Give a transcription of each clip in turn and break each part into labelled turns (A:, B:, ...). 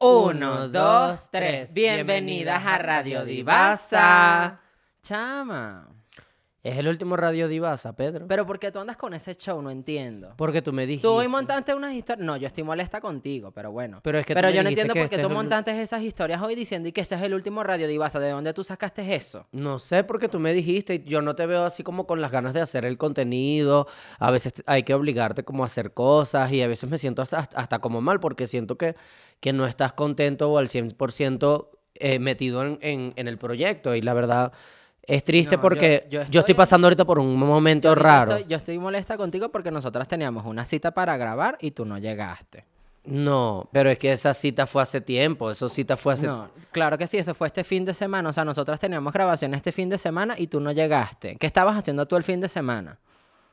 A: Uno, dos, tres. Bienvenidas a Radio Divasa. Chama.
B: Es el último Radio Divasa, Pedro.
A: Pero ¿por qué tú andas con ese show? No entiendo.
B: Porque tú me dijiste.
A: Tú hoy montaste unas historias. No, yo estoy molesta contigo, pero bueno.
B: Pero es que tú
A: Pero
B: me
A: yo no
B: dijiste
A: entiendo
B: que
A: por qué
B: este
A: tú
B: es el-
A: montaste esas historias hoy diciendo y que ese es el último Radio Divasa. ¿De dónde tú sacaste eso?
B: No sé, porque tú me dijiste, y yo no te veo así como con las ganas de hacer el contenido, a veces te- hay que obligarte como a hacer cosas y a veces me siento hasta, hasta como mal porque siento que, que no estás contento o al 100% eh, metido en, en- en el proyecto y la verdad es triste
A: No, yo-
B: porque
A: yo
B: yo,
A: estoy
B: estoy,
A: en-
B: pasando ahorita por un momento
A: Yo ahorita
B: raro.
A: estoy- yo estoy molesta contigo porque nosotras teníamos una cita para grabar y tú no llegaste.
B: No, pero es que esa cita fue hace tiempo, esa cita fue hace...
A: No, claro que sí, eso fue este fin de semana. O sea, nosotras teníamos grabación este fin de semana y tú no llegaste. ¿Qué estabas haciendo tú el fin de semana?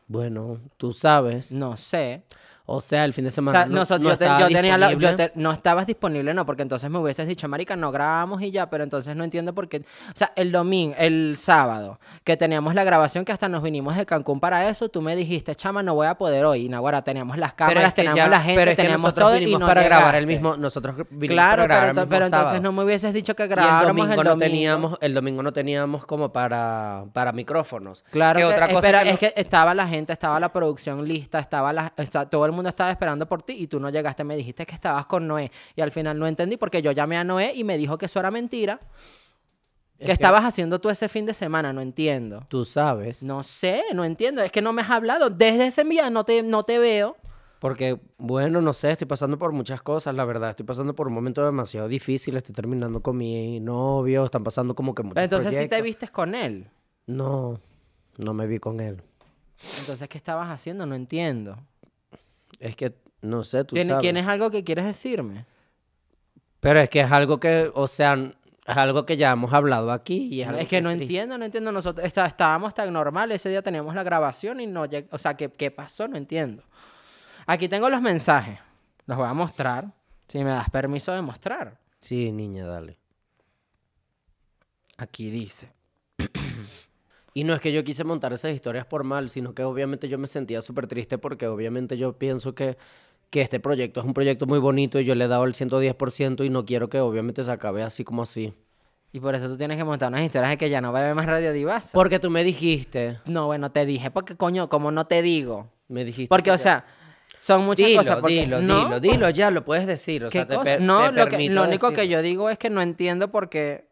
B: Bueno, tú sabes.
A: No sé.
B: O sea, el fin de
A: O
B: semana
A: sea,
B: no,
A: nosotros,
B: no
A: yo, te-
B: estaba
A: yo tenía la- yo
B: disponible.
A: te- no estabas disponible, no, porque entonces me hubieses dicho, marica, no grabamos y ya, pero entonces no entiendo por qué. O sea, el domingo, el sábado, que teníamos la grabación, que hasta nos vinimos de Cancún para eso, tú me dijiste, chama, no voy a poder hoy. Y Naguara, teníamos las cámaras,
B: es que
A: teníamos
B: ya-
A: la gente,
B: pero es que
A: teníamos
B: nosotros
A: todo y
B: vinimos
A: no
B: para grabar el
A: llegaste.
B: mismo, nosotros gr- vinimos
A: Claro, pero,
B: para grabar el
A: ento-
B: mismo
A: pero entonces
B: sábado.
A: no me hubieses dicho que
B: Y el
A: grabáramos
B: domingo,
A: el domingo.
B: no teníamos, el domingo no teníamos como para, para micrófonos.
A: Claro,
B: que
A: que-
B: otra cosa
A: espera,
B: que no-
A: es que estaba la gente, estaba la producción lista, estaba la, o sea, todo el mundo estaba esperando por ti y tú no llegaste, me dijiste que estabas con Noé y al final no entendí porque yo llamé a Noé y me dijo que eso era mentira, que,
B: que-
A: estabas haciendo tú ese fin de semana, no entiendo.
B: tú sabes,
A: No sé, no entiendo, es que no me has hablado, desde ese día no te, no te veo.
B: porque bueno, no sé, estoy pasando por muchas cosas, la verdad, estoy pasando por un momento demasiado difícil, estoy terminando con mi novio, están pasando como que muchos
A: Pero entonces sí te
B: proyectos.
A: vistes con él,
B: No, no me vi con él.
A: entonces ¿qué estabas haciendo? No entiendo.
B: Es que no sé, tú
A: ¿Tiene-
B: sabes.
A: ¿Tienes algo que quieres decirme?
B: Pero es que es algo que, o sea, n- es algo que ya hemos hablado aquí y es,
A: No,
B: algo
A: Es que no
B: triste.
A: entiendo, no entiendo. Nosotros está- estábamos tan normal, ese día teníamos la grabación y no lleg- O sea, ¿qué, qué pasó? No entiendo. Aquí tengo los mensajes. Los voy a mostrar. Si me das permiso de mostrar.
B: Sí, niña, dale.
A: Aquí dice.
B: Y no es que yo quise montar esas historias por mal, sino que obviamente yo me sentía súper triste porque obviamente yo pienso que, que este proyecto es un proyecto muy bonito y yo le he dado el 110% y no quiero que obviamente se acabe así como así.
A: Y por eso tú tienes que montar unas historias de que ya no va a haber más Radio Divasa.
B: Porque tú me dijiste,
A: No, bueno, te dije. Porque, coño, como no te digo.
B: me dijiste...
A: Porque,
B: que
A: o
B: ya-
A: sea, son muchas
B: dilo,
A: cosas. Porque,
B: dilo,
A: no,
B: dilo, dilo, ya lo puedes decir. O
A: ¿Qué
B: sea, te
A: cosa?
B: per-
A: no,
B: te
A: lo, que,
B: permito
A: lo único que
B: decirlo.
A: yo digo es que no entiendo por qué.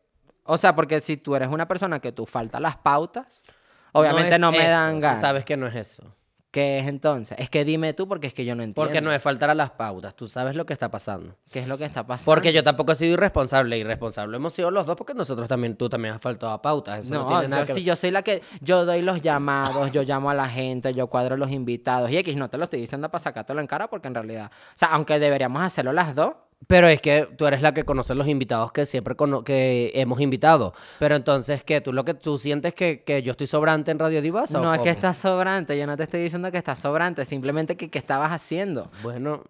A: O sea, porque si tú eres una persona que tú faltas las pautas,
B: No
A: obviamente
B: es
A: no, me
B: eso,
A: dan
B: tú
A: ganas.
B: Sabes que no es eso.
A: ¿Qué es entonces? Es que dime tú porque es que yo no entiendo.
B: Porque no es faltar a las pautas, tú sabes lo que está pasando.
A: ¿Qué es lo que está pasando?
B: Porque yo tampoco he sido irresponsable, irresponsable hemos sido los dos porque nosotros también, tú también has faltado a pautas. Eso no,
A: No,
B: tiene
A: no,
B: nada que
A: si
B: ver.
A: yo soy la que. Yo doy los llamados, yo llamo a la gente, yo cuadro los invitados. Y X, no te lo estoy diciendo para sacártelo en cara porque en realidad. O sea, aunque deberíamos hacerlo las dos.
B: Pero es que tú eres la que conoce los invitados que siempre cono- que hemos invitado. Pero entonces, ¿qué? ¿Tú lo que tú sientes que, que yo estoy sobrante en Radio Divasa? o
A: No, es que este
B: cómo?
A: estás sobrante. Yo no te estoy diciendo que estás sobrante. Simplemente que, que estabas haciendo.
B: Bueno,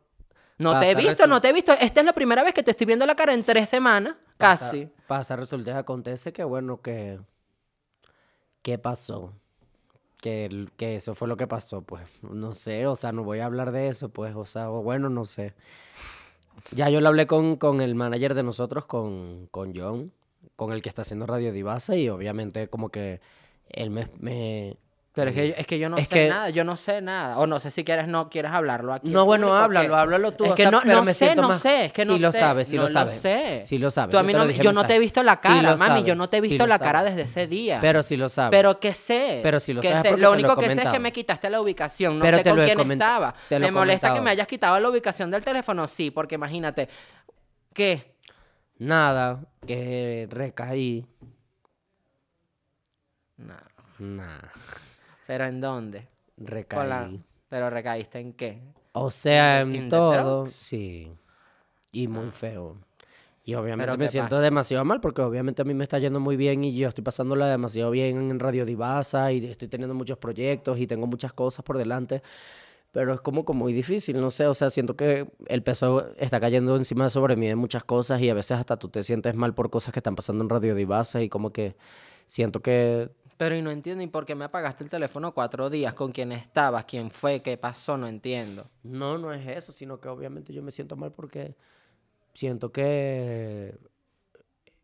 A: No
B: Pasa,
A: te he visto,
B: resu-
A: no te he visto. Esta es la primera vez que te estoy viendo la cara en tres semanas,
B: pasa-
A: casi.
B: Pasa, resulta que acontece que, bueno, que... ¿Qué pasó? Que, el- que eso fue lo que pasó, pues. No sé, o sea, no voy a hablar de eso, pues. O sea, o bueno, no sé. Ya yo lo hablé con, con el manager de nosotros, con, con John, con el que está haciendo Radio Divasa y obviamente como que él me- me,
A: Pero es que, es que yo no
B: Es
A: sé
B: que-
A: nada, yo no sé nada. O no sé si quieres, no quieres hablarlo aquí. en
B: No, bueno,
A: público,
B: háblalo,
A: ¿qué?
B: háblalo tú.
A: Es
B: o
A: que
B: sea,
A: no,
B: pero
A: no
B: me
A: sé,
B: siento
A: no
B: más-
A: sé, es que no
B: sí lo
A: sé,
B: sabes, sí
A: no
B: lo
A: lo
B: sabes.
A: sé.
B: Sí lo sabes.
A: Tú a mí
B: te
A: no,
B: lo
A: me-
B: dije
A: yo
B: en
A: no te he
B: mensaje.
A: visto la
B: Sí
A: cara,
B: lo
A: mami, yo
B: sabes,
A: no te he
B: sí
A: visto
B: lo
A: la
B: sabes.
A: cara desde ese día.
B: Pero sí lo sabes.
A: Pero que sé.
B: Pero si lo
A: que
B: sabes
A: sé.
B: porque
A: Lo
B: te lo he
A: único que sé es que
B: comentado.
A: me quitaste la ubicación. No
B: Pero
A: sé
B: te
A: con
B: lo he
A: quién
B: comen-
A: estaba.
B: te lo he
A: me molesta que
B: comentado.
A: me hayas quitado la ubicación del teléfono. Sí, porque imagínate. ¿Qué?
B: Nada, que recaí.
A: No,
B: Nada,
A: pero ¿en dónde?
B: recaí.
A: Con la- Pero recaíste en qué?
B: O sea, en
A: In the
B: todo,
A: drugs.
B: sí. Y muy feo. Y obviamente
A: Pero
B: me
A: ¿qué
B: siento
A: pasa?
B: demasiado mal porque obviamente a mí me está yendo muy bien y yo estoy pasándola demasiado bien en Radio Divasa y estoy teniendo muchos proyectos y tengo muchas cosas por delante. Pero es como, como muy difícil, no sé, o sea, siento que el peso está cayendo encima sobre mí de muchas cosas y a veces hasta tú te sientes mal por cosas que están pasando en Radio Divasa y como que siento que
A: Pero y no entiendo, ¿y por qué me apagaste el teléfono cuatro días? ¿Con quién estabas? ¿Quién fue? ¿Qué pasó? No entiendo.
B: No, no es eso, sino que obviamente yo me siento mal porque siento que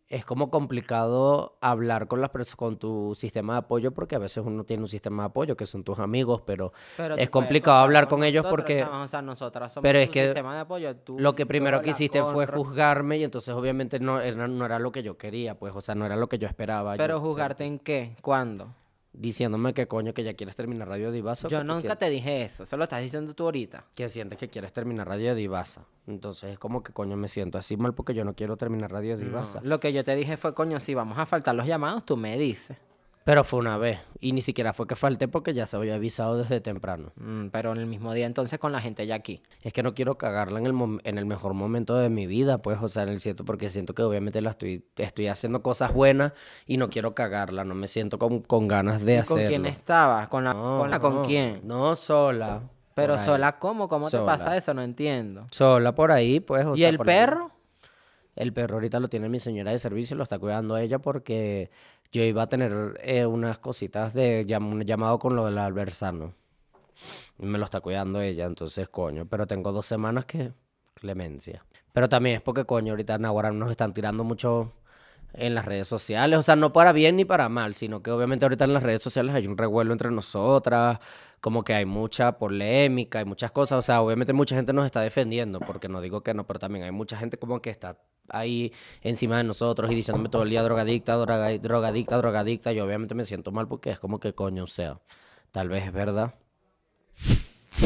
B: es como complicado hablar con las personas, con tu sistema de apoyo, porque a veces uno tiene un sistema de apoyo, que son tus amigos, pero,
A: Pero
B: es
A: tú puedes
B: complicado
A: contar
B: hablar
A: con
B: con ellos
A: nosotros,
B: porque
A: chama, o sea, nosotras somos
B: pero es
A: tu
B: que
A: sistema de apoyo, tú-
B: lo que
A: tú
B: primero que
A: hablas
B: hiciste
A: con
B: fue
A: Ro-
B: juzgarme y entonces obviamente no era, no era lo que yo quería, pues, o sea, no era lo que yo esperaba. yo,
A: Pero
B: o sea,
A: juzgarte en qué, cuándo.
B: diciéndome que coño, que ya quieres terminar Radio Divaso.
A: Yo
B: que
A: nunca
B: sientes-
A: te dije eso, eso lo estás diciendo tú ahorita.
B: que sientes que quieres terminar Radio Divasa. Entonces es como que coño me siento así mal porque yo no quiero terminar Radio
A: No,
B: Divasa.
A: Lo que yo te dije fue, coño, si vamos a faltar los llamados, tú me dices.
B: Pero fue una vez y ni siquiera fue que falté porque ya se había avisado desde temprano.
A: Mm, pero en el mismo día entonces con la gente ya aquí.
B: Es que no quiero cagarla en el, mom- en el mejor momento de mi vida, pues, o sea, en el cierto, porque siento que obviamente la estoy, estoy haciendo cosas buenas y no quiero cagarla, no me siento con, con ganas
A: ¿Y
B: de
A: ¿Con
B: hacerlo.
A: quién estabas? ¿Con la,
B: No,
A: con, la- con
B: no,
A: quién?
B: No, sola.
A: Pero
B: por ahí.
A: sola, ¿cómo? ¿Cómo te pasa
B: Sola.
A: eso? No entiendo.
B: Sola por ahí, pues, o
A: ¿Y
B: sea,
A: el
B: por ahí.
A: perro?
B: El perro ahorita lo tiene mi señora de servicio, lo está cuidando ella porque yo iba a tener eh, unas cositas de llam- un llamado con lo del alversano. Y Me lo está cuidando ella, entonces coño. Pero tengo dos semanas que clemencia. Pero también es porque coño, ahorita en ahora nos están tirando mucho en las redes sociales. O sea, no para bien ni para mal, sino que obviamente ahorita en las redes sociales hay un revuelo entre nosotras, como que hay mucha polémica, hay muchas cosas. O sea, obviamente mucha gente nos está defendiendo, porque no digo que no, pero también hay mucha gente como que está ahí encima de nosotros y diciéndome todo el día drogadicta, droga- drogadicta, drogadicta. Yo obviamente me siento mal porque es como que coño, o sea, tal vez es verdad.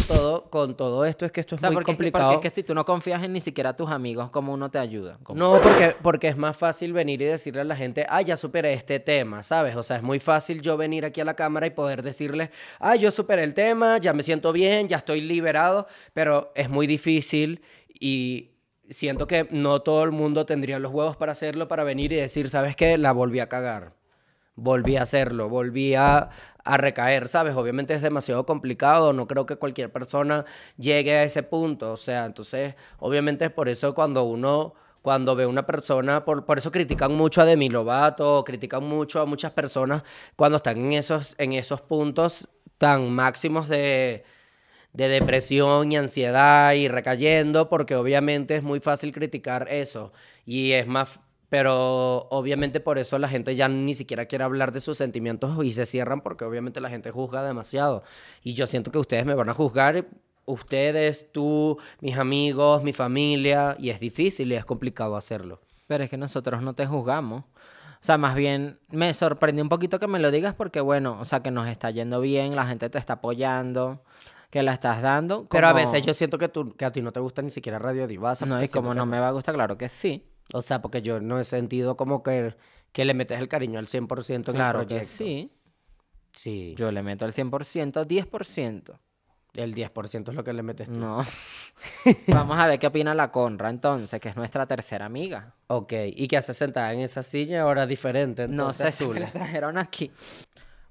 B: Todo, con todo esto es que esto
A: O
B: es
A: sea,
B: muy
A: porque, es que- porque
B: complicado.
A: es que si tú no confías en ni siquiera a tus amigos, ¿cómo uno te ayuda? ¿Cómo?
B: No, porque, porque es más fácil venir y decirle a la gente, ah, ya superé este tema, ¿sabes? O sea, es muy fácil yo venir aquí a la cámara y poder decirles, ah, yo superé el tema, ya me siento bien, ya estoy liberado, pero es muy difícil y siento que no todo el mundo tendría los huevos para hacerlo, para venir y decir, ¿sabes qué? La volví a cagar. Volví a hacerlo, volví a, a recaer, ¿sabes? Obviamente es demasiado complicado, no creo que cualquier persona llegue a ese punto, o sea, entonces, obviamente es por eso cuando uno, cuando ve una persona, por, por eso critican mucho a Demi Lovato, critican mucho a muchas personas cuando están en esos, en esos puntos tan máximos de, de depresión y ansiedad y recayendo, porque obviamente es muy fácil criticar eso. Y es más, pero obviamente por eso la gente ya ni siquiera quiere hablar de sus sentimientos y se cierran porque obviamente la gente juzga demasiado. Y yo siento que ustedes me van a juzgar, ustedes, tú, mis amigos, mi familia, y es difícil y es complicado hacerlo.
A: Pero es que nosotros no te juzgamos. O sea, más bien me sorprendió un poquito que me lo digas porque, bueno, o sea, que nos está yendo bien, la gente te está apoyando, que la estás dando.
B: Pero a
A: como-
B: veces yo siento que, tú, que a ti no te gusta ni siquiera Radio Divasa.
A: No,
B: porque
A: y como
B: siento
A: no me va a gustar, claro que sí.
B: que- O sea, porque yo no he sentido como que, que le metes el cariño al 100% en el
A: Claro
B: proyecto.
A: que sí.
B: Sí.
A: Yo le meto el 100%, 10%.
B: El 10% es lo que le metes tú.
A: No. Vamos a ver qué opina la Conra entonces, que es nuestra tercera amiga.
B: Ok, ¿y qué haces sentada en esa silla ahora diferente?
A: No
B: Entonces,
A: sé si me
B: Zule?
A: la trajeron aquí.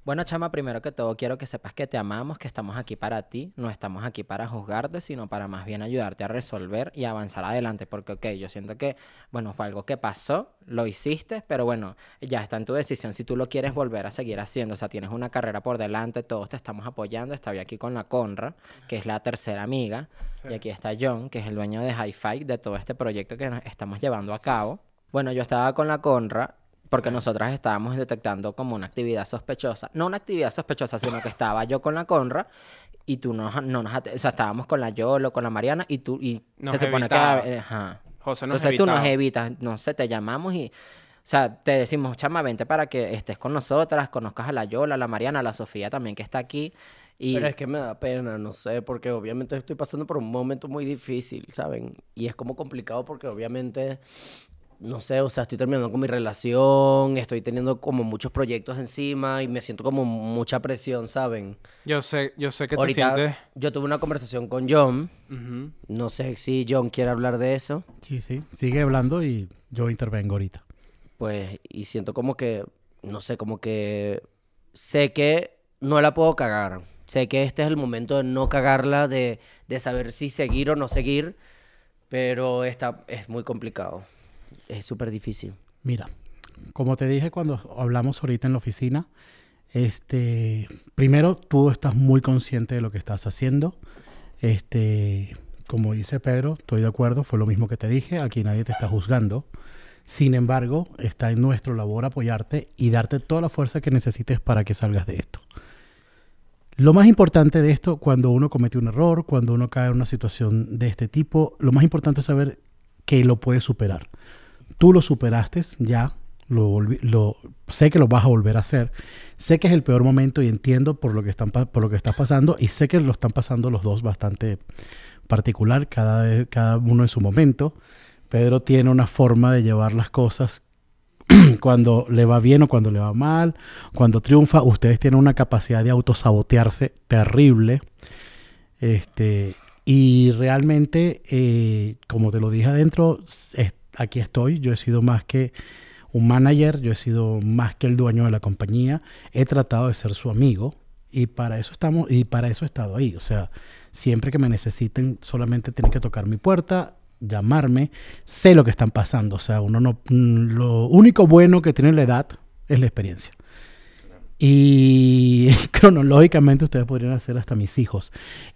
A: Bueno, chama, primero que todo quiero que sepas que te amamos, que estamos aquí para ti, no estamos aquí para juzgarte, sino para más bien ayudarte a resolver y avanzar adelante, porque, ok, yo siento que, bueno, fue algo que pasó, lo hiciste, pero bueno, ya está en tu decisión si tú lo quieres volver a seguir haciendo, o sea, tienes una carrera por delante, todos te estamos apoyando, estoy aquí con la Conra, que es la tercera amiga, y aquí está John, que es el dueño de Hi-Fi, de todo este proyecto que nos estamos llevando a cabo. Bueno, yo estaba con la Conra porque nosotras estábamos detectando como una actividad sospechosa. No una actividad sospechosa, sino que estaba yo con la Conra y tú no, no nos... ate- O sea, estábamos con la Yolo, con la Mariana y tú... Y
C: Nos
A: se supone
C: evitaba.
A: que... eh, Ajá.
C: José nos
A: Entonces tú nos
C: evitaba.
A: evitas, no sé, te llamamos y... O sea, te decimos, chama, vente para que estés con nosotras, conozcas a la Yola, a la Mariana, a la Sofía también que está aquí. Y
B: Pero es que me da pena, no sé, porque obviamente estoy pasando por un momento muy difícil, ¿saben? Y es como complicado porque obviamente, no sé, o sea, estoy terminando con mi relación, estoy teniendo como muchos proyectos encima y me siento como mucha presión, ¿saben?
C: Yo sé, yo sé que
B: ahorita
C: te sientes.
B: yo tuve una conversación con John,
C: Ujú.
B: no sé si John quiere hablar de eso.
D: Sí, sí. Sigue hablando y yo intervengo ahorita.
B: Pues, y siento como que, no sé, como que sé que no la puedo cagar. Sé que este es el momento de no cagarla, de, de saber si seguir o no seguir, pero está, es muy complicado. Es súper difícil.
D: Mira, como te dije cuando hablamos ahorita en la oficina, este, primero tú estás muy consciente de lo que estás haciendo. Este, como dice Pedro, estoy de acuerdo, fue lo mismo que te dije, aquí nadie te está juzgando. Sin embargo, está en nuestro labor apoyarte y darte toda la fuerza que necesites para que salgas de esto. Lo más importante de esto, cuando uno comete un error, cuando uno cae en una situación de este tipo, lo más importante es saber que lo puedes superar. Tú lo superaste ya, lo, volvi- lo- sé que lo vas a volver a hacer, sé que es el peor momento y entiendo por lo que están pa- por lo que estás pasando y sé que lo están pasando los dos bastante particular, cada, cada uno en su momento. Pedro tiene una forma de llevar las cosas cuando le va bien o cuando le va mal, cuando triunfa. Ustedes tienen una capacidad de autosabotearse terrible. Este, y realmente, eh, como te lo dije adentro, s- es- aquí estoy. Yo he sido más que un manager, yo he sido más que el dueño de la compañía. He tratado de ser su amigo y para eso estamos y para eso he estado ahí. O sea, siempre que me necesiten, solamente tienen que tocar mi puerta, llamarme. Sé lo que están pasando. O sea, uno no. mm, Lo único bueno que tiene la edad es la experiencia. Y cronológicamente ustedes podrían hacer hasta mis hijos.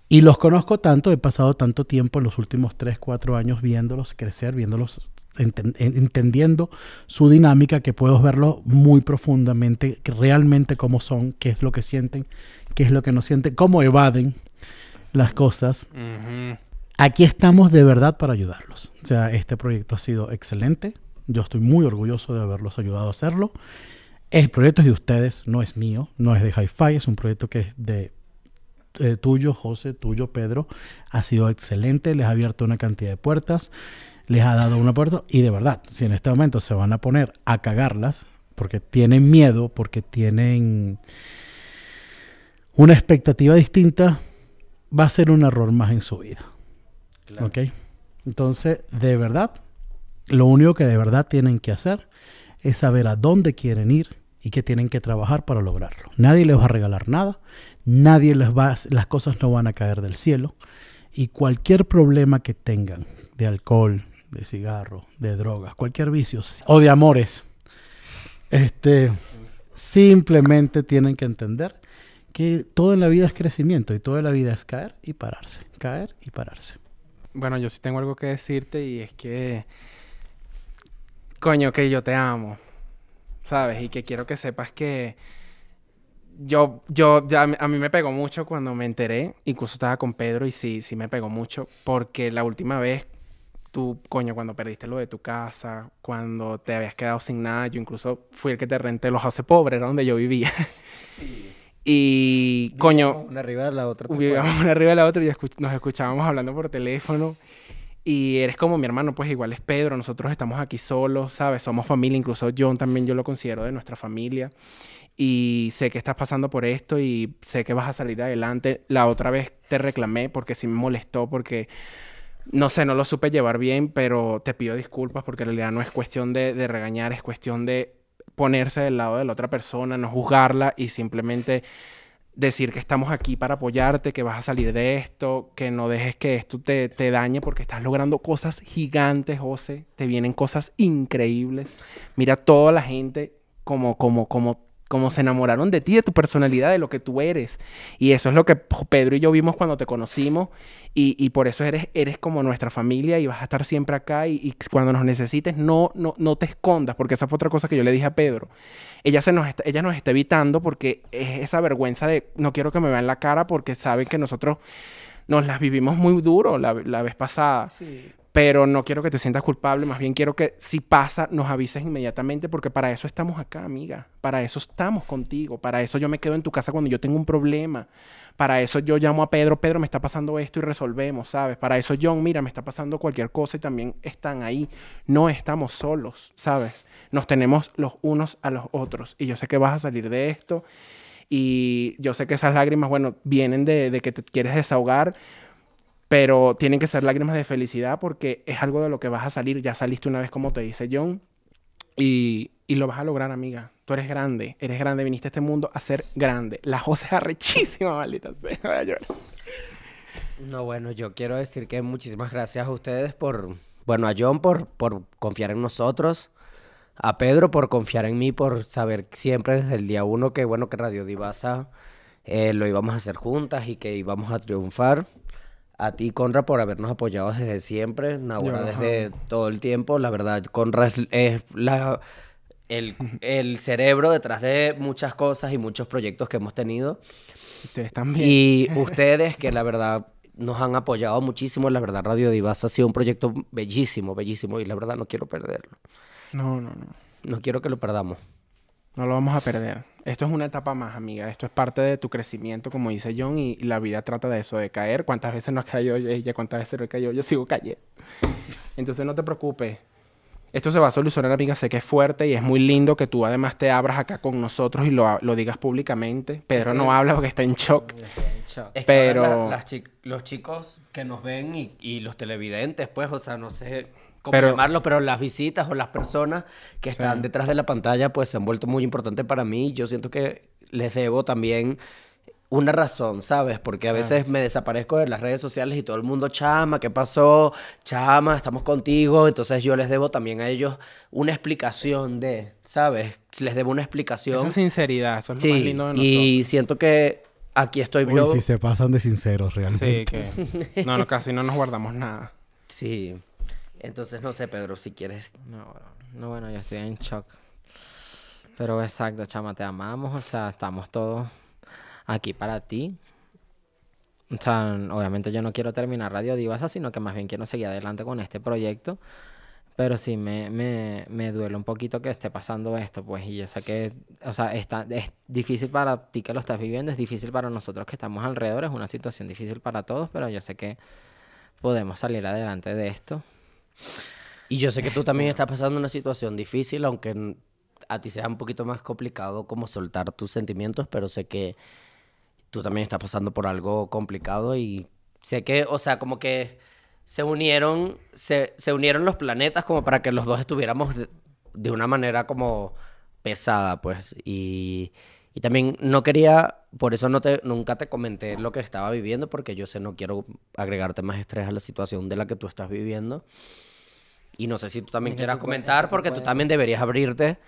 D: Y los conozco tanto, he pasado tanto tiempo en los últimos 3, 4 años viéndolos crecer, viéndolos, enten- en- entendiendo su dinámica, que puedo verlos muy profundamente, que realmente cómo son, qué es lo que sienten, qué es lo que no sienten, cómo evaden las cosas.
E: Mm.
D: Aquí estamos de verdad para ayudarlos. O sea, este proyecto ha sido excelente. Yo estoy muy orgulloso de haberlos ayudado a hacerlo. El proyecto es de ustedes, no es mío, no es de Hi-Fi, es un proyecto que es de eh, tuyo, José, tuyo, Pedro. Ha sido excelente, les ha abierto una cantidad de puertas, les ha dado una puerta y de verdad, si en este momento se van a poner a cagarlas, porque tienen miedo, porque tienen una expectativa distinta, va a ser un error más en su vida. ¿Ok? Entonces, de verdad, lo único que de verdad tienen que hacer es saber a dónde quieren ir y que tienen que trabajar para lograrlo. Nadie les va a regalar nada, nadie les va, a- las cosas no van a caer del cielo y cualquier problema que tengan de alcohol, de cigarro, de drogas, cualquier vicio o de amores, este, simplemente tienen que entender que todo en la vida es crecimiento y toda la vida es caer y pararse, caer y pararse.
C: Bueno, yo sí tengo algo que decirte y es que. Coño, que yo te amo. ¿Sabes? Y que quiero que sepas que. Yo, yo, ya me- a mí me pegó mucho cuando me enteré. Incluso estaba con Pedro y sí, sí me pegó mucho. Porque la última vez, tú, coño, cuando perdiste lo de tu casa, cuando te habías quedado sin nada, yo incluso fui el que te renté los hace pobre, era donde yo vivía. Y, coño.
B: Una arriba de la otra. ¿te acuerdas?
C: Vivíamos una arriba de la otra y escu- nos escuchábamos hablando por teléfono. Y eres como mi hermano, pues igual es Pedro, nosotros estamos aquí solos, ¿sabes? Somos familia, incluso John también yo lo considero de nuestra familia. Y sé que estás pasando por esto y sé que vas a salir adelante. La otra vez te reclamé porque sí me molestó, porque no sé, no lo supe llevar bien, pero te pido disculpas porque en realidad no es cuestión de, de regañar, es cuestión de ponerse del lado de la otra persona, no juzgarla y simplemente decir que estamos aquí para apoyarte, que vas a salir de esto, que no dejes que esto te, te dañe porque estás logrando cosas gigantes, José. Te vienen cosas increíbles. Mira toda la gente como, como, como, como se enamoraron de ti, de tu personalidad, de lo que tú eres. Y eso es lo que P- Pedro y yo vimos cuando te conocimos y, y por eso eres, eres como nuestra familia y vas a estar siempre acá y, y cuando nos necesites no, no, no te escondas porque esa fue otra cosa que yo le dije a Pedro ella, se nos está, ella nos está evitando porque es esa vergüenza de no quiero que me vean la cara porque saben que nosotros nos las vivimos muy duro la, la vez pasada. Pero no quiero que te sientas culpable, más bien quiero que si pasa nos avises inmediatamente porque para eso estamos acá, amiga. Para eso estamos contigo, para eso yo me quedo en tu casa cuando yo tengo un problema. Para eso yo llamo a Pedro, Pedro me está pasando esto y resolvemos, ¿sabes? Para eso John, mira, me está pasando cualquier cosa y también están ahí. No estamos solos, ¿sabes? Nos tenemos los unos a los otros. Y yo sé que vas a salir de esto. Y yo sé que esas lágrimas, bueno, vienen de, de que te quieres desahogar. Pero tienen que ser lágrimas de felicidad porque es algo de lo que vas a salir. Ya saliste una vez, como te dice John. Y, y lo vas a lograr, amiga. Tú eres grande. Eres grande. Viniste a este mundo a ser grande. La José es arrechísima, maldita sea. Voy a llorar.
B: No, bueno, yo quiero decir que muchísimas gracias a ustedes por, bueno, a John por, por confiar en nosotros, a Pedro por confiar en mí, por saber siempre desde el día uno que, bueno, que Radio Divasa eh, lo íbamos a hacer juntas y que íbamos a triunfar, A ti, Conra, por habernos apoyado desde siempre. Nahuara,
C: Yo, ajá.
B: desde todo el tiempo. La verdad, Conra es, es la, el, el cerebro detrás de muchas cosas y muchos proyectos que hemos tenido.
C: Ustedes también.
B: Y ustedes, que la verdad nos han apoyado muchísimo. La verdad, Radio Divas ha sido un proyecto bellísimo, bellísimo. Y la verdad, no quiero perderlo.
C: No, no, no.
B: No quiero que lo perdamos.
C: No lo vamos a perder. Esto es una etapa más, amiga. Esto es parte de tu crecimiento, como dice John, y la vida trata de eso, de caer. ¿Cuántas veces nos cayó ella? ¿Cuántas veces nos cayó? Yo sigo cayendo. Entonces no te preocupes. Esto se va a solucionar, amiga. Sé que es fuerte y es muy lindo que tú además te abras acá con nosotros y lo, ha- lo digas públicamente. Pedro no habla porque está en shock.
B: Es que ahora
C: Pero-
B: la- las chi- los chicos que nos ven y, y los televidentes, pues, o sea, no sé cómo
C: Pero-
B: llamarlo, pero las visitas o las personas que están detrás de la pantalla, pues, se han vuelto muy importantes para mí. Yo siento que les debo también una razón, ¿sabes? Porque a veces me desaparezco de las redes sociales y todo el mundo, chama, ¿qué pasó? Chama, estamos contigo. Entonces yo les debo también a ellos una explicación de, ¿sabes? Les debo una explicación.
C: Eso es sinceridad. Eso es lo más
B: Sí,
C: lindo de nosotros.
B: y siento que aquí estoy
D: Uy,
B: yo.
D: si se pasan de sinceros realmente.
C: Sí, que... No, no, casi no nos guardamos nada.
B: Sí. Entonces, no sé, Pedro, si quieres.
A: No, bro. no, bueno, yo estoy en shock. Pero exacto, chama, te amamos, o sea, estamos todos aquí para ti. O sea, n- obviamente yo no quiero terminar Radio Divasa, sino que más bien quiero seguir adelante con este proyecto. Pero sí me, me, me duele un poquito que esté pasando esto, pues, y yo sé que, o sea, está, es difícil para ti que lo estás viviendo, es difícil para nosotros que estamos alrededor, es una situación difícil para todos, pero yo sé que podemos salir adelante de esto.
B: Y yo sé que tú también estás pasando una situación difícil, aunque n- a ti sea un poquito más complicado como soltar tus sentimientos, pero sé que tú también estás pasando por algo complicado y sé que, o sea, como que se unieron, se, se unieron los planetas como para que los dos estuviéramos de, de una manera como pesada, pues. Y, y también no quería, por eso no te, nunca te comenté lo que estaba viviendo, porque yo sé, no quiero agregarte más estrés a la situación de la que tú estás viviendo. Y no sé si tú también
A: Es que
B: quieras
A: tú puedes- es que
B: comentar,
A: tú
B: porque tú
A: puedes.
B: también deberías abrirte.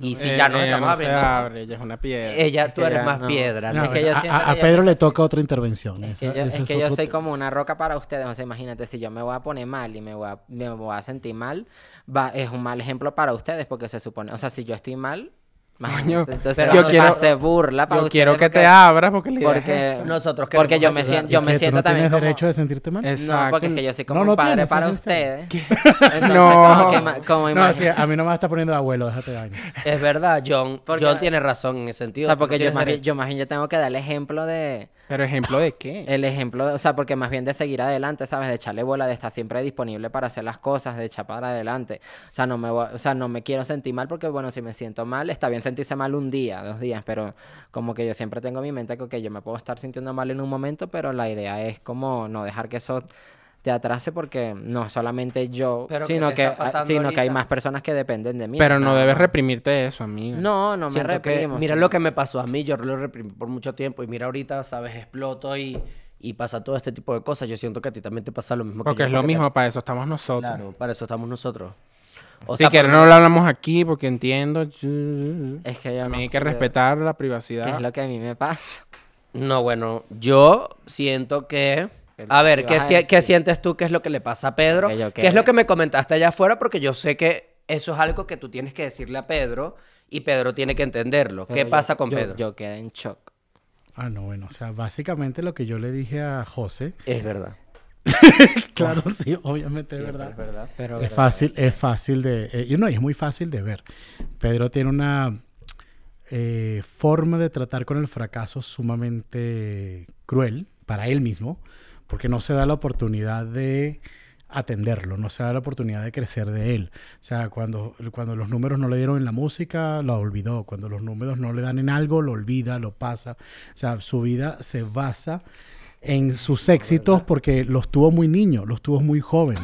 B: Y si ya nos
C: Ella
B: estamos
C: no se
B: abriendo,
C: abre, ella es una piedra.
B: ella,
C: Es
B: tú
C: que
B: eres
C: ya
B: más
A: no.
B: piedra.
D: No,
B: ¿no?
A: Es que yo
D: a-
A: siento
D: a, a
A: que ya
D: Pedro le
A: empezó-
D: toca otra intervención.
A: Es
D: Esa-
A: que yo,
D: ese
A: es
D: es
A: que yo
D: otro
A: soy
D: t-
A: como una roca para ustedes. O sea, imagínate, si yo me voy a poner mal y me voy a, me voy a sentir mal, va, es un mal ejemplo para ustedes porque se supone, o sea, si yo estoy mal, imagínense, entonces
C: yo
A: no se-
C: quiero-
A: se burla para
C: Yo
A: ustedes
C: quiero que te
A: porque-
C: abras porque la idea es
A: porque
C: esa.
B: Nosotros
A: porque
B: queremos
A: yo me
B: ayudar.
A: siento yo
D: ¿Y
A: me
D: que tú
A: siento
D: no
A: también
D: tienes
A: como
D: derecho de sentirte mal?
A: no, porque es
C: Exacto.
A: que yo soy
D: No,
A: como
D: no
A: un padre
D: tienes,
A: para
D: es en serio.
A: ustedes. Entonces,
C: No.
A: como que ima- como
D: No, sí,
A: imagínate-
D: a mí no me está poniendo de abuelo, déjate de vaina.
B: Es verdad, John.
A: Porque-
B: John tiene razón en ese
A: o
B: sentido.
A: sea,
B: Tú
A: porque yo
B: tienes
A: más, bien,
B: derecho.
A: yo más bien yo tengo que dar el ejemplo de,
C: Pero ejemplo de qué?
A: El ejemplo, o sea, porque más bien de seguir adelante, ¿sabes? De echarle bola, de estar siempre disponible para hacer las cosas, de echar para adelante. O sea, no me, voy- o sea, no me quiero sentir mal porque, bueno, si me siento mal, está bien sentirse mal un día, dos días, pero como que yo siempre tengo en mi mente que, ok, yo me puedo estar sintiendo mal en un momento, pero la idea es como no dejar que eso te atrase porque no solamente yo,
B: Pero ¿qué
A: sino
B: te
A: que,
B: está pasando
A: sino que hay
B: ahorita?
A: más personas que dependen de mí.
C: Pero no
A: nada
C: debes
A: más.
C: reprimirte de eso, amiga.
A: No, no me
B: Siento que-
A: reprimo.
B: mira
A: sí.
B: lo que me pasó a mí, yo lo reprimí por mucho tiempo y mira ahorita, sabes, exploto y, y pasa todo este tipo de cosas. Yo siento que a ti también te pasa lo mismo que
C: Porque
B: yo,
C: es lo
B: te-
C: mismo, para eso estamos nosotros.
B: Claro, para eso estamos nosotros. O
C: si
B: sea,
C: quieres,
B: por-
C: no lo hablamos aquí porque entiendo.
A: Es que yo
C: También
A: no
C: hay que
A: sé
C: respetar la
A: qué es
C: privacidad.
A: lo que a mí me pasa.
B: No, bueno, yo siento que...
A: Pero
B: A
A: tú
B: ver,
A: qué
B: ¿qué,
A: vas a
B: sie- qué
A: decir?
B: sientes tú? ¿Qué es lo que le pasa a Pedro?
A: Ok, ok.
B: ¿Qué es lo que me comentaste allá afuera? Porque yo sé que eso es algo que tú tienes que decirle a Pedro y Pedro tiene que entenderlo.
A: Pero
B: ¿Qué
A: yo-
B: pasa con
A: yo-
B: Pedro?
A: Yo quedé en shock.
D: Ah, no, bueno, o sea, básicamente lo que yo le dije a José,
B: Es verdad.
D: claro, sí, obviamente es verdad.
B: verdad.
A: Pero
D: Es fácil, es fácil de, eh, y no, y es muy fácil de ver. Pedro tiene una eh, forma de tratar con el fracaso sumamente cruel para él mismo, porque no se da la oportunidad de atenderlo, no se da la oportunidad de crecer de él. O sea, cuando, cuando los números no le dieron en la música, lo olvidó. Cuando los números no le dan en algo, lo olvida, lo pasa. O sea, su vida se basa en sus éxitos porque los tuvo muy niño, los tuvo muy joven.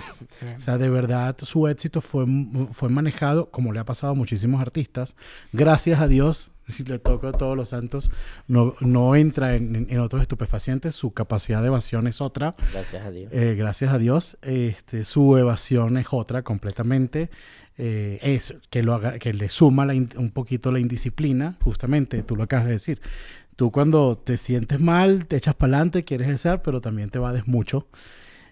D: O sea, de verdad, su éxito fue, fue manejado, como le ha pasado a muchísimos artistas. Gracias a Dios, si le toco a todos los santos, no, no entra en, en- en otros estupefacientes. Su capacidad de evasión es otra.
B: Gracias a Dios.
D: Eh, gracias a Dios, este, su evasión es otra completamente. Eh, es que, lo haga- que le suma la in- un poquito la indisciplina, justamente, tú lo acabas de decir. tú cuando te sientes mal, te echas para adelante, quieres desear, pero también te evades mucho.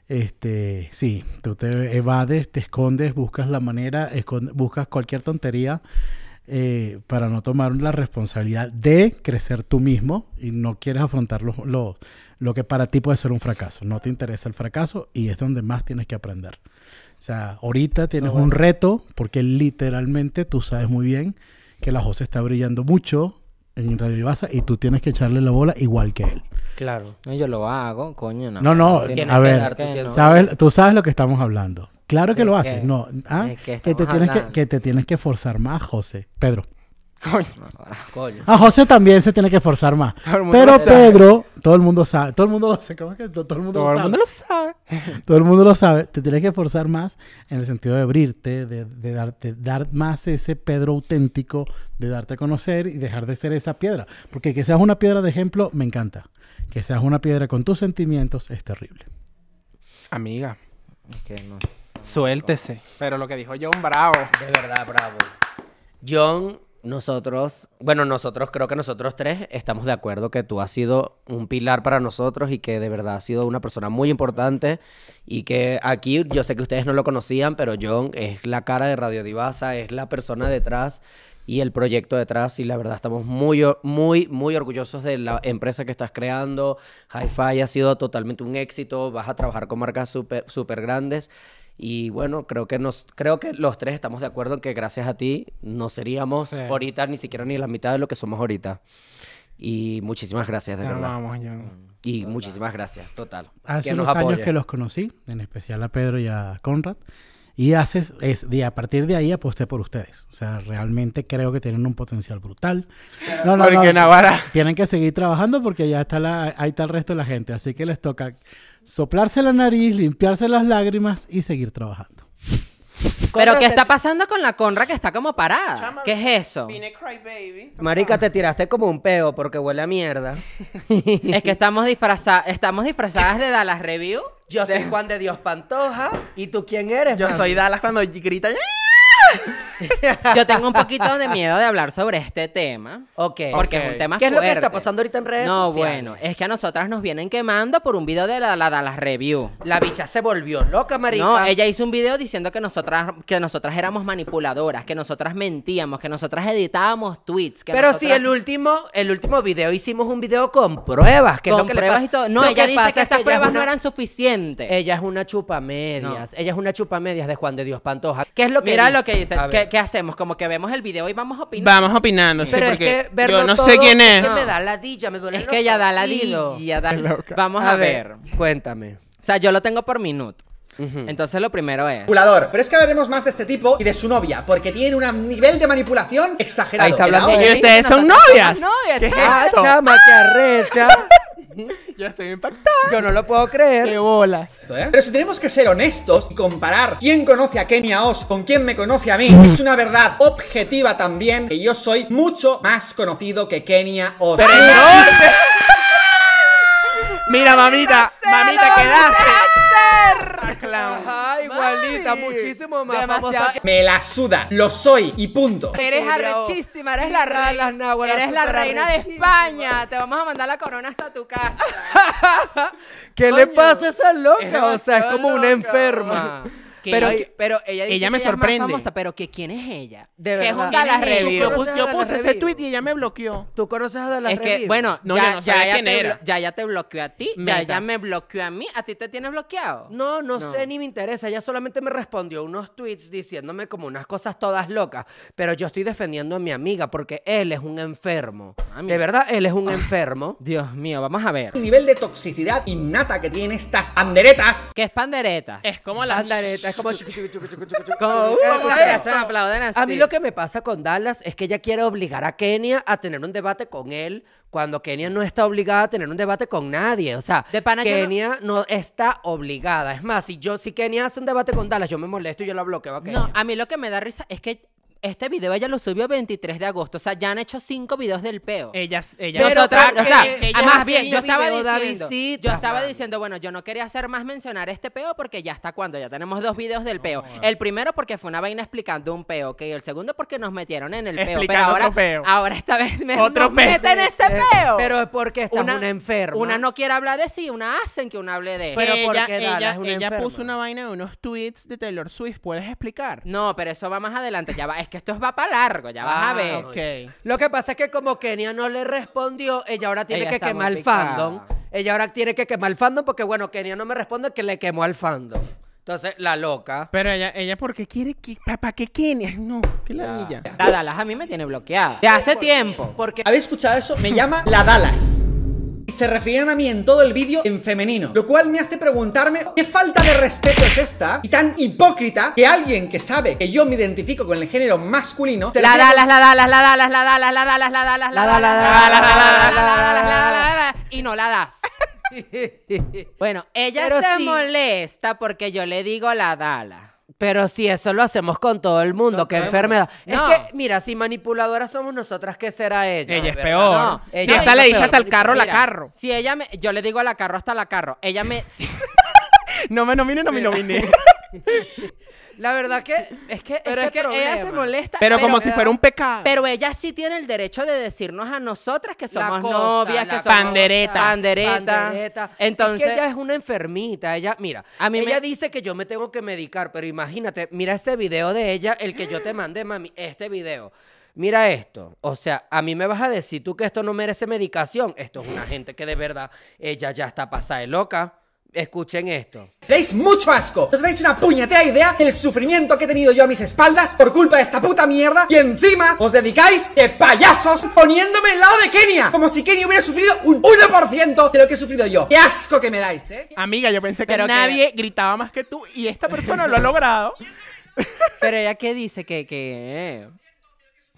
D: Este, sí, tú te evades, te escondes, buscas la manera, escon- buscas cualquier tontería eh, para no tomar la responsabilidad de crecer tú mismo y no quieres afrontar lo, lo- lo que para ti puede ser un fracaso. No te interesa el fracaso y es donde más tienes que aprender. O sea, ahorita tienes un reto porque literalmente tú sabes muy bien que la José está brillando mucho en Radio Ibasa y tú tienes que echarle la bola igual que él.
B: Claro.
A: No, yo lo hago, coño, no.
D: No, no,
A: Así
D: a ver,
A: ¿por qué no?
D: ¿Sabes? Tú sabes lo que estamos hablando. Claro que
A: ¿De
D: lo
A: qué?
D: haces. No, ah,
A: ¿De
D: que,
A: qué
D: te
A: estamos
D: tienes que,
A: hablando?
D: que te tienes que forzar más, José. Pedro.
B: Coño.
D: Ah, José también se tiene que forzar más.
C: Todo el mundo
D: Pero
C: lo sabe.
D: Pedro, todo el mundo sabe, todo el mundo lo sabe, ¿cómo es que todo el mundo
C: Todo
D: lo
C: el
D: sabe?
C: mundo lo sabe.
D: Todo el mundo lo sabe, te tienes que forzar más en el sentido de abrirte, de, de dar, de dar más ese Pedro auténtico, de darte a conocer y dejar de ser esa piedra. Porque que seas una piedra de ejemplo, me encanta. Que seas una piedra con tus sentimientos es terrible.
C: Amiga,
A: Es que no.
C: suéltese. Pero lo que dijo John Bravo.
B: De verdad, bravo. John, nosotros, bueno, nosotros creo que nosotros tres estamos de acuerdo que tú has sido un pilar para nosotros y que de verdad has sido una persona muy importante y que aquí yo sé que ustedes no lo conocían, pero John es la cara de Radio Divasa, es la persona detrás y el proyecto detrás y la verdad estamos muy o- muy muy orgullosos de la empresa que estás creando. Hi-Fi ha sido totalmente un éxito, vas a trabajar con marcas súper super grandes y bueno, creo que nos, creo que los tres estamos de acuerdo en que gracias a ti no seríamos
C: Sí.
B: ahorita ni siquiera ni la mitad de lo que somos ahorita. Y muchísimas gracias, de
C: Te
B: verdad.
C: amamos, John.
B: Y muchísimas gracias, total.
D: Hace
B: Que nos
D: unos años
B: apoye.
D: que los conocí, en especial a Pedro y a Conrad, y haces, es, de, a partir de ahí aposté por ustedes. O sea, realmente creo que tienen un potencial brutal. No, no,
C: Porque
D: no,
C: Navarra.
D: tienen que seguir trabajando porque ya está la, ahí está el resto de la gente. Así que les toca soplarse la nariz, limpiarse las lágrimas y seguir trabajando.
A: Pero ¿qué está pasando con la Conra que está como parada? ¿Qué es eso?
B: Marica, te tiraste como un peo porque huele a mierda.
A: Es que estamos disfrazadas, estamos disfrazadas de Dallas Review.
B: Yo soy Juan de Dios Pantoja. ¿Y tú quién eres? mami?
C: Dallas cuando grita.
A: Yo tengo un poquito de miedo de hablar sobre este tema.
B: Ok.
A: Porque
C: Ok.
A: es un tema
B: ¿Qué es lo que
A: fuerte.
B: está pasando ahorita en redes
A: No,
B: sociales?
A: bueno, es que a nosotras nos vienen quemando por un video de la, la Dallas Review.
B: La bicha se volvió loca, marica.
A: No, ella hizo un video diciendo que nosotras, que nosotras éramos manipuladoras, que nosotras mentíamos, que nosotras editábamos tweets. Que
B: Pero sí,
A: nosotras-
B: el último, el último video hicimos un video con pruebas, que es
A: con
B: lo que le
A: pruebas
B: pasa-
A: y todo. No,
B: lo
A: ella dice
B: pasa
A: que
B: es
A: esas
B: ella es
A: pruebas
B: una-
A: no eran suficientes.
B: Ella es una chupamedias. Ella es una chupamedias de Juan de Dios Pantoja. ¿Qué es lo que
A: Mira
B: dice?
A: lo que dice.
B: A ver.
A: ¿Qué, qué hacemos? Como que vemos el video y vamos a opinar.
C: Vamos opinando, sí,
B: Pero es
C: porque
B: que verlo
C: yo no sé
B: todo
C: quién es.
B: que me da ladilla, me duele
A: Es
B: los
A: que ella da la
B: oídos.
A: dilla. da-
C: loca.
A: Vamos a, ver. pues,
B: Cuéntame.
A: O sea, yo lo tengo por minuto. Entonces lo primero es.
F: manipulador. Pero es que hablaremos más de este tipo y de su novia, porque tiene un nivel de manipulación exagerado.
B: Ahí está
F: El
B: hablando
F: AOC.
C: Y
B: de-
C: ustedes son novias.
A: novias,
C: ¿Qué es
A: chaval.
B: ¡Ah,
C: esto?
B: chama, qué arrecha!
C: Yo estoy impactada.
B: Yo no lo puedo
C: ¡Qué
B: creer.
C: bolas!
F: Esto, ¿eh? Pero si tenemos que ser honestos y comparar quién conoce a Kenia Oz con quién me conoce a mí, es una verdad objetiva también que yo soy mucho más conocido que Kenia Oz.
C: Mira, mamita. Mamita, Ah, quedaste.
B: Ajá, igualita, muchísimo más
A: Demasiado-
B: famosa que-
F: Me la suda, lo soy y punto.
A: Eres arrechísima, eres la
B: Mira las
A: reina.
B: náguaras,
A: Eres la
B: súper
A: reina de
B: arrechísima.
A: España. Te vamos a mandar la corona hasta tu casa.
B: ¿Qué le
A: Coño.
B: pasa a esa
A: Es
B: loca? O sea, es
A: demasiado
B: como
A: loca.
B: una enferma.
A: Que-
B: Pero,
A: que- pero ella dice
C: ella
A: que
C: me
A: es más
C: sorprende.
A: famosa, pero que quién es ella?
B: De
A: Que es
B: verdad.
A: un Dallas
B: ¿Quién es ella?
A: Review.
C: Yo,
B: ¿Tú
C: puse- yo
B: conoces a
C: puse
B: Dallas
C: ese
B: Review?
C: tweet y ella me bloqueó.
B: ¿tú conoces a Dallas
A: Es que, bueno,
C: No, yo
A: ya,
C: no
A: ya,
C: sabía
A: ella
C: quién
A: te,
C: era.
A: blo- ya, ya te bloqueó a ti, ya,
C: Metas.
A: ya me bloqueó a mí, a ti te tiene bloqueado.
B: No, no,
A: No.
B: sé, ni me interesa. Ella solamente me respondió unos tweets diciéndome como unas cosas todas locas. Pero yo estoy defendiendo a mi amiga porque él es un enfermo.
A: Mami.
B: De verdad, él es un enfermo.
A: Dios mío, Ah, vamos a ver.
F: El nivel de toxicidad innata que tienen estas anderetas.
A: ¿Qué es pandereta?
C: Es como la.
B: Andareta, es como chucu, chucu, chucu, chucu, chucu, chucu.
A: Como, uh,
B: Eh,
A: como
B: escucha.
A: que hacen aplauden así.
B: A mí lo que me pasa con Dallas es que ella quiere obligar a Kenia a tener un debate con él cuando Kenia no está obligada a tener un debate con nadie. O sea,
A: De pana yo no-
B: Kenia no... está obligada. Es más, si yo, si Kenia hace un debate con Dallas, yo me molesto y yo la bloqueo a Kenia.
A: No, a mí lo que me da risa es que este video ella lo subió 23 de agosto. O sea, ya han hecho cinco videos del peo.
E: Ella, ella
A: Pero otra, o sea,
E: ella-
A: ah,
E: ella
A: más
E: hace
A: bien, yo
E: un
A: estaba
E: video da
A: diciendo, yo
E: visitas,
A: estaba
E: mano.
A: diciendo, bueno, yo no quería hacer más mencionar este peo porque ya está cuando, ya tenemos dos videos del peo. El primero porque fue una vaina explicando un peo, que el segundo porque nos metieron en el peo, pero
E: Explicando
A: ahora,
E: otro peo.
A: ahora esta vez me,
E: Otro
A: nos
E: peo.
A: meten ese peo.
B: Eh, Pero es porque está una, enferma.
A: Una no quiere hablar de sí, una hacen que una hable de
E: Pero
B: Pero ¿por
E: ella,
B: qué Dala
E: ella-
B: es una
E: ella
B: enferma?
E: puso una vaina de unos tweets de Taylor Swift. ¿Puedes explicar?
A: No, pero eso va más adelante, ya va, es que esto va para largo, ya vas
B: Ah,
A: a ver.
B: ok.
E: Ok.
B: Lo que pasa es que como Kenia no le respondió, ella ahora tiene
A: Ella
B: que
A: está
B: quemar el
A: mortificada.
B: fandom. Ella ahora tiene que quemar el fandom porque, bueno, Kenia no me responde que le quemó al fandom. Entonces, la loca.
E: Pero ella, ella porque quiere que. ¿Para qué Kenia? No, qué ladilla.
A: La Dallas a mí me tiene bloqueada. De hace tiempo.
B: Porque
F: ¿Habéis escuchado eso? Me llama la Dallas. Y se refieren a mí en todo el vídeo en femenino. Lo cual me hace preguntarme qué falta de respeto es esta y tan hipócrita que alguien que sabe que yo me identifico con el género masculino. se
A: La
F: refiere-
A: Dallas, la Dallas, la Dallas, la Dallas, la Dallas, la Dallas, la Dallas, la Dallas, la Dallas, la Dallas, la Dallas, y no la das. Bueno, ella
B: Pero
A: se
B: sí.
A: molesta porque yo le digo la Dallas.
B: Pero si eso lo hacemos con todo el mundo, qué enfermedad.
A: No.
B: Es que, mira, si manipuladoras somos nosotras, ¿qué será ella?
E: Ella es
B: ¿Verdad?
E: peor.
A: No,
B: Ella
E: Si
B: es
E: hasta
B: peor.
E: le dice hasta el carro, la
A: Mira,
E: carro.
A: Si ella me, yo le digo la carro hasta la carro. Ella me,
E: No me nomine, no me nomine.
B: La verdad que es que
A: pero
B: ese
A: es que ella se
B: problema-
A: molesta.
E: Pero como si fuera un pecado.
A: Pero ella sí tiene el derecho de decirnos a nosotras que
B: Ah. La
A: somos
B: cosa,
A: novias, que
B: la
A: somos
E: Pandereta.
A: pandereta.
B: Pandereta.
A: Entonces,
B: es que ella es una enfermita. Ella, mira,
A: A mí me-
B: ella dice que yo me tengo que medicar, pero imagínate, mira ese video de ella, el que yo te mandé, mami, este video. Mira esto, o sea, a mí me vas a decir tú que esto no merece medicación. Esto es una gente que de verdad, ella ya está pasada de loca. Escuchen esto.
F: Tenéis mucho asco. Os dais una puñetera idea del sufrimiento que he tenido yo a mis espaldas por culpa de esta puta mierda. Y encima os dedicáis de payasos poniéndome al lado de Kenia. Como si Kenia hubiera sufrido un 1% de lo que he sufrido yo. ¡Qué asco que me dais, eh!
E: Amiga, yo pensé que
A: Pero que-
E: nadie gritaba más que tú y esta persona lo ha logrado.
A: Pero ella qué dice que que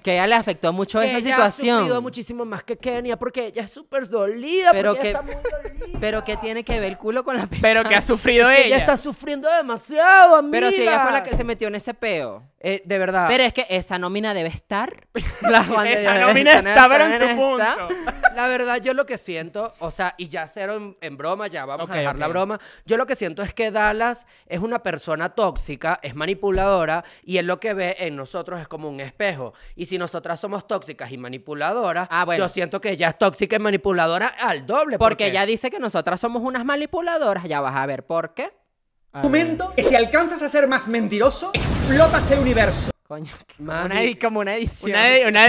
A: que a ella le afectó mucho
B: Que
A: esa
B: ella Ha
A: situación.
B: sufrido muchísimo más que Kenia porque ella es súper dolida.
A: Pero
B: porque ella
A: que-
B: está muy dolida.
A: Pero que tiene que ver el culo con la pe-
E: Pero que ha sufrido
B: Que
E: ella.
B: ella está sufriendo demasiado, amiga.
A: Pero si ella fue la que se metió en ese peo.
B: Eh, de verdad.
A: Pero es que esa nómina debe estar. La Juan de Dios
E: Esa
A: debe
E: nómina
A: estar,
E: está, pero en
A: debe
E: su
A: estar.
E: punto.
B: La verdad, yo lo que siento, o sea, y ya cero en, en broma, ya vamos
E: Ok,
B: a dejar la
E: ok.
B: broma. Yo lo que siento es que Dallas es una persona tóxica, es manipuladora, y él lo que ve en nosotros es como un espejo. Y si nosotras somos tóxicas y manipuladoras,
A: Ah, bueno.
B: yo siento que ella es tóxica y manipuladora al doble.
A: Porque ella dice que nosotras somos unas manipuladoras. Ya vas a ver por qué.
F: Argumento que si alcanzas a ser más mentiroso, explotas el universo.
A: Coño. qué-
B: Mami.
A: una edi- como una edición.
E: Ah, Una, de- una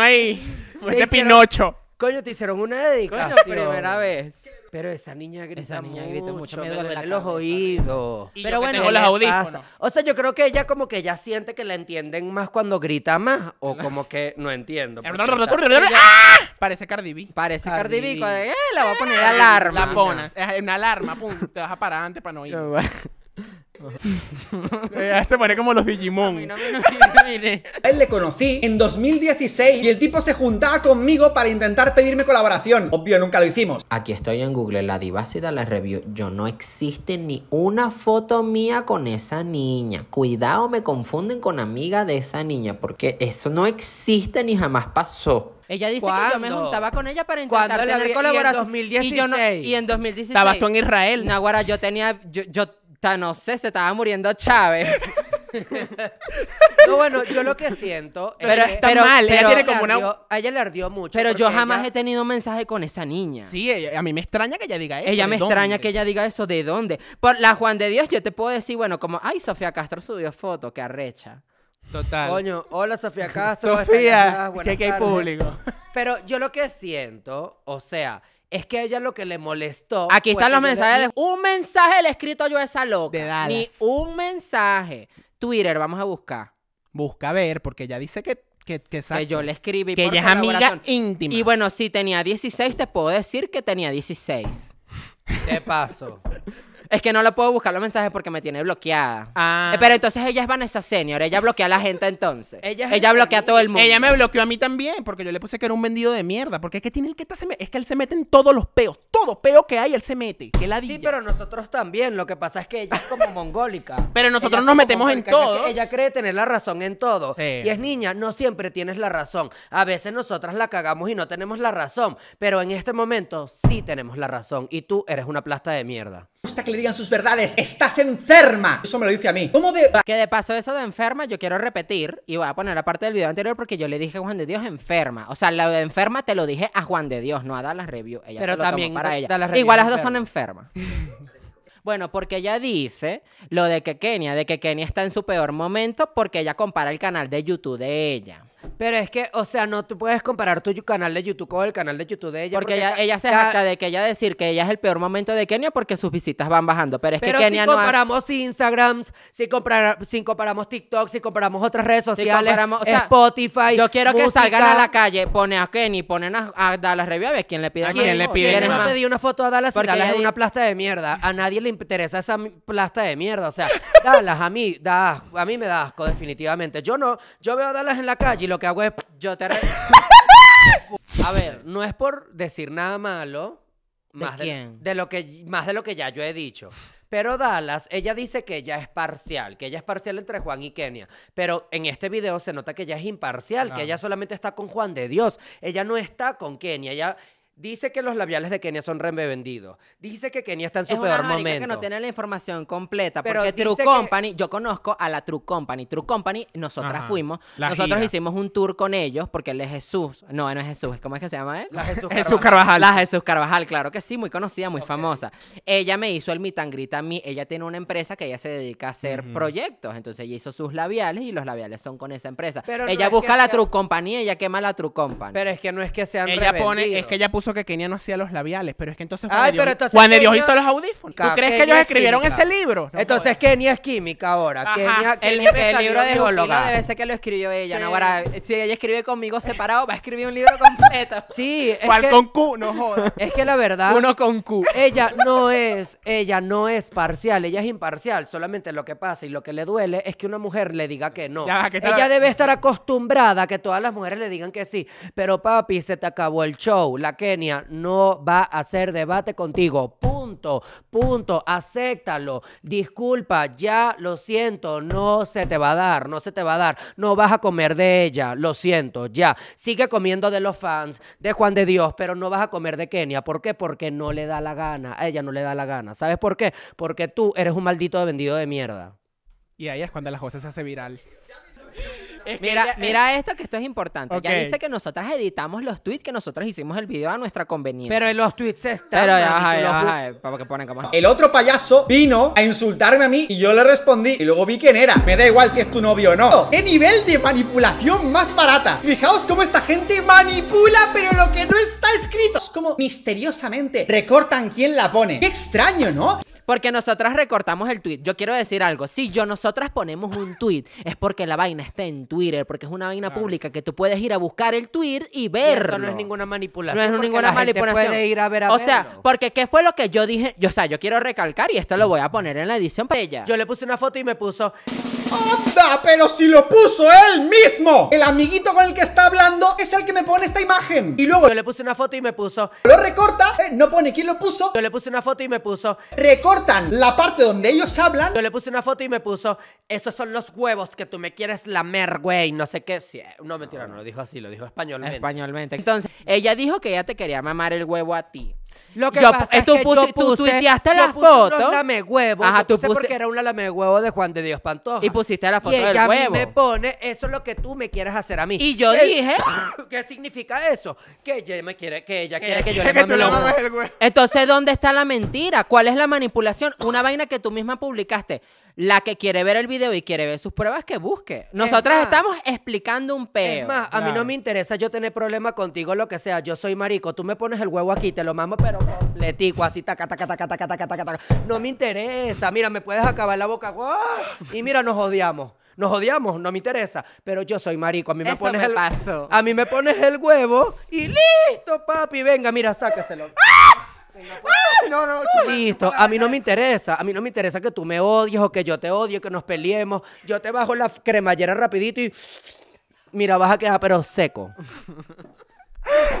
E: ahí. Fue de
B: hicieron-
E: Pinocho.
B: Coño, te hicieron una
A: Coño,
B: dedicación.
A: primera vez.
B: Pero esa niña grita
A: Esa niña grita mucho, me
B: me,
A: duele la
B: duelen los
A: cabeza.
B: oídos.
E: Y
A: Pero
E: yo que
A: bueno,
E: tengo los
A: ¿qué le
E: audífonos.
B: pasa? O sea, yo creo que ella como que ya siente que la entienden más cuando grita más o como que no entiendo. porque está-
E: ¡Ah! Parece Cardi B.
A: Parece
B: Cardi
A: Cardi B,
B: B.
A: cuando- Eh, le voy a poner alarma.
E: Ah, La pones. Es una alarma, pum. Te vas a parar antes para no ir. Eh, Se pone como los Digimon.
F: A él le conocí en 2016 y el tipo se juntaba conmigo para intentar pedirme colaboración. Obvio, nunca lo hicimos.
G: Aquí estoy en Google, la divácida la review. Yo no existe ni una foto mía con esa niña. Cuidado, me confunden con amiga de esa niña, porque eso no existe ni jamás pasó.
A: Ella dice que yo me
B: ¿Cuándo?
A: juntaba con ella para intentar
B: ¿Cuándo la
A: tener
B: vi- y en
A: colaboración.
B: 2016?
A: Y, yo no- y en 2016.
E: Estabas tú en Israel.
A: Naguara, yo tenía. Yo, yo ta- no sé, se estaba muriendo Chávez.
B: No, bueno, yo lo que siento es
E: Pero
B: que
E: está mal, ella tiene
B: le
E: como una-
B: ardió- a ella le ardió mucho.
A: Pero yo
B: porque
A: jamás
B: ella-
A: he tenido un mensaje con esa niña.
E: Sí, ella- a mí me extraña que ella diga eso.
A: Ella
E: ¿de
A: me extraña
E: dónde?
A: que ella diga eso. ¿De dónde? Por la Juan de Dios, yo te puedo decir, bueno, como, ay, Sofía Castro subió foto, que arrecha.
E: Total.
B: Coño, hola Sofía Castro.
E: Sofía, que
B: que
E: aquí hay público.
B: Pero yo lo que siento, o sea, es que a ella lo que le molestó.
A: Aquí
B: fue
A: están los
B: que yo le-
A: mensajes. de- Un mensaje le he escrito yo a esa loca.
E: De Dallas.
A: Ni un mensaje. Twitter, vamos a buscar.
E: Busca ver, porque ella dice que, que, que,
A: Que yo le escribí.
E: que
A: por
E: ella es amiga
A: colaboración.
E: íntima.
A: Y bueno, si tenía 16, te puedo decir que tenía 16.
B: Te paso.
A: Es que no lo puedo buscar los mensajes porque me tiene bloqueada.
E: Ah.
A: Eh, Pero entonces ella es Vanessa Senior. Ella bloquea a la gente entonces.
B: Ella
A: Ella,
B: es
A: bloquea a todo el mundo.
E: Ella me bloqueó a mí también, porque yo le puse que era un vendido de mierda. Porque es que tiene el que está- se me- es que él se mete en todos los peos, todo peo que hay, él se mete. Qué ladilla.
B: Sí, pero nosotros también. Lo que pasa es que ella es como mongólica.
E: Pero nosotros
B: Ella es
E: nos
B: como
E: metemos en
B: mongólica, ya
E: todo.
B: que Ella cree tener la razón en todo.
E: Sí.
B: Y es niña, no siempre tienes la razón. A veces nosotras la cagamos y no tenemos la razón. Pero en este momento sí tenemos la razón. Y tú eres una plasta de mierda.
F: gusta que le digan sus verdades. ¡Estás enferma! Eso me lo dice a mí. ¿Cómo de
A: Que de paso eso de enferma yo quiero repetir y voy a poner aparte del video anterior porque yo le dije a Juan de Dios enferma. O sea, la de enferma te lo dije a Juan de Dios, no a Dallas Review. Ella
B: Pero
A: se lo tomó
B: también
A: para
B: Da-
A: ella.
B: Dallas Review
A: Igual
B: es
A: las dos son enfermas. Bueno, porque ella dice lo de que Kenia, de que Kenia está en su peor momento porque ella compara el canal de YouTube de ella.
B: Pero es que, o sea, no tú puedes comparar tu yu- canal de YouTube con el canal de YouTube de ella.
A: Porque ella,
B: ca-
A: ella se
B: ca-
A: jacta de que ella decir que ella es el peor momento de Kenia porque sus visitas van bajando. Pero es
B: Pero
A: que Kenia
B: si
A: no hace...
B: comparamos Instagrams, si, compara- si comparamos TikTok, si comparamos otras redes
A: Si
B: sociales,
A: comparamos, o sea,
B: Spotify,
A: Yo quiero que
B: música.
A: salgan a la calle, ponen a Kenny, ponen a, a Dallas Review a ver quién le pide
E: ¿A quién le piden
B: ¿Quién
A: ¿Quién
B: le
A: es
B: va a
A: más?
B: pedir una foto a Dallas si
A: Porque
B: Dallas
A: ella
B: es
A: di-
B: una plasta de mierda? A nadie le interesa esa mi- plasta de mierda. O sea, Dallas a mí, da, asco, a mí me da asco definitivamente. Yo no, yo veo a Dallas en la calle y lo que hago es...
A: Yo te re-
B: A ver, no es por decir nada malo. Más de,
A: quién?
B: de lo que, más de lo que ya yo he dicho. Pero Dallas, ella dice que ella es parcial, que ella es parcial entre Juan y Kenia. Pero en este video se nota que ella es imparcial, que ella solamente está con Juan de Dios. Ella no está con Kenia. Ella dice que los labiales de Kenia son revendidos. Dice que Kenia está en su
A: es
B: peor
A: una marica
B: momento.
A: que no tiene la información completa.
B: Pero
A: porque True
B: dice que-
A: Company, yo conozco a la True Company. True Company, nosotras
C: Ajá,
A: fuimos.
C: la
A: Nosotros
C: gira.
A: hicimos un tour con ellos porque él es Jesús. No, no es Jesús. ¿Cómo es que se llama él?
B: La Jesús
C: Jesús
B: Carvajal.
C: Carvajal.
A: La Jesús Carvajal, claro que sí, muy conocida, muy famosa. Ella me hizo el mitangrita a mí. Ella tiene una empresa que ella se dedica a hacer proyectos. Entonces ella hizo sus labiales y los labiales son con esa empresa.
B: Pero no
A: ella
B: es que
A: busca la
B: sea-
A: True Company, ella quema la True Company.
B: Pero es que no es que sean
C: Ella pone,
B: revendidos.
C: es que ella puso que Kenia no hacía los labiales, pero es que entonces Juan,
B: Ay,
C: de,
B: pero
C: Dios,
B: entonces
C: Juan de Dios
B: Kenia-
C: hizo los audífonos. ¿Tú
B: Ca-
C: crees que
B: Kenia
C: ellos
B: es
C: escribieron
B: química.
C: ese libro? No
B: Entonces
C: jodas.
B: Kenia es química ahora.
C: Ajá,
B: Kenia,
A: El,
B: Kenia
A: el
B: salió
A: libro de
B: bióloga.
A: Jokila debe ser que lo escribió ella. no, ahora, si ella escribe conmigo separado, va a escribir un libro completo.
B: Sí, es
C: ¿Cuál
B: que,
C: con Q? No jodas.
B: es que la verdad,
A: Uno con Q.
B: ella no es, ella no es parcial, ella es imparcial. Solamente lo que pasa y lo que le duele es que una mujer le diga que no.
C: Ya va, que estaba-
B: ella debe estar acostumbrada a que todas las mujeres le digan que sí. Pero papi, se te acabó el show. La Kenia no va a hacer debate contigo. Punto, punto. Acéptalo. Disculpa, ya lo siento. No se te va a dar, no se te va a dar. No vas a comer de ella. Lo siento, ya. Sigue comiendo de los fans, de Juan de Dios, pero no vas a comer de Kenia. ¿Por qué? Porque no le da la gana. A ella no le da la gana. ¿Sabes por qué? Porque tú eres un maldito vendido de mierda.
C: Y ahí es cuando las cosas se hace viral.
A: Mira,
B: eh,
A: mira esto, que esto es importante.
C: Ok.
A: Ya dice que nosotras editamos los tweets, que nosotros hicimos el video a nuestra conveniencia.
B: Pero en los tweets están.
A: Pero ya,
B: marico,
A: ajá,
B: y
A: ya,
B: los bu-
A: ajá, para que ponen como-
F: El otro payaso vino a insultarme a mí y yo le respondí y luego vi quién era. Me da igual si es tu novio o no. ¡Qué nivel de manipulación más barata! Fijaos cómo esta gente manipula pero lo que no está escrito. Es como misteriosamente recortan quién la pone. ¡Qué extraño, ¿no?
A: Porque nosotras recortamos el tweet. Yo quiero decir algo. Si yo nosotras ponemos un tweet, es porque la vaina está en Twitter, porque es una vaina pública que tú puedes ir a buscar el tweet y
B: y
A: verlo.
B: Eso no es ninguna manipulación.
A: No es
B: porque
A: ninguna
B: la gente
A: manipulación.
B: puede ir a ver a
A: o sea,
B: verlo.
A: porque ¿qué fue lo que yo dije? Yo, o sea, yo quiero recalcar y esto lo voy a poner en la edición para ella.
B: Yo le puse una foto y me puso,
F: ¡Anda! Pero si lo puso él mismo. El amiguito con el que está hablando es el que me pone esta imagen. Y luego
B: yo le puse una foto y me puso,
F: lo recorta, eh, no pone quién lo puso.
B: yo le puse una foto y me puso,
F: Recortan la parte donde ellos hablan.
B: yo le puse una foto y me puso, esos son los huevos que tú me quieres lamer, güey, no sé qué. Sí, eh, no, mentira, no lo dijo así, lo dijo españolmente.
A: españolmente. Entonces, ella dijo que ella te quería mamar el huevo a ti.
B: Lo que
A: Yo-
B: pasa
A: eh,
B: es
A: tú
B: que
A: puse- tú
B: yo puse-
A: tuiteaste
B: yo
A: la
B: puse unos
A: foto.
B: lamehuevos,
A: Ajá,
B: yo
A: tú
B: puse
A: puse-
B: porque era un lamehuevo de Juan de Dios Pantoja.
A: Y pusiste la foto
B: y
A: del
B: ella a mí
A: huevo.
B: me pone, eso es lo que tú me quieres hacer a mí.
A: Y yo
B: ¿Qué-
A: dije-
B: ¿Qué significa eso? Que ella me quiere, que ella quiere
C: ella
B: que yo
C: quiere
B: le
C: que tú
B: mame
C: le
B: la huevo.
C: mames el huevo.
A: Entonces, ¿dónde está la mentira? ¿Cuál es la manipulación? Una vaina que tú misma publicaste. La que quiere ver el video y quiere ver sus pruebas, que busque. Nosotras
B: más,
A: estamos explicando un peo.
B: Es más, a mí no me interesa yo tener problema contigo, lo que sea. Yo soy marico. Tú me pones el huevo aquí, te lo mamo, pero completico, así, taca, taca, taca, taca, taca, taca, taca. No me interesa. Mira, me puedes acabar la boca. ¡guau! Y mira, nos odiamos. Nos odiamos, no me interesa. Pero yo soy marico. A mí me
A: Eso
B: pones
A: me
B: el
A: pasó.
B: A mí me pones el huevo y listo, papi. Venga, mira, sácaselo. Venga, pues. Listo, a mí no me interesa, a mí no me interesa que tú me odies o que yo te odie, que nos peleemos. Yo te bajo la cremallera rapidito y Mira, vas a quedar pero seco.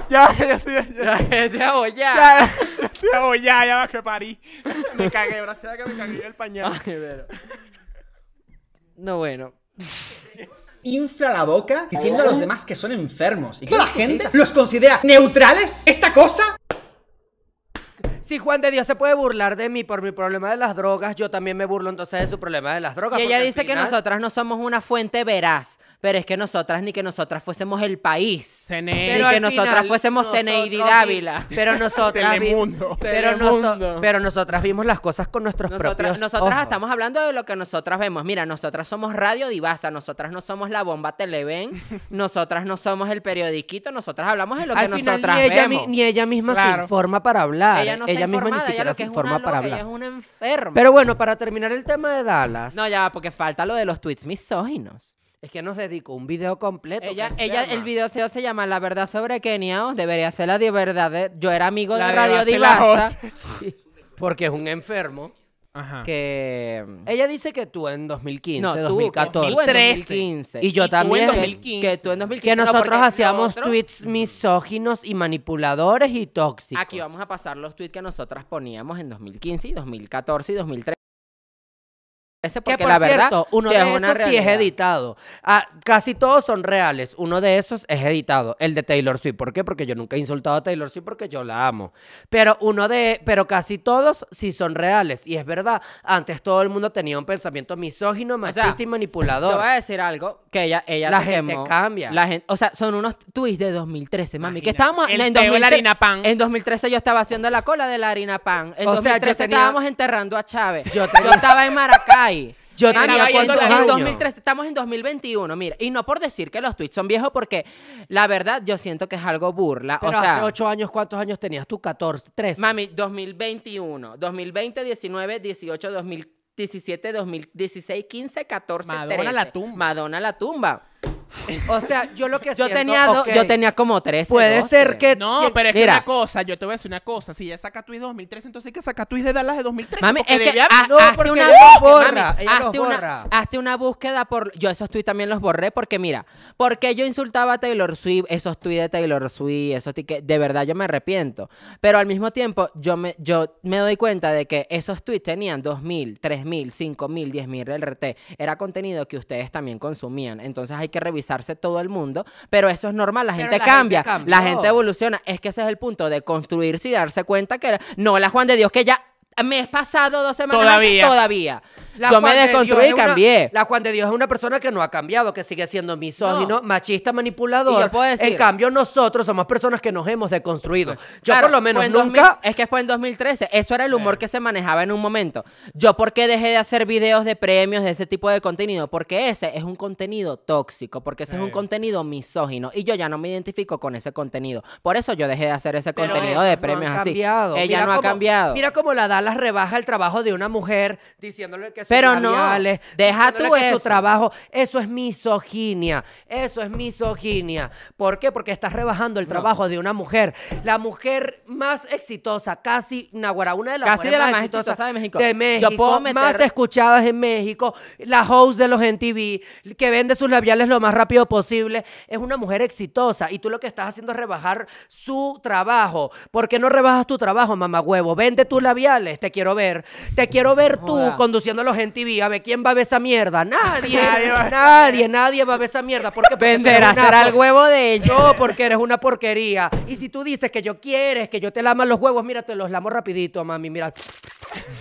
C: Ya, ya estoy. Ya,
A: Ese abollado.
C: ya, ya. Gracias, oye, ya, ya, que parí. Me cagué, gracias a que me cagué el pañal.
A: No, bueno.
F: infla la boca diciendo a los demás que son enfermos y que la gente los considera neutrales. ¿Esta cosa?
B: Si Juan de Dios se puede burlar de mí por mi problema de las drogas, yo también me burlo entonces de su problema de las drogas.
A: Y ella
B: porque al
A: dice que
B: final-
A: nosotras no somos una fuente veraz, pero es que nosotras ni que nosotras fuésemos el país.
C: CNE.
A: Pero- que nosotras fuésemos Zeneidi
B: nosotros vi-
A: Dávila.
B: Pero nosotras. vi-
C: Telemundo.
B: Pero, noso-
C: Telemundo.
B: pero nosotras vimos las cosas con nuestros
A: Nosotras,
B: propios
A: nosotras
B: ojos.
A: estamos hablando de lo que nosotras vemos. Mira, nosotras somos Radio Divasa, nosotras no somos la bomba Televen, nosotras no somos el periodiquito, nosotras hablamos de lo que
B: Al final
A: nosotras
B: ni ella, mi-
A: vemos.
B: ni ella misma se
C: Claro.
B: informa para hablar. Ella,
A: no está
B: misma ni
A: informada,
B: siquiera
A: lo que
B: se
A: es una
B: informa para
A: loca,
B: hablar.
A: Ella es una enferma.
B: Pero bueno, para terminar el tema de Dallas,
A: No, ya, porque falta lo de los tweets misóginos.
B: es que nos dedicó un video completo.
A: Ella,
B: qué
A: ella,
B: enferma.
A: el video se, se llama La verdad sobre Kenia. o Debería ser la de verdad. Yo era amigo
C: La
A: de
C: de
A: Radio
C: Bacela
A: Divasa.
B: Porque es un enfermo.
C: Ajá.
A: Que.
B: Ella dice que tú en 2015,
A: No, tú,
B: 2014.
A: tú en 2015.
B: Y yo
A: Y tú en
B: también.
A: 2015. Que tú en 2015,
B: Que
A: no,
B: nosotros
A: porque
B: hacíamos
A: nosotros-
B: tweets misóginos y manipuladores y tóxicos.
A: Aquí vamos a pasar los tweets que nosotras poníamos en 2015 y 2014 y 2013. Ese
B: Que
A: porque
B: por
A: la verdad
B: cierto, uno
A: sí
B: de
A: es una
B: esos sí es
A: realidad.
B: editado. Ah, casi todos son reales. Uno de esos es editado. El de Taylor Swift. ¿Por qué? Porque yo nunca he insultado a Taylor Swift porque yo la amo. Pero uno de, pero casi todos sí son reales. Y es verdad. Antes todo el mundo tenía un pensamiento misógino, machista y
A: Te voy
B: manipulador.
A: a decir algo que ella, ella
B: La
A: te-
B: gente
A: te-
B: cambia.
A: La gente, o sea, son unos tweets de 2013, mami. Que
C: Imagínate,
A: estábamos
C: el
A: en
C: peo de la
A: 2013
C: harina pan.
A: En 2013 yo estaba haciendo la cola de la harina pan. En
B: O sea, yo
A: 2013
B: tenía-
A: estábamos enterrando a Chávez.
B: Yo
A: Yo,
B: tenía-
A: estaba en Maracay.
B: Yo
A: Mami,
B: tenía
A: en
B: cuántos
A: do-
B: años.
A: En 2013 estamos en 2021, mira, y no por decir que los tweets son viejos porque la verdad yo siento que es algo burla,
B: Pero
A: o sea,
B: hace ocho años, ¿cuántos años tenías tú? 14, 13.
A: Mami, 2021, 2020, 19, 18, 2017, 2016, 15, 14,
C: Madonna
A: 13.
C: la tumba.
A: Madonna la tumba.
B: O sea, yo lo que
A: Yo
B: siento,
A: tenía, do-
B: ok,
A: yo tenía como 13.
B: Puede
A: 12.
B: ser que...
C: No, pero es que
A: Mira.
C: una cosa, yo te voy a decir una cosa. Si ya saca tweets de 2003, entonces hay que sacar tweets de Dallas de 2003.
A: Mami,
C: porque
A: es que
C: debía-
A: ha-
B: no,
A: hazte
B: porque
A: una
B: ella los
A: búsqueda,
B: borra,
A: mami,
B: ella los
A: hazte una-
B: borra.
A: hazte una búsqueda por... Yo esos tweets también los borré porque, mira, porque yo insultaba a Taylor Swift, esos tweets de Taylor Swift, esos tweets que de verdad yo me arrepiento. Pero al mismo tiempo, yo me, yo me doy cuenta de que esos tweets tenían 2.000, 3.000, 5.000, 10.000 RT. Era contenido que ustedes también consumían. Entonces hay que revisarse todo el mundo. Pero eso es normal, la
B: Pero
A: gente
B: la gente
A: cambia, la
B: cambió.
A: gente evoluciona. Es que ese es el punto de construirse y darse cuenta que no la Juan de Dios que ya me he pasado dos semanas antes,
C: Todavía.
A: todavía.
B: La
A: Yo
B: Juan
A: me
B: de
A: desconstruí
B: Dios
A: y
B: es una-
A: cambié.
B: la Juan de Dios es una persona que no ha cambiado, que sigue siendo misógino,
A: No.
B: machista, manipulador.
A: Y yo puedo decir-
B: En cambio, nosotros somos personas que nos hemos deconstruido. Yo
A: Claro,
B: por lo menos
A: fue en 2000
B: nunca...
A: es que fue en 2013. Eso era el humor que se manejaba en un momento. Yo, ¿por qué dejé de hacer videos de premios, de ese tipo de contenido? Porque ese es un contenido tóxico, porque ese es un contenido misógino. Y yo ya no me identifico con ese contenido. Por eso yo dejé de hacer ese
B: Pero
A: contenido de
B: ellas no han
A: premios así.
B: cambiado.
A: Ella
B: Mira
A: no ha
B: cómo-
A: cambiado.
B: Mira cómo la Dallas rebaja el trabajo de una mujer diciéndole que sus
A: Pero no,
B: labiales,
A: deja
B: diciéndole
A: tú
B: que su
A: eso.
B: trabajo, eso es misoginia, eso es misoginia. ¿Por qué? Porque estás rebajando el trabajo de una mujer, la mujer más exitosa, casi Naguará, una de las
A: Casi
B: mujeres
A: de las
B: más,
A: más
B: exitosas
A: exitosas de México.
B: de
A: Yo
B: México,
A: puedo meter-
B: más escuchadas en México, la host de los NTV, que vende sus labiales lo más rápido posible, es una mujer exitosa y tú lo que estás haciendo es rebajar su trabajo. ¿Por qué no rebajas tu trabajo, mamá huevo? Vende tus labiales, te quiero ver. Te quiero ver tú
A: Joda.
B: conduciendo los NTV, a ver quién va a ver esa mierda. Nadie,
C: Nadie va a-
B: nadie, nadie va a ver esa mierda. ¿Por qué? Porque tú eres
A: Venderás
B: una
A: será
B: por-
A: el huevo de ella.
B: no, porque eres una porquería. Y si tú dices que yo quieres, que yo te lama los huevos, mira, te los lamo rapidito, mami, mira.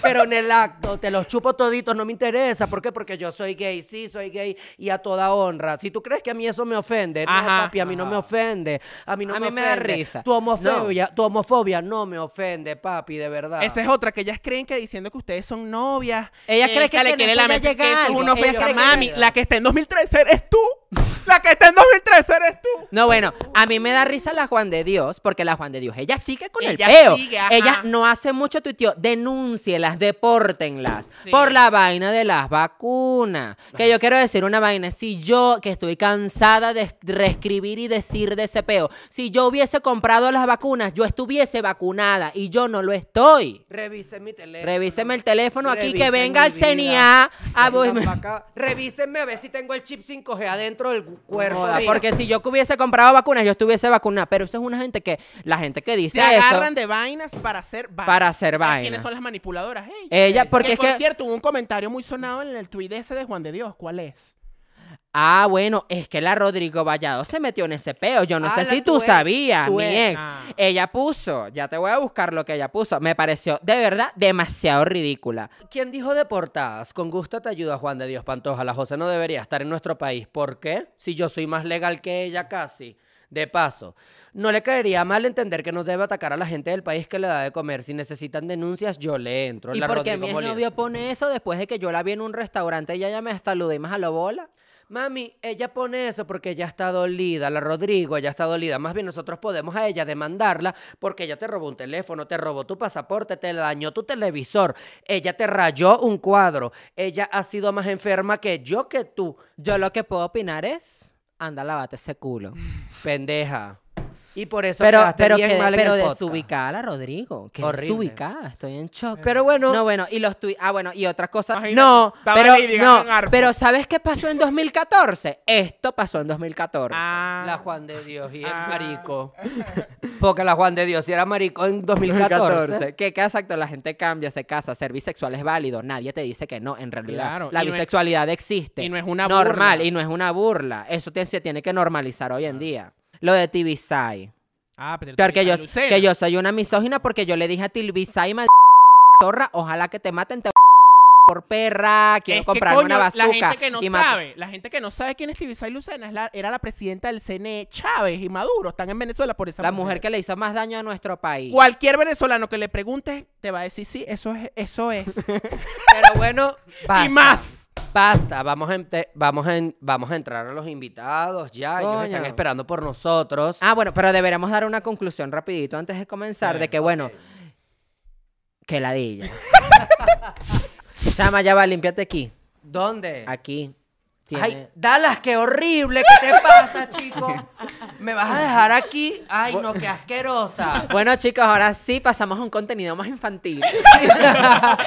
B: Pero en el acto, te los chupo toditos, no me interesa. ¿Por qué? Porque yo soy gay, sí, soy gay y a toda honra. Si tú crees que a mí eso me ofende, no,
C: Ajá,
B: papi, a mí no me ofende. A mí no
A: A
B: me
A: mí me da
B: ofende.
A: risa.
B: Tu homofobia, tu homofobia no me ofende, papi, de verdad.
C: Esa es otra, que ellas creen que diciendo que ustedes son novias.
A: Ella cree que
C: esta
A: con esto ya
C: mente,
A: llega
C: eso es
A: algo.
C: una
A: Ella
C: ofensa.
A: cree que
C: Mami,
A: ya-
C: la que está en 2013 eres tú. La que está en 2013 eres tú.
A: No, bueno, a mí me da risa la Juan de Dios, porque la Juan de Dios, ella sigue con el
C: Ella
A: peo.
C: sigue, ajá.
A: ella no hace mucho tuiteó, denuncia denúncienlas, depórtenlas por la vaina de las vacunas. Que yo quiero decir una vaina, si yo, que estoy cansada de reescribir y decir de ese peo, si yo hubiese comprado las vacunas, yo estuviese vacunada y yo no lo estoy.
B: Revisen mi teléfono.
A: Revíseme el teléfono aquí, que
B: Revisen
A: venga
B: mi
A: el Ah,
B: vida.
A: CNA a...
B: Vengan pa' acá. Revísenme a ver si tengo el chip 5G adentro del gu- cuerpo.
A: Joda,
B: mira.
A: porque si yo hubiese comprado vacunas, yo estuviese vacunada. Pero eso es una gente que, la gente que dice
E: Se
A: eso.
E: agarran de vainas para hacer vainas.
A: Para hacer
E: ¿Sabes
A: vainas.
E: ¿Quiénes son las manipuladoras? Ellas.
A: Ella, porque es
E: por
A: que-
E: cierto, hubo un comentario muy sonado en el tuit ese de Juan de Dios. ¿Cuál es?
A: Ah, bueno, es que la Rodrigo Vallado se metió en ese peo. Yo no
B: Ah,
A: sé
B: la
A: si tú
B: tu ex,
A: sabías,
B: tu
A: mi
B: ex.
A: ex. Ella puso, ya te voy a buscar lo que ella puso. Me pareció de verdad demasiado ridícula.
B: ¿Quién dijo deportadas? Con gusto te ayuda Juan de Dios Pantoja. La José no debería estar en nuestro país. ¿Por qué? Si yo soy más legal que ella casi. De paso, no le caería mal entender que no debe atacar a la gente del país que le da de comer. Si necesitan denuncias, yo le entro.
A: ¿Y
B: La
A: por qué
B: Rodrigo
A: mi
B: Molina.
A: novio pone eso después de que yo la vi en un restaurante y ella me saludó y más a lo bola?
B: Mami, ella pone eso porque ella está dolida, la Rodrigo, ella está dolida. Más bien nosotros podemos a ella demandarla porque ella te robó un teléfono, te robó tu pasaporte, te dañó tu televisor, ella te rayó un cuadro, ella ha sido más enferma que yo que tú,
A: Yo lo que puedo opinar es, anda, lavate ese culo.
B: pendeja. Y por eso
A: Pero,
B: quedaste
A: pero,
B: bien
A: que-
B: mal en
A: pero
B: el podcast.
A: desubicada la Rodrigo. Que
B: Horrible.
A: desubicada, estoy en shock.
B: Pero bueno,
A: No, bueno, y los tuits. Ah, bueno, y otras cosas.
E: Imagínate,
A: No,
E: estaba
A: pero,
E: Lady Gaga en
A: no
E: Arco.
A: pero ¿sabes qué pasó en 2014? Esto pasó en 2014.
B: la Juan de Dios y el marico. Porque la Juan de Dios, si era marico en 2014.
A: 2014. Que, que exacto, la gente cambia, se casa, ser bisexual es válido. Nadie te dice que no, en realidad.
E: Claro,
A: La
E: y no es-
A: bisexualidad existe.
E: y no es una
A: Normal,
E: burla.
A: y no es una burla. Eso te- se tiene que normalizar hoy en día. Lo de Tibisay.
E: Ah, pero
A: Claro, que yo,
E: Lucena.
A: que yo soy una misógina porque yo le dije a Tilbisay, "Mad- zorra, ojalá que te maten, te por perra, quiero
E: Es que,
A: comprarme
E: coño,
A: una bazooka.
E: La gente que no
A: y mat-
E: sabe, la gente que no sabe quién es Tibisay Lucena es la- era la presidenta del CNE Chávez y Maduro. Están en Venezuela por esa
A: La mujer que le hizo más daño a nuestro país.
E: Cualquier venezolano que le pregunte te va a decir, sí, eso es. Eso es.
B: Pero bueno, basta.
E: y más.
B: Basta, vamos a, ente- vamos, a en- vamos a entrar a los invitados ya. Ellos están
A: Coño.
B: esperando por nosotros.
A: Ah, bueno, pero deberemos dar una conclusión rapidito antes de comenzar de que, bueno, que ladilla. Chama, ya va, límpiate aquí.
B: ¿Dónde?
A: Aquí. Tiene-
B: Ay, Dallas, qué horrible. ¿Qué te pasa, chico? ¿Me vas a dejar aquí? Ay, no, qué asquerosa.
A: Bueno, chicos, ahora sí pasamos a un contenido más infantil.
H: Ya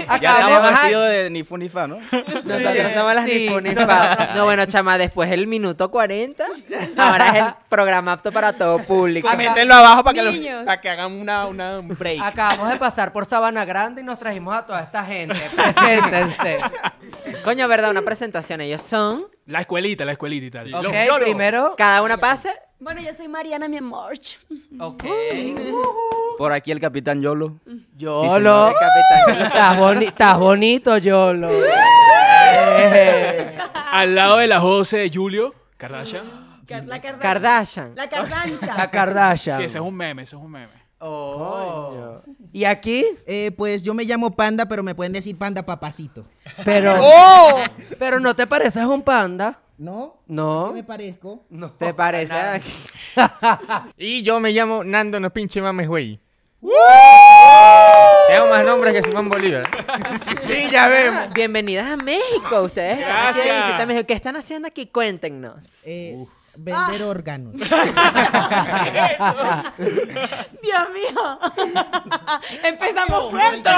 H: estamos
A: Acabemos-
H: vestidos de ni fu ni fa, ¿no?
A: Nosotros somos las Nipunes Pau. No, bueno, chama, después el minuto 40. Ahora es el programa apto para todo público.
E: Métenlo abajo para que, lo-
I: Niños.
E: para que hagan una, una, un break.
B: Acabamos de pasar por Sabana Grande y nos trajimos a toda esta gente. Preséntense.
A: Coño, ¿verdad? Una presentación. Ellos son.
J: La escuelita, la escuelita y tal.
B: Ok,
J: Los biólogos.
B: primero.
A: Cada una pase.
I: Bueno, yo soy Mariana, mi amor.
B: Ok.
H: Por aquí el capitán Yolo.
B: Yolo.
A: señores, capitán.
B: Estás, boni- estás bonito, Yolo.
A: Eh.
J: Al lado de la Jose de Julio Kardashian.
I: Car- La
A: Kardashian.
I: Kardashian. La Cardancha.
B: La Kardashian.
J: Sí, ese es un meme, ese es un meme.
B: Oh. Y aquí,
K: Eh, pues yo me llamo Panda, pero me pueden decir Panda Papacito.
B: pero. Pero no te pareces un panda.
K: ¿No?
B: No.
K: ¿Qué me parezco?
A: ¿Te parece?
L: Y yo me llamo Nando, no pinche mames, güey. Tengo más nombres que Simón Bolívar. sí, ya vemos.
A: Bienvenidas a México. Ustedes están aquí de
J: Gracias.
A: visita a México. ¿Qué están haciendo aquí? Cuéntenos.
K: Eh, vender órganos.
I: Dios mío. Empezamos fuerte.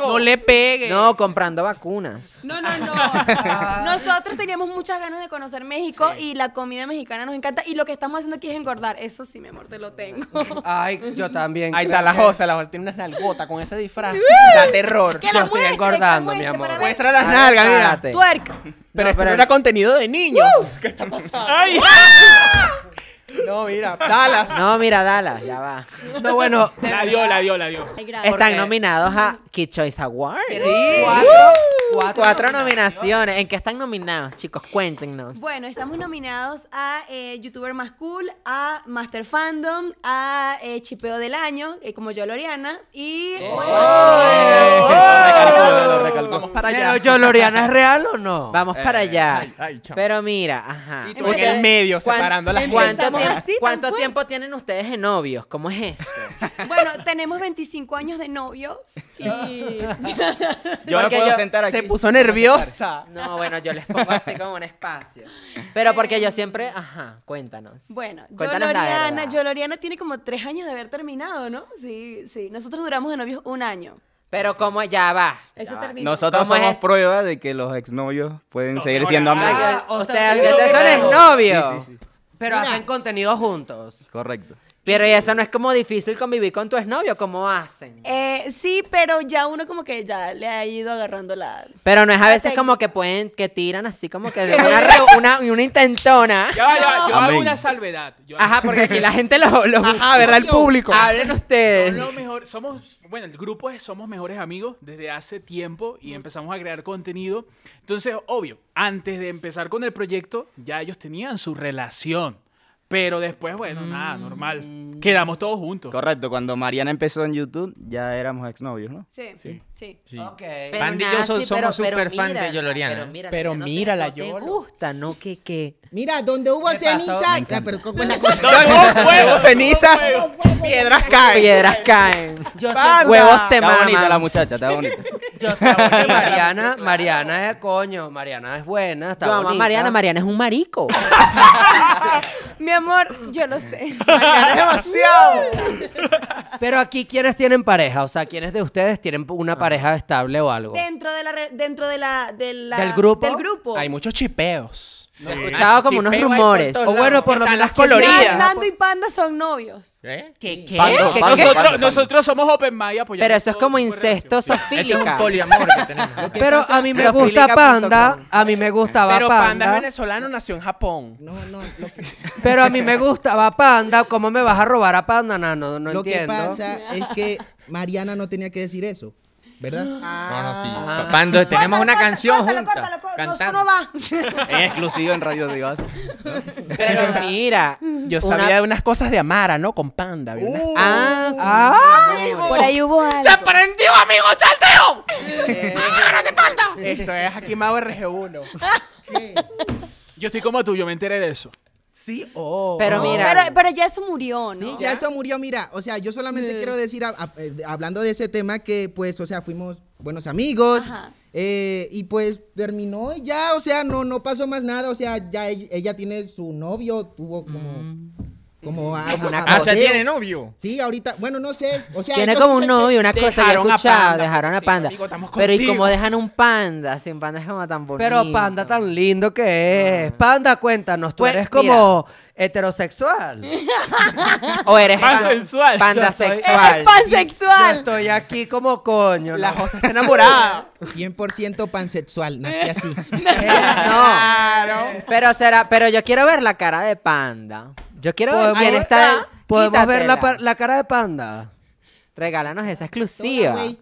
E: No le pegues.
A: No, comprando vacunas.
I: No, no, no. Nosotros teníamos muchas ganas de conocer México y la comida mexicana nos encanta. Y lo que estamos haciendo aquí es engordar. Eso sí, mi amor, te lo tengo.
B: Ay, yo también.
L: Ahí
B: creo
L: está la
B: que-
L: Josa, la Josa tiene unas nalgotas con ese disfraz. Da terror.
I: Que la
B: estoy
I: muestre,
B: engordando,
I: que la
B: mi amor.
I: para ver.
L: Muestra las nalgas, mira.
A: Párate.
I: Tuerca.
L: Pero
A: No,
L: esto
A: pero- Uh.
L: no era contenido de niños. ¿Qué está pasando? No, mira, Dallas.
A: No, mira, Dala, ya va.
B: No, bueno.
J: La dio, la dio, la dio.
I: Ay, gracias.
A: Están nominados a Kid Choice Awards.
B: Sí.
A: Cuatro, Cuatro nominaciones. ¿En qué están nominados, chicos? Cuéntenos.
I: Bueno, estamos nominados a eh, YouTuber más cool, a Master Fandom, a eh, Chipeo del
E: Oh.
I: Año, eh, como yo, Loriana, y...
H: Lo recalcó, lo recalcó.
L: Vamos para
A: para allá.
B: Pero Yoloriana, ¿es real o no?
A: Vamos para
B: Eh,
A: allá.
B: ay, ay, chamo.
A: Pero mira, ajá.
B: Y tú en el medio,
A: ¿Cuán-
B: separando las
A: ¿Cuánto,
I: cosas?
A: tiempo,
I: Empezamos así, tan
A: ¿cuánto
I: fuerte.
A: tiempo tienen ustedes de novios? ¿Cómo es eso?
I: Bueno, tenemos 25 años de novios y...
A: Yo me
E: Porque
A: puedo sentar
E: Se
A: aquí.
E: puso nerviosa.
A: No, bueno, yo les pongo así como un espacio. Pero porque yo siempre, ajá, cuéntanos.
I: Bueno, yo
A: Cuéntanos la
I: Loriana,
A: verdad.
I: yo Loriana tiene como tres años de haber terminado, ¿no? Sí, sí. Nosotros duramos de novios un año.
A: Pero como ya va.
I: Eso terminó.
H: Nosotros
A: ¿Cómo es
H: somos prueba de que los exnovios pueden seguir siendo amigos.
B: Ah, o sea,
A: Ustedes- ustedes son
B: pero-
A: exnovios.
H: Sí, sí, sí.
B: Pero hacen contenido juntos.
H: Correcto.
A: Pero y eso no es como difícil convivir con tu exnovio, ¿cómo hacen?
I: Eh, sí, pero ya uno como que ya le ha ido agarrando la...
A: Pero no es a
I: La
A: veces
I: técnica.
A: como que pueden, que tiran así como que una, re- una, una intentona.
J: Ya, va, ya, va, yo hago
A: Amén.
J: una salvedad. Yo hago-
A: Ajá, porque aquí la gente lo, lo
J: Ajá, Ah, ¿verdad? El público.
A: Hablen ustedes.
J: Son los mejor- somos, bueno, el grupo es Somos Mejores Amigos desde hace tiempo y empezamos a crear contenido. Entonces, obvio, antes de empezar con el proyecto, ya ellos tenían su relación. Pero después, bueno,
A: Mm.
J: nada, normal. Quedamos todos juntos.
H: Correcto, cuando Mariana empezó en YouTube ya éramos exnovios, ¿no?
I: Sí, sí.
A: Pero
L: Pandy y yo
A: nada,
L: so-
A: sí,
L: somos
A: pero- pero
L: super fan de
A: mírala,
L: Yoloriana.
A: pero mírala,
L: Pero
A: no te-
L: mírala,
A: no te
L: Yolo.
A: gusta, ¿no? Que, que...
K: Mira, donde hubo
A: Me pasó-
K: ceniza.
A: Me
K: Ah,
A: encanta.
K: pero ¿cómo es la cosa?
A: Huevo, huevo,
H: cenizas,
A: piedras caen. Piedras caen.
B: Banda.
A: Huevos se
H: Está bonita
A: maman.
H: la muchacha, está bonita.
B: Yo sé, porque Mariana, Mariana es coño, Mariana es buena, está
A: Tu mamá
B: bonita.
A: Mariana, Mariana es un marico.
I: Mi amor, yo lo sé.
B: Pero aquí, ¿quiénes tienen pareja? O sea, ¿quiénes de ustedes tienen una pareja estable o algo?
I: Dentro de la... re- Dentro de la, de la-
B: ¿Del grupo?
I: Del grupo.
J: Hay
B: muchos chipeos.
J: he
A: escuchado como unos rumores.
B: O bueno, por lo menos
J: las
I: Ya,
J: coloridas.
I: Nando y Panda son novios.
L: ¿Qué?
J: ¿Qué?
A: Pando, pando,
J: nosotros,
A: pando, pando.
J: nosotros somos open mind y apoyamos
A: Pero eso es
J: todo
A: como
J: tipo de
A: incesto
L: Esto es un
A: sofílica.
L: poliamor que tenemos.
B: Pero a mí me gusta Panda, a mí me gustaba
J: Pero
B: Panda.
J: Panda es venezolano, nació en Japón.
B: Pero a mí me gustaba Panda, ¿cómo me vas a robar a Panda? No, no, no
K: Lo que
B: entiendo.
K: pasa es que Mariana no tenía que decir eso, ¿verdad?
L: No, no, sí. Pando, tenemos una canción junta. cantando.
H: En exclusivo en Radio Divas.
A: Pero mira.
J: Yo
A: una-
J: sabía de unas cosas de Amara, ¿no? Con Panda. había unas-
A: Ah,
I: Por ahí hubo algo.
J: ¡Se prendió, amigo! ¡Salteo! ¡Agárrate, Panda! Eh. Esto es aquí Mago RG1. Yo estoy como tú, yo me enteré de eso.
K: Sí, oh.
A: Pero
K: No.
A: mira.
I: Pero, pero ya eso murió, ¿no?
K: Sí, ya eso murió, mira, o sea, yo solamente
A: Mm.
I: Eh.
K: quiero decir, a- a- eh, hablando de ese tema, que pues, o sea, fuimos buenos amigos,
I: Ajá.
K: eh, y pues terminó y ya, o sea, no, no pasó más nada, o sea, ya e- ella tiene su novio, tuvo como... Como, a-
A: Mm. Como una
K: a-
L: Hasta
J: Ah,
K: a-
L: tiene novio.
K: Sí, ahorita, bueno, no sé, o sea...
A: Tiene
K: yo
A: como
K: sí
A: un
K: sé
A: novio, una cosa. Dejaron
J: Dejaron a
A: escuchado,
J: Panda.
A: Dejaron a
J: Sí,
A: Panda.
J: amigo, estamos
A: Pero ¿y
J: contigo.
A: cómo dejan un panda? Sin panda es como tan bonito.
B: Pero Panda tan lindo que es. Panda, cuéntanos, tú
A: Pues,
B: eres como heterosexual.
A: O eres
J: Pan
A: pan-
J: sensual.
A: Panda
B: Yo soy-
A: sexual.
I: Eres pansexual.
B: Yo estoy aquí como coño.
J: La
B: ¿no?
J: José está enamorada.
K: 100% pansexual,
B: Eh,
K: nací así.
A: No. Pero será, pero yo quiero ver la cara de panda. Yo quiero ver quién está.
B: ¿Podemos ver la,
A: Quítatela.
B: pa- la cara de Panda?
A: Regálanos esa
K: Toda,
A: exclusiva.
K: güey.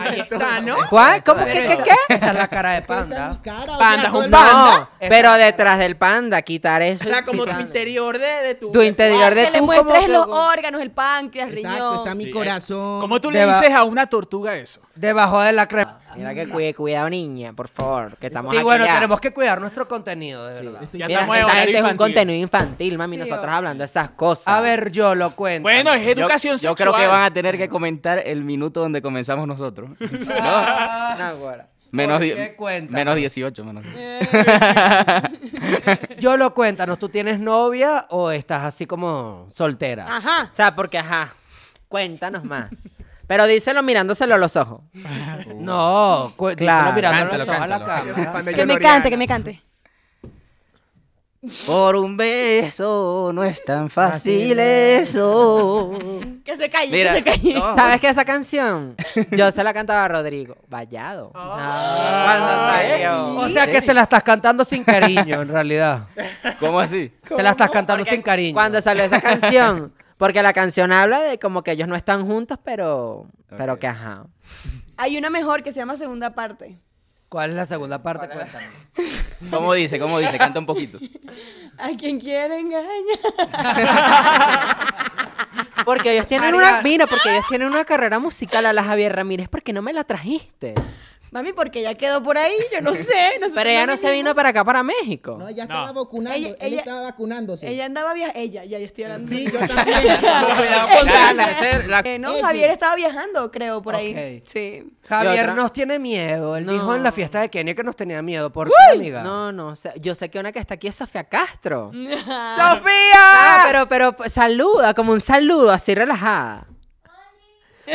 J: Ahí está, ¿no?
A: ¿Cuál? Eh, ¿Cómo que qué qué?
B: Esa es la cara de
K: Está mi
B: Panda.
K: cara, o
J: Panda
K: sea,
J: es
K: todo
J: un
K: el-
A: No,
J: Panda.
A: pero detrás del panda, quitar eso.
J: O sea,
A: y
J: como tu
A: quitar-
J: interior de, de tu...
A: Tu interior de
I: que le
A: tú
I: muestres
A: como-
I: los órganos, el páncreas, el
K: Exacto, está
I: riñón.
K: mi
J: eh,
K: corazón.
J: ¿Cómo tú le
B: De va-
J: dices a una tortuga eso?
B: Debajo de la crema.
K: Ah,
A: Mira que cuide, cuidado niña, por favor, que estamos
B: Sí,
A: aquí
B: bueno,
A: ya.
B: tenemos que cuidar nuestro contenido, de verdad.
J: Ya
A: Mira,
J: estamos en
A: esta
J: horario
A: gente es un
J: infantil.
A: contenido infantil, mami,
I: Sí,
A: nosotros
I: obvio.
A: hablando de esas cosas.
B: A ver, yo lo cuento.
J: Bueno, es
H: Yo,
J: educación
H: yo
J: sexual.
H: creo que van a tener que comentar el minuto donde comenzamos nosotros. ¿No?
A: No, güera.
H: Menos,
B: ¿Por
H: die-
B: qué? Cuéntame.
H: menos 18, menos 18.
M: Eh.
B: Yo lo cuéntanos, ¿tú tienes novia o estás así como soltera?
A: O sea, porque ajá, cuéntanos más. Pero díselo mirándoselo a los ojos.
B: No, cu-
A: Claro.
B: díselo mirando
L: Cántalo,
B: los ojos a la
L: cántalo.
B: cámara.
I: Que me cante, que me cante.
H: Por un beso no es tan fácil eso.
I: Que se calle,
H: Mira,
I: que se calle.
H: no.
A: ¿Sabes qué esa canción? Yo se la cantaba a Rodrigo. Vallado.
B: Ah. O sea que se la estás cantando sin cariño, en realidad.
H: ¿Cómo así?
B: Se la estás cantando sin cariño.
A: Cuando salió esa canción. Porque la canción habla de como que ellos no están juntos, pero. Pero que ajá.
I: Hay una mejor que se llama segunda parte.
B: ¿Cuál es la segunda parte? Cuéntame.
H: ¿Cómo dice? ¿Cómo dice? Canta un poquito.
I: A quien quiera engañar.
A: Porque ellos tienen
B: Mariana.
A: una. Mira, porque ellos tienen una carrera musical a la Javier Ramírez. ¿Por qué no me la trajiste?
I: Mami, porque ella quedó por ahí, yo no sé. nosotros
A: Pero ella no se
I: vinimos.
A: vino para acá, para México.
K: No, ella estaba vacunando.
I: Ella-
K: Ella,
I: ella-
K: estaba vacunándose.
I: Ella andaba viajando. Ella, ya yo estoy hablando.
K: Sí, yo
I: también.
M: Ya, la ser- la-
I: Eh, no,
M: Ella.
I: Javier estaba viajando, creo, por ahí.
M: Ok.
I: Sí.
M: Javier
A: otra?
M: nos tiene miedo. Él dijo en la fiesta de Kenia que nos tenía miedo. ¿Por qué, amiga?
A: No, no, o sea, yo sé que una que está aquí es Sofía Castro.
I: ¡Sofía!
A: No, Ah, pero, pero saluda, como un saludo, así relajada.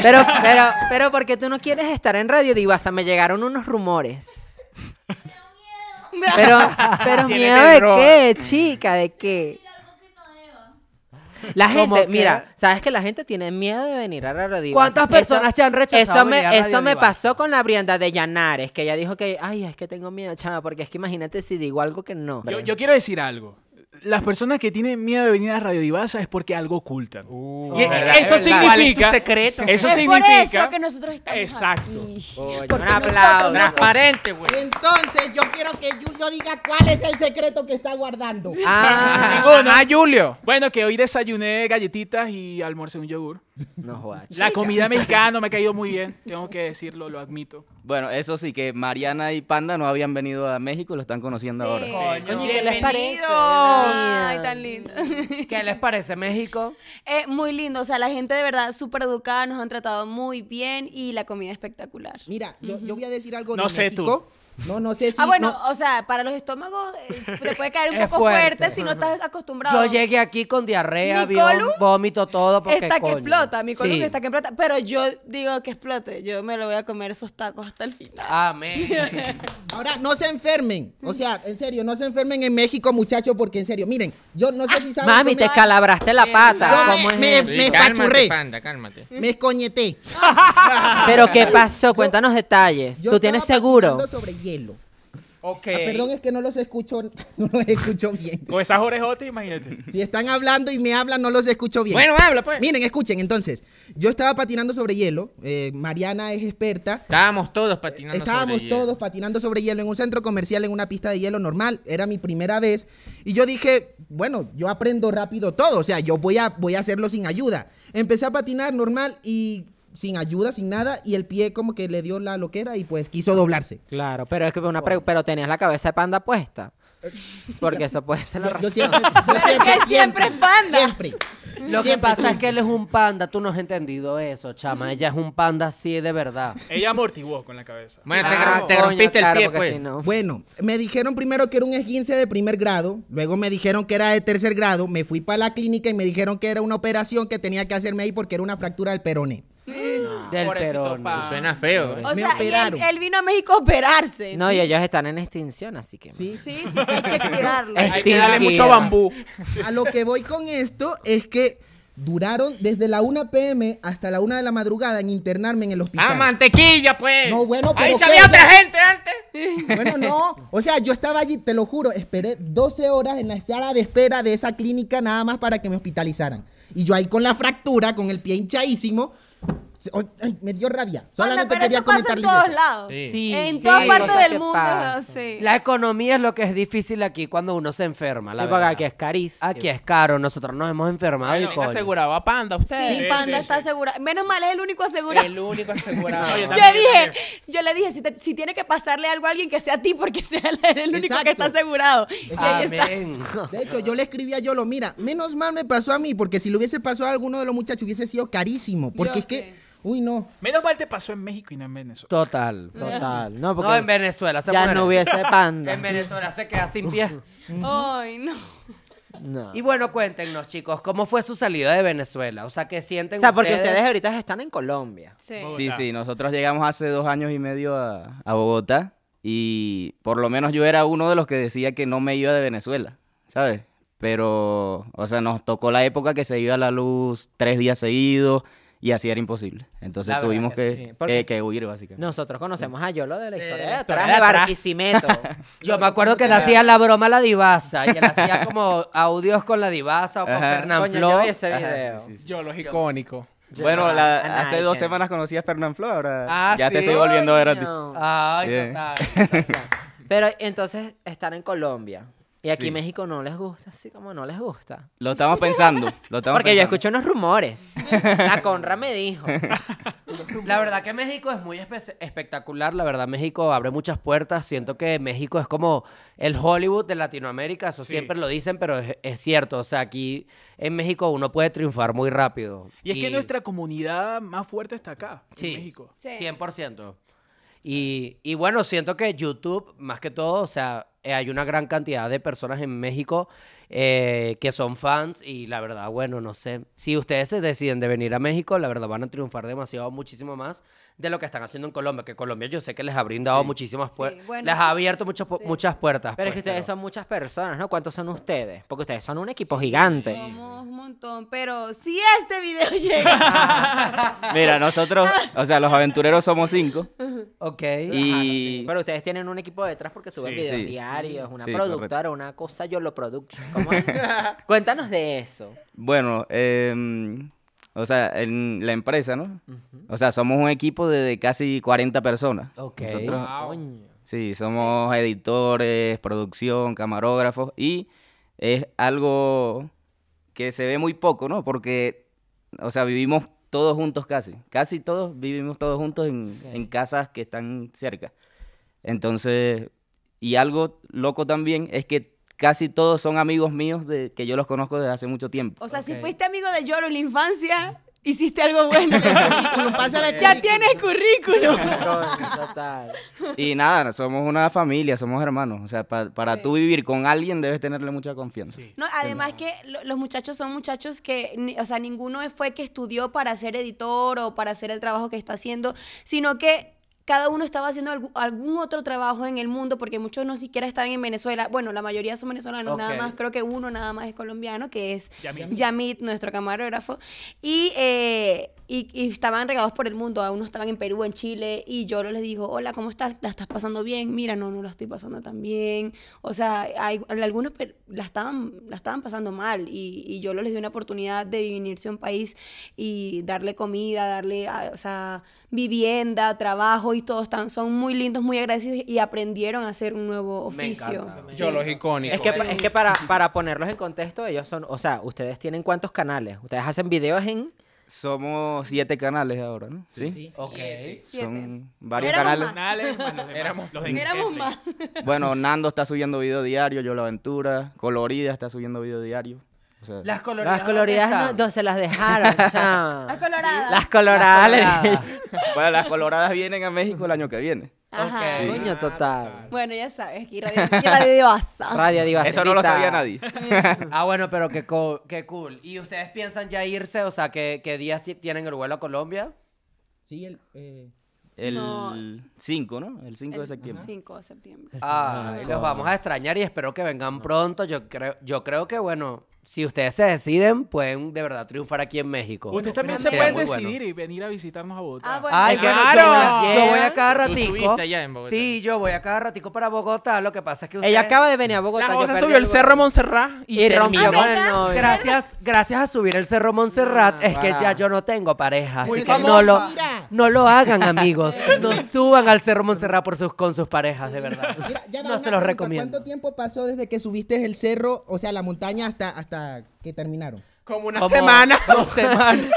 A: Pero, pero, pero porque tú no quieres estar en Radio Divasa, me llegaron unos rumores. Pero, pero
G: Tiene
A: miedo de
G: terror.
A: qué, chica, de qué. La
G: ¿Cómo
A: gente,
G: qué?
A: mira, sabes que la gente tiene miedo de venir a Radio Divasa.
G: ¿Cuántas personas te han rechazado
A: Eso
G: venir a
A: me,
G: Radio
A: eso me
G: Divasa?
A: pasó con la Brianda de Llanares, que ella dijo que, ay, es que tengo miedo, chama, porque es que imagínate si digo algo que no.
J: Yo, yo quiero decir algo. Las personas que tienen miedo de venir a Radio Divaza es porque algo ocultan.
K: Uh.
J: Y
A: es Oh, verdad,
J: eso
A: es verdad. ¿Cuál es tu
J: significa.
A: secreto?
J: Eso
I: es
J: significa.
I: por eso que nosotros estamos
J: Exacto.
I: Porque
A: un
I: nosotros
A: aplauso.
I: no-
A: Transparente, güey.
K: Entonces, yo quiero que Julio diga cuál es el secreto que está guardando.
A: Ah.
J: Ninguno. Bueno, que hoy desayuné galletitas y almorcé un yogur.
A: No jodas.
J: La comida mexicana me ha caído muy bien, tengo que decirlo, lo admito.
H: Bueno, eso sí, que Mariana y Panda no habían venido a México y lo están conociendo ahora.
I: Oye,
M: ¿qué les parece?
I: Ay, tan lindo.
M: ¿Qué les parece México?
I: Eh, muy lindo, o sea, la gente de verdad súper educada, nos han tratado muy bien y la comida espectacular.
K: Mira, yo, yo voy a decir algo
J: No
K: de
J: sé
K: México. No, no sé si...
I: ah, bueno,
K: no-
I: o sea, para los estómagos eh, te puede caer un
M: Es
I: poco fuerte.
M: fuerte.
I: si no estás acostumbrado.
M: Yo llegué aquí con diarrea,
I: ¿Mi colu?
M: avión, vómito, todo. Porque,
I: está que
M: coño.
I: explota, mi columna
M: Sí.
I: está que explota, pero yo digo que explote, yo me lo voy a comer esos tacos hasta el final.
M: Amén.
K: Ahora, no se enfermen. O sea, en serio, no se enfermen en México, muchachos, porque en serio, miren, yo no sé si saben...
A: Mami,
K: yo
A: te
K: me-
A: calabraste la pata.
K: Yo
A: ¿Cómo es
K: me,
A: eso?
K: me, me espachurré,
L: Panda, cálmate.
K: me escoñeté.
A: Pero ¿qué pasó? Cuéntanos detalles.
K: yo
A: ¿Tú tienes
K: estaba
A: seguro?
K: patinando sobre hielo. Ok. perdón, es que no los escucho, no los escucho bien.
J: Con esas orejotas, imagínate.
K: Si están hablando y me hablan, no los escucho bien.
J: Bueno, habla, pues.
K: Miren, escuchen, entonces. Yo estaba patinando sobre hielo. eh, Mariana es experta.
L: Estábamos todos patinando.
K: Estábamos todos patinando sobre hielo en un centro comercial, en una pista de hielo normal. Era mi primera vez. Y yo dije, bueno, yo aprendo rápido todo. O sea, yo voy a, voy a hacerlo sin ayuda. Empecé a patinar normal y sin ayuda, sin nada. Y el pie como que le dio la loquera y pues quiso doblarse.
A: Claro, pero es que una pre- pero tenías la cabeza de panda puesta. Porque eso puede ser la
K: Yo
A: razón.
K: siempre, yo
I: siempre, siempre es panda.
K: Siempre.
M: Lo que
K: Siempre,
M: pasa es
K: siempre.
M: que él es un panda. Tú no has entendido eso, chama. Ella es un panda así de verdad.
J: Ella amortiguó con la cabeza.
L: Bueno, te,
M: Ah,
L: te
M: coño,
L: rompiste
M: claro,
L: el pie,
M: porque
L: pues.
M: si no.
K: Bueno, me dijeron primero que era un esguince de primer grado, luego me dijeron que era de tercer grado, me fui para la clínica y me dijeron que era una operación que tenía que hacerme ahí porque era una fractura del peroné.
M: Del
L: Pobrecito
M: perón.
L: pa- Suena feo.
I: O
K: Me
I: sea, y él,
K: operaron.
I: él vino a México a operarse.
A: No, y ellos están en extinción, así que.
K: Sí,
I: Sí, sí, hay que cuidarlo.
A: Hay que darle mucho bambú.
K: A lo que voy con esto es que duraron desde la 1 pm hasta la 1 de la madrugada en internarme en el hospital.
L: Ah, mantequilla, pues.
K: No, bueno, pero
L: Ahí
K: ¿qué?
L: había
K: O
L: otra
K: sea,
L: gente antes.
K: Bueno, no. O sea, yo estaba allí, te lo juro, esperé 12 horas en la sala de espera de esa clínica nada más para que me hospitalizaran. Y yo ahí con la fractura, con el pie hinchadísimo, se- o- ay, me dio rabia.
I: Bueno,
K: Solamente
I: pero
K: quería
I: eso pasa en
K: comentarles
I: todos
K: eso.
I: lados.
M: Sí.
I: En
M: Sí,
I: todas
M: sí,
I: partes
M: cosas
I: del
M: que
I: mundo.
M: pasan.
I: Sí.
M: La economía es lo que es difícil aquí cuando uno se enferma, la
A: Sí, porque
M: verdad.
A: aquí es carísimo.
M: Aquí es caro. Nosotros nos hemos enfermado y
L: Bueno,
M: coño.
L: asegurado a Panda,
I: Sí,
L: ustedes.
I: Panda está asegurada. Menos mal, es el único asegurado.
L: El único asegurado.
I: Yo dije, yo le dije, si, te- si tiene que pasarle algo a alguien, que sea a ti, porque sea el, el único
K: Exacto.
I: que está asegurado. Y ahí está.
M: Amén.
K: De hecho, yo le escribí a Yolo, mira, menos mal me pasó a mí, porque si le hubiese pasado a alguno de los muchachos hubiese sido carísimo. Porque
I: Yo
K: es que, uy, no.
J: Menos mal te pasó en México y no en Venezuela.
M: Total.
A: Total. No, porque
M: No, en Venezuela se
A: ya
M: muere.
A: no hubiese panda.
M: En Venezuela se queda sin pie.
I: Ay, no.
A: No.
M: Y bueno, cuéntenos, chicos, ¿cómo fue su salida de Venezuela? O sea, ¿qué sienten
A: O sea, porque ustedes ahorita están en Colombia.
I: Sí.
H: Sí, sí, nosotros llegamos hace dos años y medio a, a Bogotá y por lo menos yo era uno de los que decía que no me iba de Venezuela, ¿sabes? Pero, o sea, nos tocó la época que se iba la luz tres días seguidos y así era imposible. Entonces
A: La verdad
H: tuvimos
A: que
H: que,
A: sí,
H: que-
A: porque-
H: que huir, básicamente.
A: Nosotros conocemos a Yolo de la historia
M: la historia
A: de atrás
M: de
A: de
M: atrás.
A: Barquisimeto.
M: Yo me acuerdo que le hacía la broma a la divasa y él hacía como audios con la divasa o con
H: Ajá.
M: Fernán
A: Coño,
M: Flo.
A: yo vi ese
H: Ajá, sí,
A: video.
H: sí, sí.
L: Yo lo icónico.
H: Bueno, la-
A: Ah,
H: hace
A: nice,
H: dos
A: eh.
H: semanas conocí a Fernán Flo, ahora
M: Ah,
H: ya te
M: sí.
H: estoy volviendo a ver a ti.
A: Coño.
M: Ay,
H: Bien.
M: total. total.
A: Pero entonces, estar en Colombia. Y aquí
H: Sí.
A: México no les gusta, así como no les gusta.
H: Lo estamos pensando. Lo estamos
A: Porque yo
H: pensando.
A: escuché unos rumores. La Conra me dijo.
B: La verdad que México es muy espe- espectacular, la verdad México abre muchas puertas, siento que México es como el Hollywood de Latinoamérica, eso
J: Sí.
B: siempre lo dicen, pero es, es cierto, o sea, aquí en México uno puede triunfar muy rápido.
J: Y es que nuestra comunidad más fuerte está acá, en México.
B: 100%. Y, y bueno, siento que YouTube, más que todo, o sea, eh, hay una gran cantidad de personas en México eh, que son fans y la verdad, bueno, no sé, si ustedes se deciden de venir a México, la verdad van a triunfar demasiado, muchísimo más de lo que están haciendo en Colombia, que Colombia yo sé que les ha brindado muchísimas puertas,
A: bueno,
B: les
A: sí.
B: ha abierto muchas pu- muchas puertas.
A: Pero es que
B: pues,
A: ustedes son muchas personas, ¿no? ¿Cuántos son ustedes? Porque ustedes son un equipo gigante.
I: Somos un montón, pero si este video llega.
H: Mira, nosotros, o sea, los aventureros somos cinco.
B: Ok.
H: Y.
A: Pero ustedes tienen un equipo detrás porque suben
H: Sí,
A: videos
H: sí.
A: diarios, una
H: Sí,
A: productora, una cosa, yo lo production. ¿Cómo es? Cuéntanos de eso.
H: Bueno, em, o sea, en la empresa, ¿no? O sea, somos un equipo de, de casi 40 personas.
B: Ok.
H: Nosotros-
A: Coño.
H: sí, somos editores, producción, camarógrafos y es algo que se ve muy poco, ¿no? Porque, o sea, vivimos todos juntos casi. Casi todos vivimos todos juntos en, en casas que están cerca. Entonces, y algo loco también es que casi todos son amigos míos de, que yo los conozco desde hace mucho tiempo.
I: O sea, si fuiste amigo de Yoro en la infancia, hiciste algo bueno.
K: pásale
I: ya tienes currículum.
H: Y nada, somos una familia, somos hermanos. O sea, pa- para tú vivir con alguien debes tenerle mucha confianza.
I: No, además que lo- los muchachos son muchachos que, ni- o sea, ninguno fue que estudió para ser editor o para hacer el trabajo que está haciendo, sino que cada uno estaba haciendo algu- algún otro trabajo en el mundo, porque muchos no siquiera estaban en Venezuela. Bueno, la mayoría son venezolanos, nada
N: Ok.
I: más, creo que uno nada más es colombiano, que es
N: Yamit.
I: Yamit, nuestro camarógrafo. Y, eh, y, y estaban regados por el mundo, algunos estaban en Perú, en Chile, y yo les digo, hola, ¿cómo estás? ¿La estás pasando bien? Mira, no, no la estoy pasando tan bien. O sea, hay, algunos per- la estaban, la estaban pasando mal y, y yo les di una oportunidad de venirse a un país y darle comida, darle, ah, o sea, vivienda, trabajo y todos están, son muy lindos, muy agradecidos y aprendieron a hacer un nuevo oficio.
O: Yo los icónicos.
A: Es que, es que para, para ponerlos en contexto, ellos son, o sea, ustedes tienen cuántos canales. Ustedes hacen videos en...
H: Somos siete canales ahora, ¿no? Sí.
B: Ok.
H: Son varios
I: Éramos
H: canales.
I: más.
J: Éramos los de
I: Éramos
J: Interplay.
I: más.
H: Bueno, Nando está subiendo video diario, Yo la Aventura, Colorida está subiendo video diario. O sea,
B: Las coloridas.
A: Las coloridas no, no, se las dejaron, chao.
I: Las coloradas.
A: Las coloradas. le
H: Las
A: dije.
H: bueno, las coloradas vienen a México el año que viene.
I: Ajá.
H: Sí.
A: Coño, total.
I: Bueno, ya sabes, aquí Radio, aquí Radio Divasa.
H: Eso no lo sabía nadie.
B: ah, bueno, pero qué, co- qué cool. ¿Y ustedes piensan ya irse? O sea, ¿qué, qué días ti- tienen el vuelo a Colombia?
K: Sí, el... eh, No.
H: El 5, ¿no? El 5 de septiembre.
I: 5 de septiembre.
B: Ah, los vamos a extrañar y espero que vengan pronto. Yo creo, yo creo que, bueno, si ustedes se deciden, pueden de verdad triunfar aquí en México.
J: Ustedes también se
B: Sería
J: pueden
B: muy bueno.
J: decidir y venir a visitarnos a Bogotá.
I: Ah, bueno.
B: Ay,
J: claro.
B: bueno, yo voy a- Yo, voy a, cada
J: Pues Tú
B: ratico.
J: estuviste allá en Bogotá.
B: Sí, yo voy a cada ratico para Bogotá. Lo que pasa es que ustedes...
A: Ella acaba de venir a Bogotá. yo perdí
B: subió el
A: vuelo.
B: cerro
E: Montserrat
B: y,
A: Y rompió
B: terminó.
A: con el novio. Ah,
B: Gracias, gracias a subir el Cerro Montserrat es que
A: wow.
B: ya yo no tengo pareja.
A: Muy
B: Así que
A: famosa.
B: no lo,
A: Mira.
B: no lo hagan, amigos. No suban al Cerro Montserrat por sus, con sus parejas, de verdad.
K: ya va
B: No se
K: una
B: los
K: pregunta,
B: recomiendo.
K: ¿Cuánto tiempo pasó desde que subiste el cerro, o sea, la montaña, hasta, hasta que terminaron?
E: Como
B: una Como semana. dos semanas.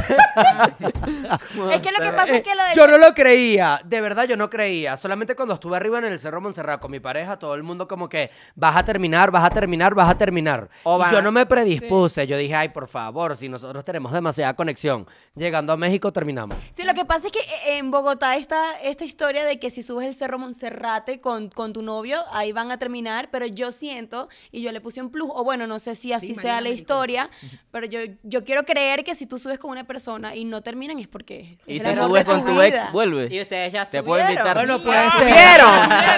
I: Es que lo que pasa es que lo de...
B: Yo no lo creía, de verdad yo no creía. Solamente cuando estuve arriba en el Cerro Montserrat con mi pareja, todo el mundo como que vas a terminar, vas a terminar, vas a terminar. Y
A: va-
B: yo no me predispuse, yo dije, ay, por favor, si nosotros tenemos demasiada conexión, llegando a México terminamos.
I: Sí, lo que pasa es que eh, en Bogotá está esta historia de que si subes el Cerro Monserrate con, con tu novio, ahí van a terminar, pero yo siento, y yo le puse un plus, o bueno, no sé si así sea la historia, pero yo, yo quiero creer que si tú subes con una persona y no terminan es porque...
H: Y
I: es
H: si
I: el amor
H: subes
I: de
H: con tu ex,
I: vida. Ah,
H: vuelve. pues,
A: Y ustedes ya
H: Te puedo invitar.
B: Bueno, puede ser.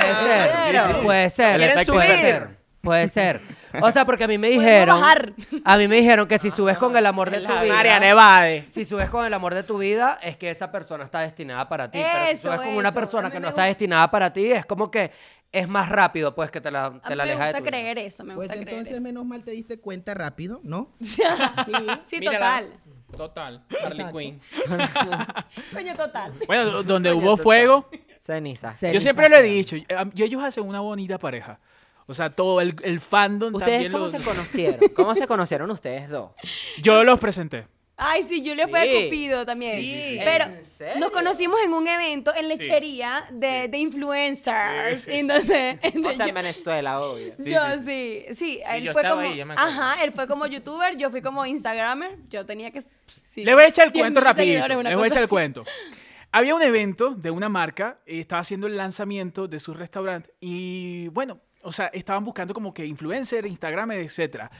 B: Puede ser. Puede ser.
H: ¿Quieren
B: Puede
H: subir?
B: ser. Puede ser. O sea, porque a mí me
I: Podemos
B: dijeron.
I: bajar.
B: A mí me dijeron que
A: Ah,
B: si subes con el amor de tu vida.
E: María Nevade.
B: Si subes con el amor de tu vida, es que esa persona está destinada para ti. Pero si
I: Eso,
B: subes con una
I: eso.
B: persona que no está destinada para ti, es como que es más rápido, pues, que te la, te la
I: A mí me
B: aleja de
I: gusta
B: tu vida.
I: creer eso, me
K: Pues
I: gusta creer
K: entonces,
I: eso.
K: menos mal te diste cuenta rápido, ¿no?
I: Sí, total.
E: Total. Harley Quinn.
I: Coño, total.
J: Bueno, do- donde hubo fuego,
A: Ceniza.
J: yo siempre lo he dicho, eh, am- y ellos hacen una bonita pareja. O sea, todo el, el fandom
A: ¿Ustedes
J: también
A: cómo
J: lo-
A: se conocieron? ¿Cómo se conocieron ustedes dos?
J: Yo los presenté.
I: Ay, sí, Julia fue
A: Sí.
I: de Cupido también. Pero nos conocimos en un evento en lechería de, de influencers. Entonces,
A: O sea, en Venezuela, obvio.
I: yo sí, sí, él
A: yo
I: fue
A: estaba
I: como,
A: ahí, yo me acuerdo.
I: ajá, él fue como youtuber, yo fui como instagramer, yo tenía que, sí,
J: Le voy a echar el
I: 100
J: cuento rapidito.
I: seguidores, una
J: Les voy a
I: cosa
J: echar el
I: así.
J: cuento. Había un evento de una marca, eh, estaba haciendo el lanzamiento de su restaurante y bueno, o sea, estaban buscando como que influencer, Instagram, etcétera.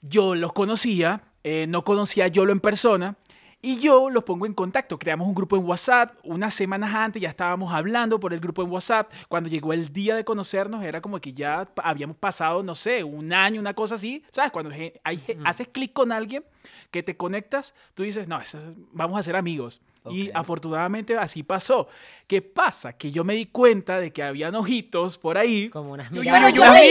J: Yo los conocía, eh, no conocía yo lo en persona y yo los pongo en contacto. Creamos un grupo en WhatsApp, unas semanas antes ya estábamos hablando por el grupo en WhatsApp. Cuando llegó el día de conocernos era como que ya pa- habíamos pasado, no sé, un año, una cosa así. ¿Sabes? Cuando ge- hay
A: Mm.
J: ge- haces clic con alguien que te conectas, tú dices, no, eso es- vamos a ser amigos. Y afortunadamente así pasó. ¿Qué pasa? Que yo me di cuenta de que habían ojitos por ahí.
A: Como unas
I: Pero yo te-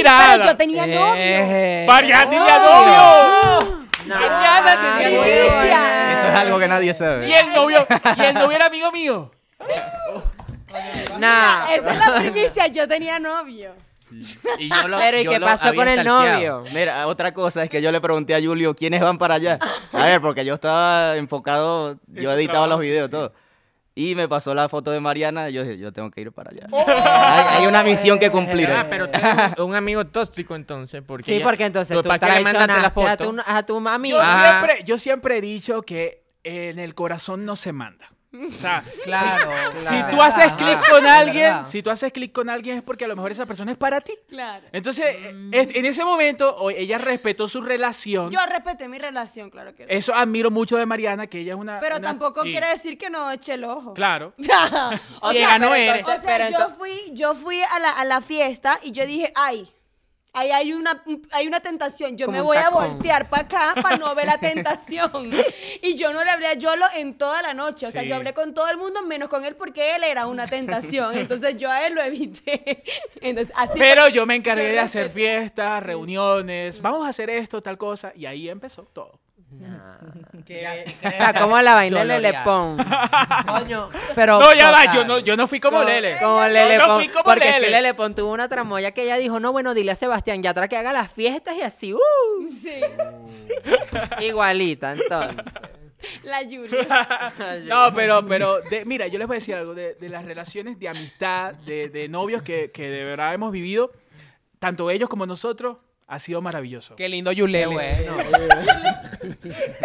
I: pero yo tenía novio.
J: Mariana tenía
I: ¡Oh!
J: novio. Mariana tenía novio.
H: Eso es algo que nadie
J: Y
H: sabe.
J: el novio, y el novio era amigo mío.
H: Ah.
A: Nah.
I: Ah, Esa es la primicia, yo tenía novio.
A: Pero, ¿y qué pasó con el novio?
H: Mira, otra cosa es que yo le pregunté a Julio quiénes van para allá. A ver, porque yo estaba enfocado, yo
J: su
H: editaba los
J: trabajo, sí,
H: videos, todo. Y me pasó la foto de Mariana, yo dije, yo tengo que ir para allá.
L: Oh.
K: Oh.
H: Hay, hay una misión que cumplir. eh.
L: Ah, pero tú eres un amigo tóxico entonces. Porque
A: Sí,
L: ya-
A: porque entonces tú
L: ¿Para qué le mandaste la
A: traicionaste a
L: foto?
A: tu, a tu mami.
J: Yo
L: Ajá.
J: siempre, yo siempre he dicho que en el corazón no se manda. O sea,
L: Claro,
J: si,
L: claro.
J: si tú haces
L: Ajá,
J: clic con
L: es
J: alguien,
L: verdad.
J: si tú haces clic con alguien es porque a lo mejor esa persona es para ti.
I: Claro.
J: Entonces, e, es- en ese momento, o- ella respetó su relación.
I: Yo respeté mi relación, claro que sí.
J: Eso admiro mucho de Mariana, que ella es una.
I: Pero
J: una-
I: tampoco
J: sí,
I: quiere decir que no eche el ojo.
J: Claro.
I: o
J: Ciega no eres.
I: entonces- o sea,
J: Pero
I: yo
J: ento-
I: fui, yo fui a la, a la fiesta y yo dije, ay, ahí hay una, hay una tentación. Yo
A: Como
I: me
A: un
I: voy a
A: tacón.
I: voltear para acá para no ver la tentación. y yo no le hablé a Yolo en toda la noche. O sea,
A: Sí.
I: yo hablé con todo el mundo menos con él porque él era una tentación. Entonces yo a él lo evité. Entonces, así fue
J: Pero
I: que
J: yo me encargué de
I: respeté.
J: hacer fiestas, reuniones, vamos a hacer esto, tal cosa, y ahí empezó todo.
A: Está como Ah, la vaina de
J: Yo lo
A: Lele
J: odiaba.
A: Pon.
J: Coño,
A: pero
J: No, ya va,
A: total.
J: yo no, yo no fui como Lele.
A: Como
J: No,
A: Lele
J: no
A: Pon,
J: fui como
A: porque es
J: Lele.
A: que Lele Pon tuvo una tramoya que ella dijo, no, bueno, dile a Sebastián Yatra que haga las fiestas y así, ¡uh!
I: Sí.
A: Igualita, entonces.
I: La Yulia.
J: No, pero, pero de- mira, yo les voy a decir algo de, de las relaciones de amistad, de, de novios que, que de verdad hemos vivido, tanto ellos como nosotros, ha sido maravilloso.
L: Qué lindo Yulele.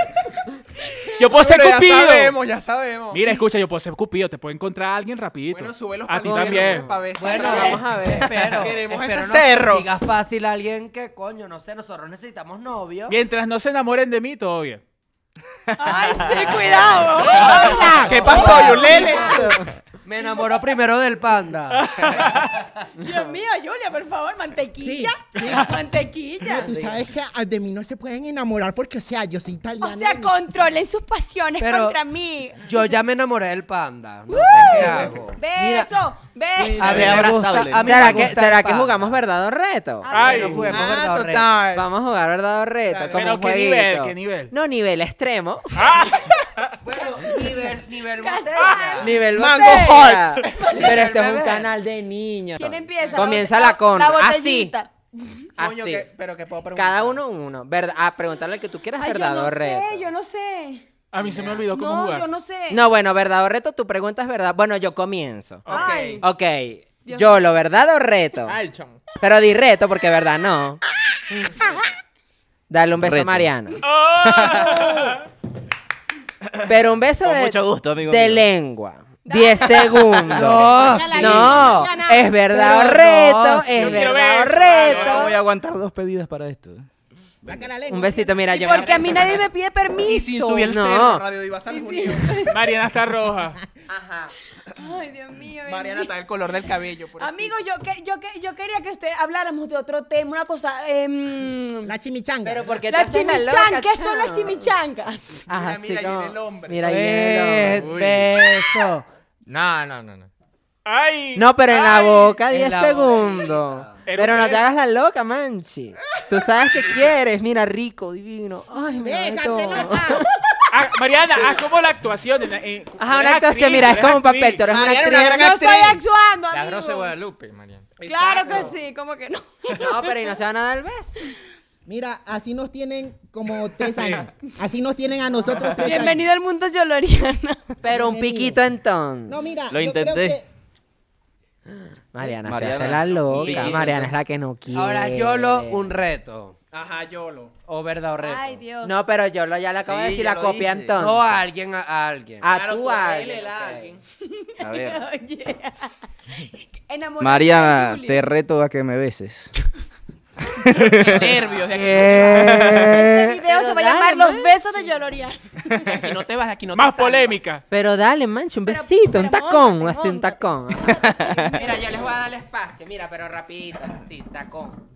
J: Yo puedo ser
L: Pero ya
J: Cupido.
L: sabemos, ya sabemos.
J: Mira, escucha, yo puedo ser Cupido, te puedo encontrar a alguien rapidito.
L: Bueno, sube los
J: A ti
L: pantalones,
J: también.
L: pues, pa' ver si-
B: Bueno, vamos a ver, espero.
L: Queremos
B: espero
L: ese
B: no
L: cerro.
B: consigas fácil a alguien que, coño, no sé, nosotros necesitamos novio.
J: Mientras no se enamoren de mí, todo bien.
I: ¡Ay, sí, cuidado!
B: Hola.
J: Ah, ¿Qué pasó,
B: Hola.
J: Yulele?
B: Me enamoró primero del panda.
I: Dios mío, Julia, por favor, mantequilla. Mantequilla.
K: No, tú sabes que a- de mí no se pueden enamorar porque, o sea, yo soy
I: O
K: italiana.
I: sea, controlen sus pasiones
B: Pero-
I: contra mí.
B: Yo ya me enamoré del panda. No
I: ¡Uh!
B: sé qué hago.
I: Beso, beso.
B: A mí me gusta- a mí me
A: ¿Será, que,
B: gusta
A: será
B: el
A: que
B: pan.
A: jugamos verdad o reto?
B: Ay. Bueno, juguemos
A: Ah,
B: verdad o reto.
A: total. Vamos a jugar verdad o reto.
B: Dale.
A: como
B: Pero
A: un
B: ¿qué nivel?
A: jueguito.
B: ¿Qué nivel? Ah.
A: No, nivel extremo.
B: Bueno, nivel, nivel
I: Casual.
B: botella.
A: Nivel
B: Mango
A: botella.
B: Hulk. Nivel
A: Pero esto es un
B: bebé.
A: canal de niños.
I: ¿Quién empieza?
A: Comienza
I: La
A: la con.
I: botella- la
A: así.
I: botellita.
A: Así.
I: Coño, que-
L: pero que puedo
A: preguntar. Cada uno uno. Verda- a preguntarle al que tú quieras
I: Ay, yo
A: verdad
I: no
A: o reto.
I: sé, yo no sé.
J: A mí se me olvidó cómo
I: No,
J: jugar.
I: yo no sé.
A: No, bueno, verdad o reto, tu pregunta es verdad. Bueno, yo comienzo.
I: Ay.
A: Ok.
I: Dios.
A: Yo lo verdad o reto. Pero di reto porque verdad no. Dale un beso a
H: Reto.
A: Mariana.
J: ¡Ah!
A: Pero un beso
H: Con
A: de,
H: mucho gusto, amigo
A: de
H: mío.
A: lengua. 10 segundos. No, no. Es verdad o
H: Pero
A: reto,
H: no,
A: es
H: yo quiero
A: verdad o
H: beso,
A: reto.
H: No voy a aguantar dos pedidas para esto. ¿eh?
A: Un besito, mira, yo.
I: Porque a mí nadie me pide permiso.
A: Y sin subir el No. cerro,
L: Radio Diva San Junio.
J: Mariana está roja.
I: Ay, Dios mío.
L: Mariana
I: bendito.
L: está el color del cabello. por eso.
I: Amigo, yo, que- yo, que- yo quería que usted habláramos de otro tema, una cosa. la
K: chimichanga.
I: Pero
A: porque
I: las
A: te haces la loca,
I: chimichangas, ¿qué son
A: chamo?
I: las chimichangas?
A: Ajá,
L: mira,
A: Ah, sí,
L: viene
A: como-
L: el hombre.
A: Mira, ahí viene el
B: Be-
A: hombre.
B: Beso.
L: No, no, no, no.
J: Ay.
A: No, pero en la boca,
B: en
A: 10
B: la
A: segundos. Pero no te hagas la loca, manchi. Tú sabes que quieres, mira, rico, divino. Ay, me da de todo.
J: Ah, Mariana, haz como la actuación. En, en-
A: Ajá,
J: eres
A: una actuación,
J: actriz,
A: mira, es
J: eres
A: como un
J: actriz.
A: papel, tú eres una Mariana, una actriz. gran
I: Estoy actuando,
A: La
I: amigos.
A: Rosa de
L: Guadalupe, Mariana.
I: Claro que sí, ¿cómo que no?
A: No, pero y no se van a dar el beso.
K: Mira, así nos tienen como tres años. Así nos tienen a nosotros tres años.
I: Bienvenido al mundo Yoloriana.
A: Pero un
K: Bienvenido.
A: piquito entonces.
K: No, mira,
A: Lo
K: yo creo
A: intenté.
K: que-
A: Mariana,
P: Mariana,
A: se hace la
P: no
A: loca.
P: quiere.
A: Mariana es la que no quiere.
P: Ahora,
B: Yolo, un reto.
E: Ajá, Yolo.
B: O verdad o reto.
A: Ay, Dios. No, pero Yolo ya le acabo de decir, la copia entonces.
B: No, a alguien, a, a alguien.
A: A Claro, tú, tú a a él, alguien, él
B: a
A: alguien.
H: A ver.
I: Oye. Enamorada de
H: Mariana,
I: Julio.
H: te reto a que me beses.
E: Nervios de aquí.
I: Este video se va a
A: Pero dale,
I: llamar
A: pues.
I: Los besos de Yoloriana.
E: Aquí no te vas, aquí no
A: Más
E: polémica.
A: Pero dale, mancha, un besito, un tacón, así un tacón. Mira, yo les voy a dar espacio, mira, pero rapidito, así, tacón.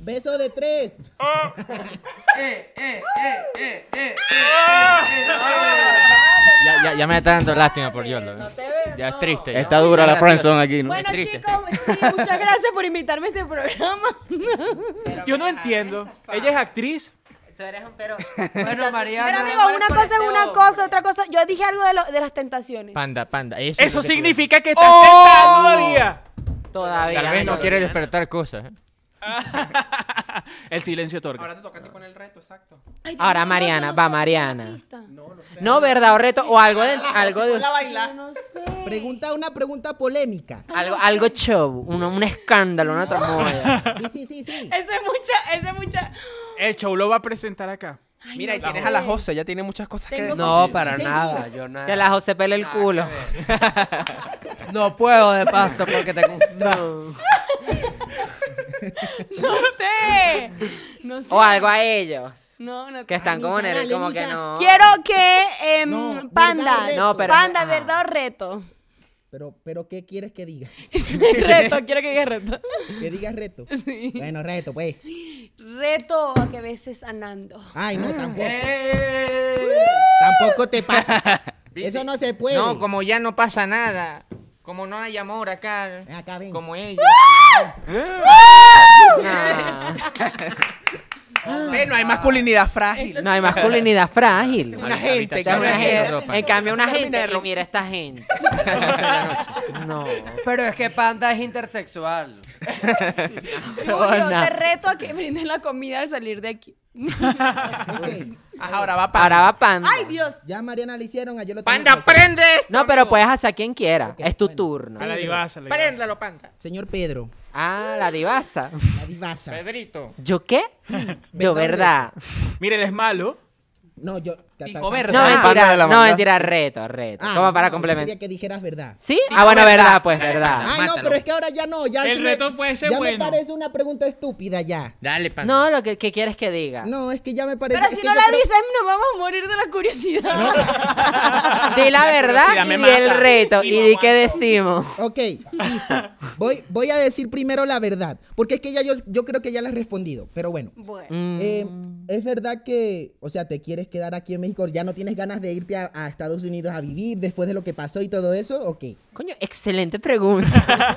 K: Beso de tres.
E: Oh.
B: Eh, eh, eh, eh, eh.
L: Ya, ya, ya me está dando lástima por Yolo. ya es triste. ya.
H: Está dura la
L: Gracias.
H: friendzone aquí, ¿no?
I: Bueno,
L: Es triste.
I: chicos, sí, muchas gracias por invitarme a este programa.
J: Yo no entiendo. Ella es actriz.
A: Tú eres un pero.
I: Bueno,
A: Mariana,
I: Pero amigo, una cosa es una cosa, otra cosa. Yo dije algo de, lo- de las tentaciones.
L: Panda, panda. Eso,
J: Eso
L: es lo que
J: significa que
L: quiero.
J: estás tentada
A: Todavía.
L: Tal vez no quiere despertar cosas. ¿eh?
J: todavía. El silencio otorga.
E: Ahora te toca a ti con el reto, exacto.
A: Ahora Mariana, va Mariana. No, verdad o reto o algo de algo de
K: No sé. Pregunta una pregunta polémica.
A: algo algo show, un, un escándalo, una tramoya.
K: Sí, sí, sí.
I: Eso es mucha, eso es mucha.
J: El show lo va a presentar acá.
I: Mira,
A: no
E: tienes
A: sé.
E: a la Jose, ya tiene muchas cosas que
A: Tengo
E: decir.
A: No, para Sí, sí,
B: nada, yo nada.
A: Que la José pele el culo.
B: No puedo de paso porque te no.
I: No sé. No sé.
A: O algo a ellos.
I: No, no
A: Que están como
I: Dale,
A: nerviosos, como
I: mija.
A: que no.
I: Quiero que em, Panda,
A: reto. No, pero-
I: Panda,
A: ajá.
I: verdad o reto.
K: Pero, pero ¿qué quieres que diga?
I: reto, quiero que digas reto.
K: Que digas reto. Bueno, reto, pues.
I: Reto a que beses a Nando.
K: Ay,
A: Ah.
K: no, tampoco.
A: Eh.
K: Tampoco te pasa. Eso no se puede.
L: No, como ya no pasa nada. Como no hay amor acá. Como ella.
E: Ve, no hay masculinidad frágil.
A: No hay masculinidad frágil.
E: Una gente
A: O sea,
E: que
A: una
E: no
A: gente-
E: quiere ropa.
A: En cambio, una
E: Eso termina
A: gente.
E: de
A: Y mira esta gente. No.
B: Pero es que Panda es intersexual.
I: Julio, te reto a que brinden la comida al salir de aquí.
E: ahora va
A: Ahora va Panda.
I: Ay, Dios.
K: Ya Mariana le hicieron, a yo lo
L: ¡Panda, prende!
A: No, pero puedes hacer a quien quiera. es tu turno.
L: A la
J: divasa,
L: la divasa. Préndalo, panda.
K: Señor Pedro.
A: Ah, la divasa.
K: La divasa.
L: Pedrito.
A: ¿Yo qué? Yo, verdad.
J: Mira, él es malo.
K: No, yo.
A: No,
E: Ah,
J: Dijo Panda de
A: mentira.
J: la
A: No,
J: maldad.
A: mentira, reto, reto.
K: Ah,
A: Como para
K: no, yo
A: complementar.
K: Quería que dijeras verdad.
A: ¿Sí? Ah, bueno, verdad, pues, verdad.
K: Ay, no, pero es que ahora ya no. Ya
J: El
K: sí me-
J: reto puede ser
K: ya
J: bueno.
K: me parece una pregunta estúpida ya.
L: Dale, panda.
A: No, lo que, que quieres que diga.
K: No, es que ya me parece.
I: Pero
K: es
I: si
K: que
I: no
K: yo
I: la
K: creo-
I: dices, nos vamos a morir de la curiosidad.
A: Ah, Di la verdad
K: curiosidad
A: y
K: me
A: di el
K: mata.
A: reto.
K: Y
A: Y
K: no
A: di qué decimos.
K: Ok, listo. Voy, voy a decir primero la verdad. Porque es que ya yo, yo creo que ya la he respondido. Pero bueno. Eh, es verdad que, o sea, te quieres quedar aquí en México. Ya no tienes ganas de irte a, a Estados Unidos a vivir después de lo que pasó y todo eso. Ok.
A: Coño, excelente pregunta.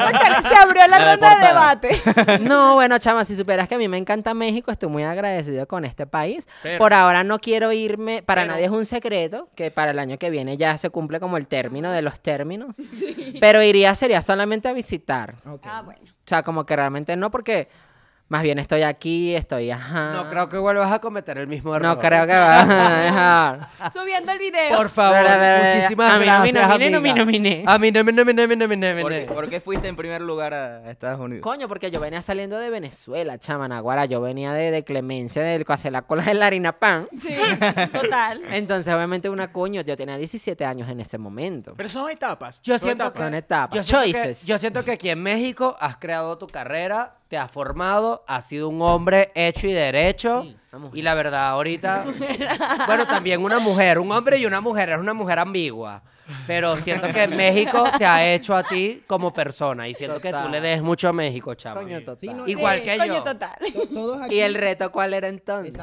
I: Óchale, se abrió la,
A: La
I: ronda de
A: deportada.
I: debate.
A: No, bueno, chama, si supieras que a mí me encanta México, estoy muy agradecido con este país.
I: Pero-
A: Por ahora no quiero irme, para
I: Pero-
A: nadie es un secreto, que para el año que viene ya se cumple como el término de los términos. Pero iría sería solamente a visitar.
I: Ah, bueno.
A: O sea, como que realmente no, porque más bien estoy aquí, estoy ajá.
B: No creo que vuelvas a cometer el mismo error.
A: Ah. No creo que va a dejar.
I: Subiendo el video.
B: Por favor,
A: Bla, bla, bla, bla.
B: muchísimas
A: A mí no me
B: gracias.
A: nominé, no me
B: amiga.
A: nominé.
B: A mí no me nominé, me nominé, me
H: ¿Por qué,
B: nominé.
H: por qué fuiste en primer lugar a Estados Unidos?
A: Coño, porque yo venía saliendo de Venezuela, chama, naguará. Yo venía de, de Clemencia, del hacer la cola de la harina pan.
I: Sí, total.
A: Entonces, obviamente, una coño, yo tenía 17 años en ese momento.
J: Pero son etapas.
B: Yo
A: Son
B: siento,
A: etapas.
B: que-
A: Son etapas.
B: Yo siento, que,
A: Choices.
B: yo siento que aquí en México has creado tu carrera, te has formado, has sido un hombre hecho y derecho. Y la verdad, ahorita. bueno, también una mujer, un hombre y una mujer, es una mujer ambigua. Pero siento que México te ha hecho a ti como persona y siento que tú
A: Total.
B: le des mucho a México, chamo. Igual
I: Sí,
B: que
I: coño,
B: yo.
I: total.
K: To- todos aquí-
A: ¿Y el reto cuál era entonces?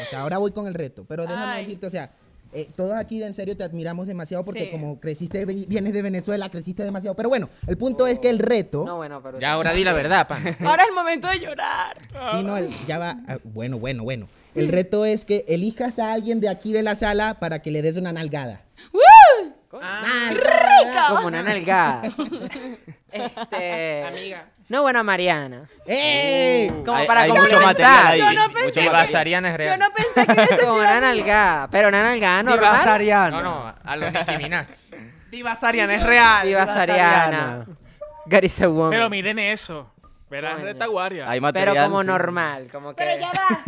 K: O sea, ahora voy con el reto, pero déjame
I: Ay.
K: decirte, o sea, eh, todos aquí de en serio te admiramos demasiado porque
I: Sí.
K: como creciste, veni- vienes de Venezuela, creciste demasiado. Pero bueno, el punto es que el reto...
L: Oh.
A: No, bueno, pero...
L: Ya ahora di la verdad, panda.
I: Ahora es el momento de llorar.
K: Sí, no, el- ya va... ah, bueno, bueno, bueno. El reto es que elijas a alguien de aquí de la sala para que le des una nalgada. Ah,
I: ¡Rico!
K: Como una nalgada.
Q: Este... Amiga.
B: No, bueno, Mariana.
K: ¡Ey!
B: Como
Q: Hay-
B: para
Q: hay mucho material
B: complementar.
Q: ahí, Yo no pensé mucho que-
L: Vasarian es real. yo no
I: pensé
B: que eso Como una nalgada, pero una nalgada
L: Diva
B: normal.
L: No, no, a los Nicki Minaj.
E: Diva Sariana es real.
B: Diva Sariana. God is a woman.
J: Pero miren eso. Verás retaguardia.
H: Hay
B: Pero
H: material,
B: como
H: sí.
B: normal, como que...
I: Pero ya va.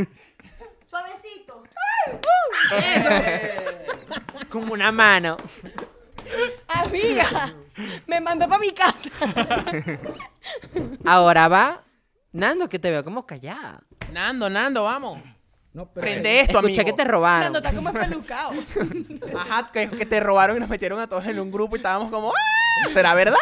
I: Suavecito.
B: Como una mano.
I: Amiga, me mandó para mi casa.
B: Ahora va... Nando, que te veo como callada.
E: Nando, Nando, vamos.
K: pero-
E: Prende esto,
B: Escuché
E: amigo.
B: que te robaron.
I: Nando está como espelucado.
E: Ajá, que, que te robaron y nos metieron a todos en un grupo y estábamos como, ¡ah! ¿Será verdad?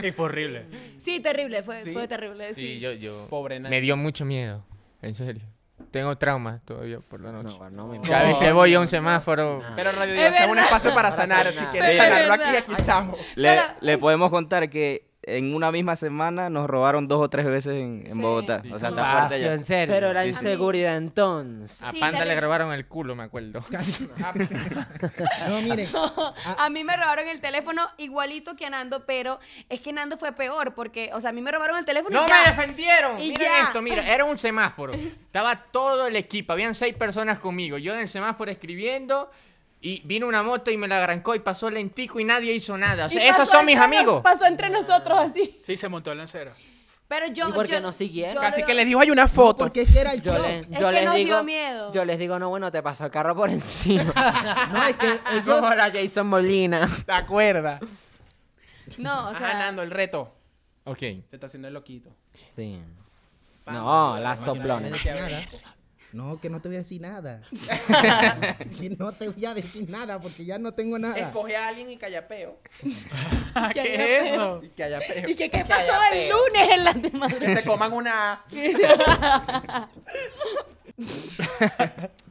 J: Sí, fue horrible.
I: Sí, terrible, fue, fue terrible. Sí.
L: Sí, yo, yo.
E: Pobre Nando.
L: Me dio mucho miedo. En serio. Tengo traumas todavía por la noche.
B: no me
L: Cada vez que voy a un semáforo.
E: Pero Radio
I: Es
E: Diva es un
I: verdad.
E: espacio para
I: Para
E: sanar.
I: sanar.
E: Si quieres
H: Es
E: sanarlo
I: verdad.
E: aquí, aquí estamos.
H: Le, le podemos contar que en una misma semana nos robaron dos o tres veces en, en Bogotá. O sea, está fuerte ya.
B: en serio. Pero la inseguridad entonces.
L: A Panda le grabaron el culo, me acuerdo.
K: No, miren.
I: a mí me robaron el teléfono igualito que a Nando, pero es que Nando fue peor porque, o sea, a mí me robaron el teléfono
L: No
I: y
L: me
I: ya.
L: defendieron.
I: Y
L: Miren
I: ya.
L: esto, mira, era un semáforo. Estaba todo el equipo, habían seis personas conmigo. Yo en el semáforo escribiendo y vino una moto y me la arrancó y pasó lentico y nadie hizo nada. O sea,
I: Y
L: esos
I: pasó
L: son mis
I: entre nos-
L: amigos.
I: pasó entre nosotros así.
J: Sí, se montó el lancero.
I: Pero yo.
B: ¿Y por qué
I: yo-
B: no siguieron?
I: yo
E: Casi
I: lo-
E: que les dijo, hay una foto.
K: Porque es que era el
B: Yo,
K: show.
B: le-
I: Es
B: yo
I: que
B: les
I: nos dio
B: digo,
I: miedo.
B: yo les digo, no, bueno, te pasó el carro por encima.
K: No, es que ellos-
B: como la Jason Molina.
E: ¿Te acuerdas?
I: No, o sea.
E: Ajá, Nando, el reto.
L: Ok.
E: Se está haciendo el loquito.
B: Sí. No, la soplona.
K: No, que no te voy a decir nada. Que no te voy a decir nada porque ya no tengo nada.
E: Escoge a alguien y callapeo.
J: ¿Qué es eso?
E: Y callapeo.
I: ¿Y que, qué
E: Que
I: pasó
E: haya
I: el
E: peo.
I: lunes en la demás?
E: Que se coman una.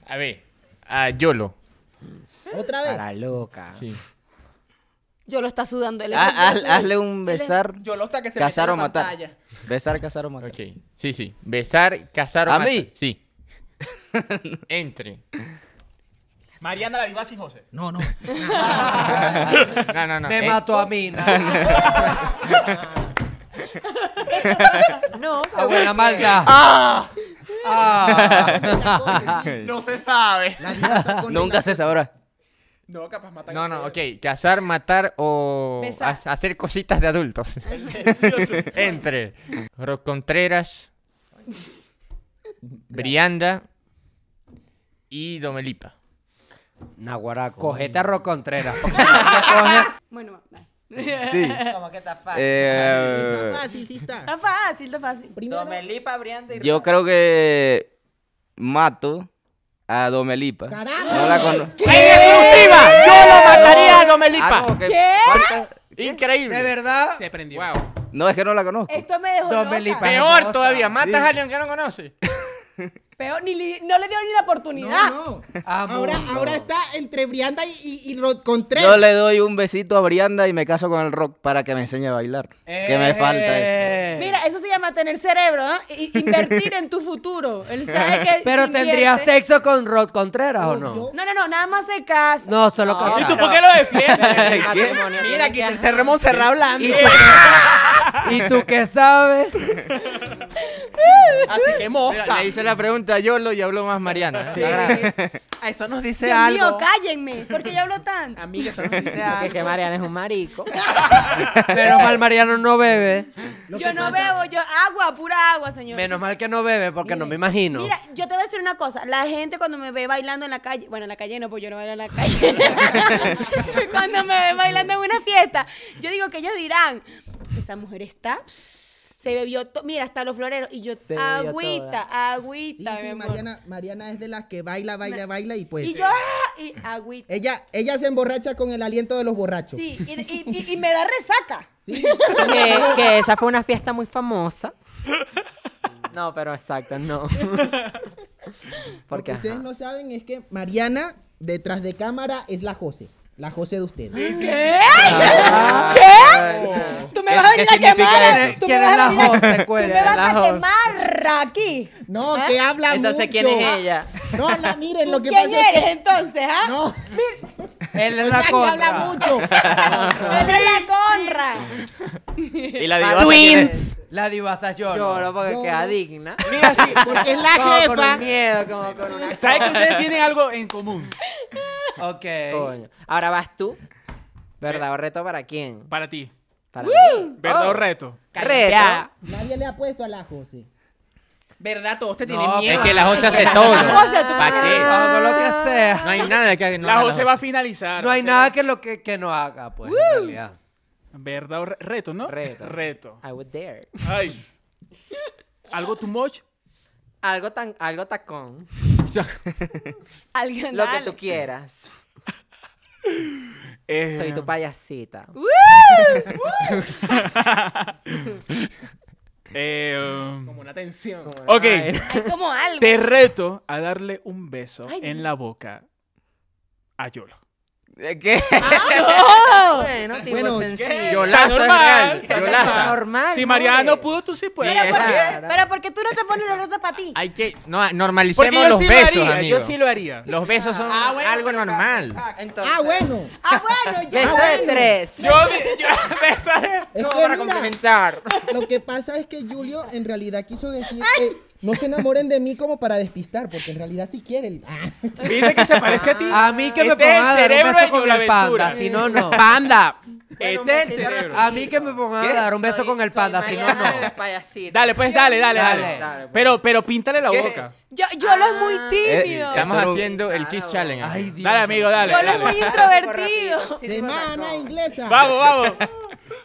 L: A ver, a Yolo.
K: Otra vez.
B: Para loca.
L: Sí.
I: Yo lo está sudando. él es
H: Ah,
I: nervioso.
H: haz- hazle un
I: Él es-
H: besar,
E: Yo lo hasta que se
H: cazar
E: mete
H: o
E: en la
H: matar.
E: pantalla.
H: Besar, cazar o matar.
L: Ok. Sí, sí. Besar, casar o
H: ¿A
L: matar.
H: mí?
L: Sí. Entre.
J: Mariana la viva sin José.
K: No, no.
L: No, no, no.
B: Me
L: Eh,
B: mató a mí. No, pero buena maldad.
L: ¡Ah!
E: No se sabe.
K: La diva sacó una-
H: Nunca se sabrá.
E: No, capaz matan
L: No,
E: a
L: no, ok.
E: Pedro.
L: Casar, matar o
I: Besar.
L: ha- hacer cositas de adultos. Entre Ros Contreras, Brianda y Domelipa.
B: Naguará,
M: Cogete a Ro Contreras.
I: Bueno, va.
H: Sí.
Q: Como que está fácil.
H: Eh,
K: Está fácil, sí está.
I: Está fácil, está fácil.
K: Primero,
Q: Domelipa, Brianda y
H: yo
Q: Ro-
H: creo que mato a Domelipa.
K: Carajo.
H: No la conozco.
L: ¡En exclusiva! ¡Yo lo mataría a
H: Ah,
L: Domelipa!
I: ¿Qué?
L: Increíble.
M: De verdad,
E: Se prendió.
L: Wow.
H: No, es que no la conozco.
I: Esto me dejó
M: Don
I: loca.
M: Felipe.
L: Peor todavía, matas
H: Sí.
L: a alguien que no conoce.
I: Peor, ni li- no le dio ni la oportunidad.
K: No, no.
M: Amo.
K: Ahora, ahora está entre Brianda y, y, y Rod Contreras.
H: Yo le doy un besito a Brianda y me caso con el rock para que me enseñe a bailar. Que me falta eso.
I: Mira, eso se llama tener cerebro, ¿ah? I- Invertir en tu futuro. Él sabe que.
M: Pero
I: si
M: tendría
I: invierte-
M: sexo con Rod Contreras o no?
K: Yo-
I: Ah, No, no, no, nada más se casa.
M: No, solo con.
J: ¿Y tú por qué lo defiendes?
E: Mira, aquí el Cerro Monserrat hablando.
M: ¿Y tú qué sabes?
E: Así
L: Mira,
E: que mosca.
L: le hice la pregunta a Yolo y habló más Mariana. ¿eh? La gran-
J: Ah,
E: A eso nos dice
I: Dios
E: algo.
I: mío, cállenme. ¿Por qué yo hablo tanto?
E: Amiga, eso nos dice
B: Que, que
E: algo.
B: Mariana es un marico.
M: Menos mal Mariano no bebe.
K: Lo
I: Yo
K: que
I: no
K: pasa-
I: bebo, yo agua, pura agua, señor.
M: Menos mal que no bebe porque no me imagino.
I: Mira, yo te voy a decir una cosa. La gente cuando me ve bailando en la calle, bueno, en la calle no, pues yo no bailo en la calle. cuando me ve bailando en una fiesta, yo digo que ellos dirán, esa mujer está, se bebió, to- mira, hasta los floreros. Y yo,
B: Se bebió
I: agüita,
K: Sí,
I: agüita, mi
K: sí,
I: amor".
K: Mariana, Mariana es de las que baila, baila, baila y pues.
I: Y yo, "Ah", y agüita.
K: Ella, ella se emborracha con el aliento de los borrachos.
I: Sí, y, y- y- y me da resaca.
B: que, que esa fue una fiesta muy famosa. No, pero exacto, no.
K: Lo que
B: Porque
K: ustedes
B: ajá.
K: no saben es que Mariana, detrás de cámara, es la José. La José de ustedes.
I: ¿Qué? ¿Tú me
L: ¿Qué-
K: Ah,
I: vas a venir
L: qué
I: a
L: significa
I: quemar? eh,
L: eso?
I: ¿Tú me
M: ¿Quién es
I: vas
K: eh.
I: a
M: la
I: venir a-
M: Jose,
I: Tú
M: cuera?
I: me vas
M: La
I: a
M: Jose.
I: quemar. tierra aquí. ¿Eh?
K: No, que habla
A: Entonces,
K: mucho.
A: ¿quién es ella?
K: No, la, miren, lo que
I: ¿Quién
K: pasa es que-
I: eres entonces, ah? Pues
K: No.
A: Él
K: es
A: la
K: que
A: contra.
K: habla mucho.
I: Él es la conra.
H: Y la divasa quién es?
A: La divasa llora. Llora porque queda digna.
J: Mira, sí,
K: porque es la
A: Como Con
K: jefa.
A: un miedo, como con una.
J: ¿Sabes que ustedes tienen algo en común?
A: Ok. Coño. Ahora vas tú. ¿Verdad o reto para quién?
J: Para ti.
A: Para
J: ¡Woo!
A: mí.
J: ¿Verdad o
A: Oh.
J: reto?
A: Reto.
K: Nadie le ha puesto a la José.
E: ¿Verdad? Todos te
K: No,
E: tienen miedo.
K: es que
L: la Jose hace todo.
I: José, tú
L: ¿Para qué?
A: Vamos con lo que sea.
L: No hay nada que no
J: Ah. la
L: haga
J: José va a finalizar.
A: No hay
J: José.
A: nada que, lo que, que no haga, pues. en
J: Woo.
A: realidad.
J: ¿Verdad o re- reto, no?
A: Reto.
J: Reto.
A: I would dare.
J: Ay. ¿Algo too much?
A: Algo tan, algo tacón.
I: Alguien
A: lo que
I: dale.
A: tú quieras.
J: Eh,
A: Soy tu payasita.
I: ¡Woo!
J: eh, um,
E: Como una tensión.
J: ok.
I: Hay como algo.
J: Te reto a darle un beso
I: Ay,
J: en
I: Dios.
J: la boca a Yolo. Ah,
H: ¿De ¿Qué?
I: Ah, ¡No!
A: Bueno, tipo
K: Bueno,
A: sencillo.
L: Yolazo es
J: Normal.
L: real. Yolazo.
A: Normal.
J: Si
A: no
J: Mariana no
A: de-
J: pudo, tú sí puedes. Pues
I: Pero, ¿por qué?
A: Claro.
I: Pero porque tú no te pones los retos para ti.
L: Hay que no, normalicemos
J: Porque yo
L: los
J: sí
L: besos,
J: lo haría.
L: amigo.
J: Yo sí lo haría.
L: Los besos son
K: Ah, bueno,
L: algo
K: pero está-
L: normal.
A: Entonces,
K: Ah, bueno.
I: Ah, bueno, ya.
A: Beso de
K: bueno.
A: tres.
J: Yo, yo- beso de-
K: Es
A: Como
K: que
A: para
K: mira,
A: complementar.
K: Lo que pasa es que Julio en realidad quiso decir que no se enamoren de mí como para despistar, porque en realidad sí Ah. quiere. el-
J: Viste que se parece a ti.
A: A mí que me
J: Este es
A: pongan a dar
J: el
A: un
J: cerebro
A: beso
J: de
A: con el
J: Yola
A: panda,
J: Ventura.
A: si no, no.
E: ¡Panda!
J: Este es el cerebro.
A: A mí que me pongan a dar un beso con el panda, si no, no.
J: Dale, pues dale, dale,
A: Dale,
J: dale.
A: dale, pues.
J: Pero, pero píntale la boca.
I: Yo,
K: Ah.
I: Yolo es
K: Eh,
I: muy tímido.
L: Eh, Estamos
H: Esto-
L: haciendo el Kiss Challenge.
A: Ay, Dios.
J: Dale, amigo, dale.
I: Yolo es
J: dale.
I: muy introvertido.
K: Semana inglesa.
J: Vamos, vamos.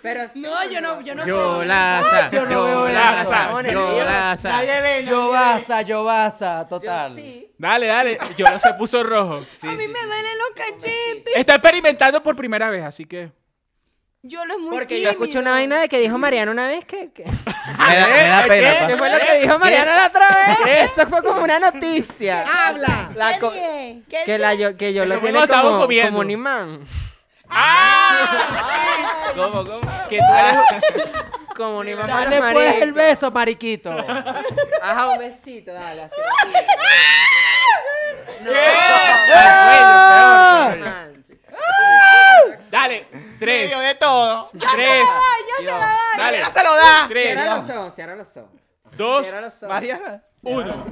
A: Pero sí,
I: No, yo no, yo no. puedo.
L: Yolaza,
A: Yo no veo
L: Yolaza,
A: eso.
L: Yolaza.
A: Yobasa, Yobasa, total.
J: Dale, dale. Yolo se puso rojo.
I: A mí me duelen los cachetes.
J: Está experimentando por primera vez, así que.
I: Yolo es muy
A: Porque yo
I: tímido.
A: escuché una vaina de que dijo Mariana una vez que... que-
H: Me da, me da pena.
A: Eh, ¿Qué
H: pa.
A: fue lo que dijo Mariana la otra vez? Eso fue como una noticia.
K: Habla.
A: La co-
I: ¿Qué
A: que, la yo, que yo
J: Ah, Eso
A: lo
J: fue
A: tiene
J: cuando estábamos
A: como,
J: comiendo.
A: como un imán.
J: Ah.
H: ¿Cómo, cómo?
J: que tú
A: Ah.
J: eres-
A: Como un imán para
B: Dale
A: María.
B: pues el beso, mariquito.
A: Ajá, un besito, dale, así.
L: Peor,
A: así.
L: peor.
A: Manche.
J: Dale. Tres.
L: Medio de todo.
J: Tres.
I: Yo se la doy.
J: Dale.
L: se lo da.
J: Tres,
A: Cierra los ojos, cierra los ojos.
J: dos,
A: Cierra los ojos.
J: uno.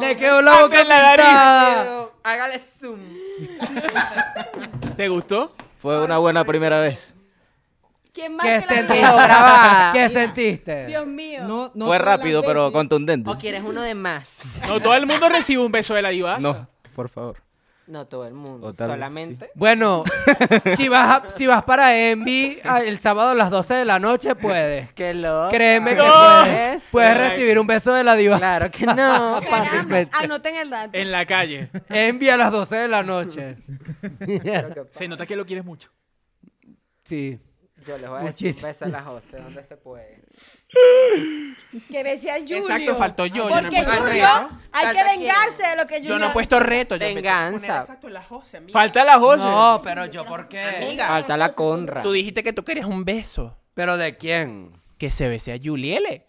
B: Le quedó la boca
J: en la nariz.
B: pintada.
A: Hágale zoom.
J: ¿Te gustó?
H: Fue una buena primera vez.
I: ¿Quién más
B: ¿Qué
I: que la
B: sentiste?
I: mía?
B: ¿Qué sentiste?
I: Dios mío.
K: No, no
H: Fue
K: todas las
H: rápido, pero
K: veces.
H: contundente.
A: ¿O quieres uno de más?
J: No, todo el mundo recibe un beso de la diva.
H: No, por favor.
A: No todo el mundo,
H: O tal vez,
A: solamente.
B: Bueno, si vas, a- si vas para Envy a- el sábado a las 12 de la noche, puedes.
A: Qué loco.
B: Créeme que puedes. Puedes recibir un beso de la diva.
A: Claro que no. pues.
I: Caramba, ah, anoten el dato.
J: En la calle.
B: Envy a las 12 de la noche.
J: Se nota que lo quieres mucho.
B: Sí.
A: Yo les voy a decir un
B: Muchísimo.
A: beso a la José, donde se puede.
I: Que decía Julio.
E: Exacto, faltó yo, yo no he
I: Porque
E: puesto
I: Julio,
E: reto.
I: hay que
A: Falta quién.
I: vengarse de lo que Julio.
E: Yo no he puesto reto. Yo
A: Venganza.
E: Exacto, la José, amiga.
J: Falta la Jose.
B: No, pero yo por qué.
E: Amiga,
A: Falta la conra.
E: tú dijiste que tú querías un beso.
B: ¿Pero de quién?
E: Que se bese a Juliele.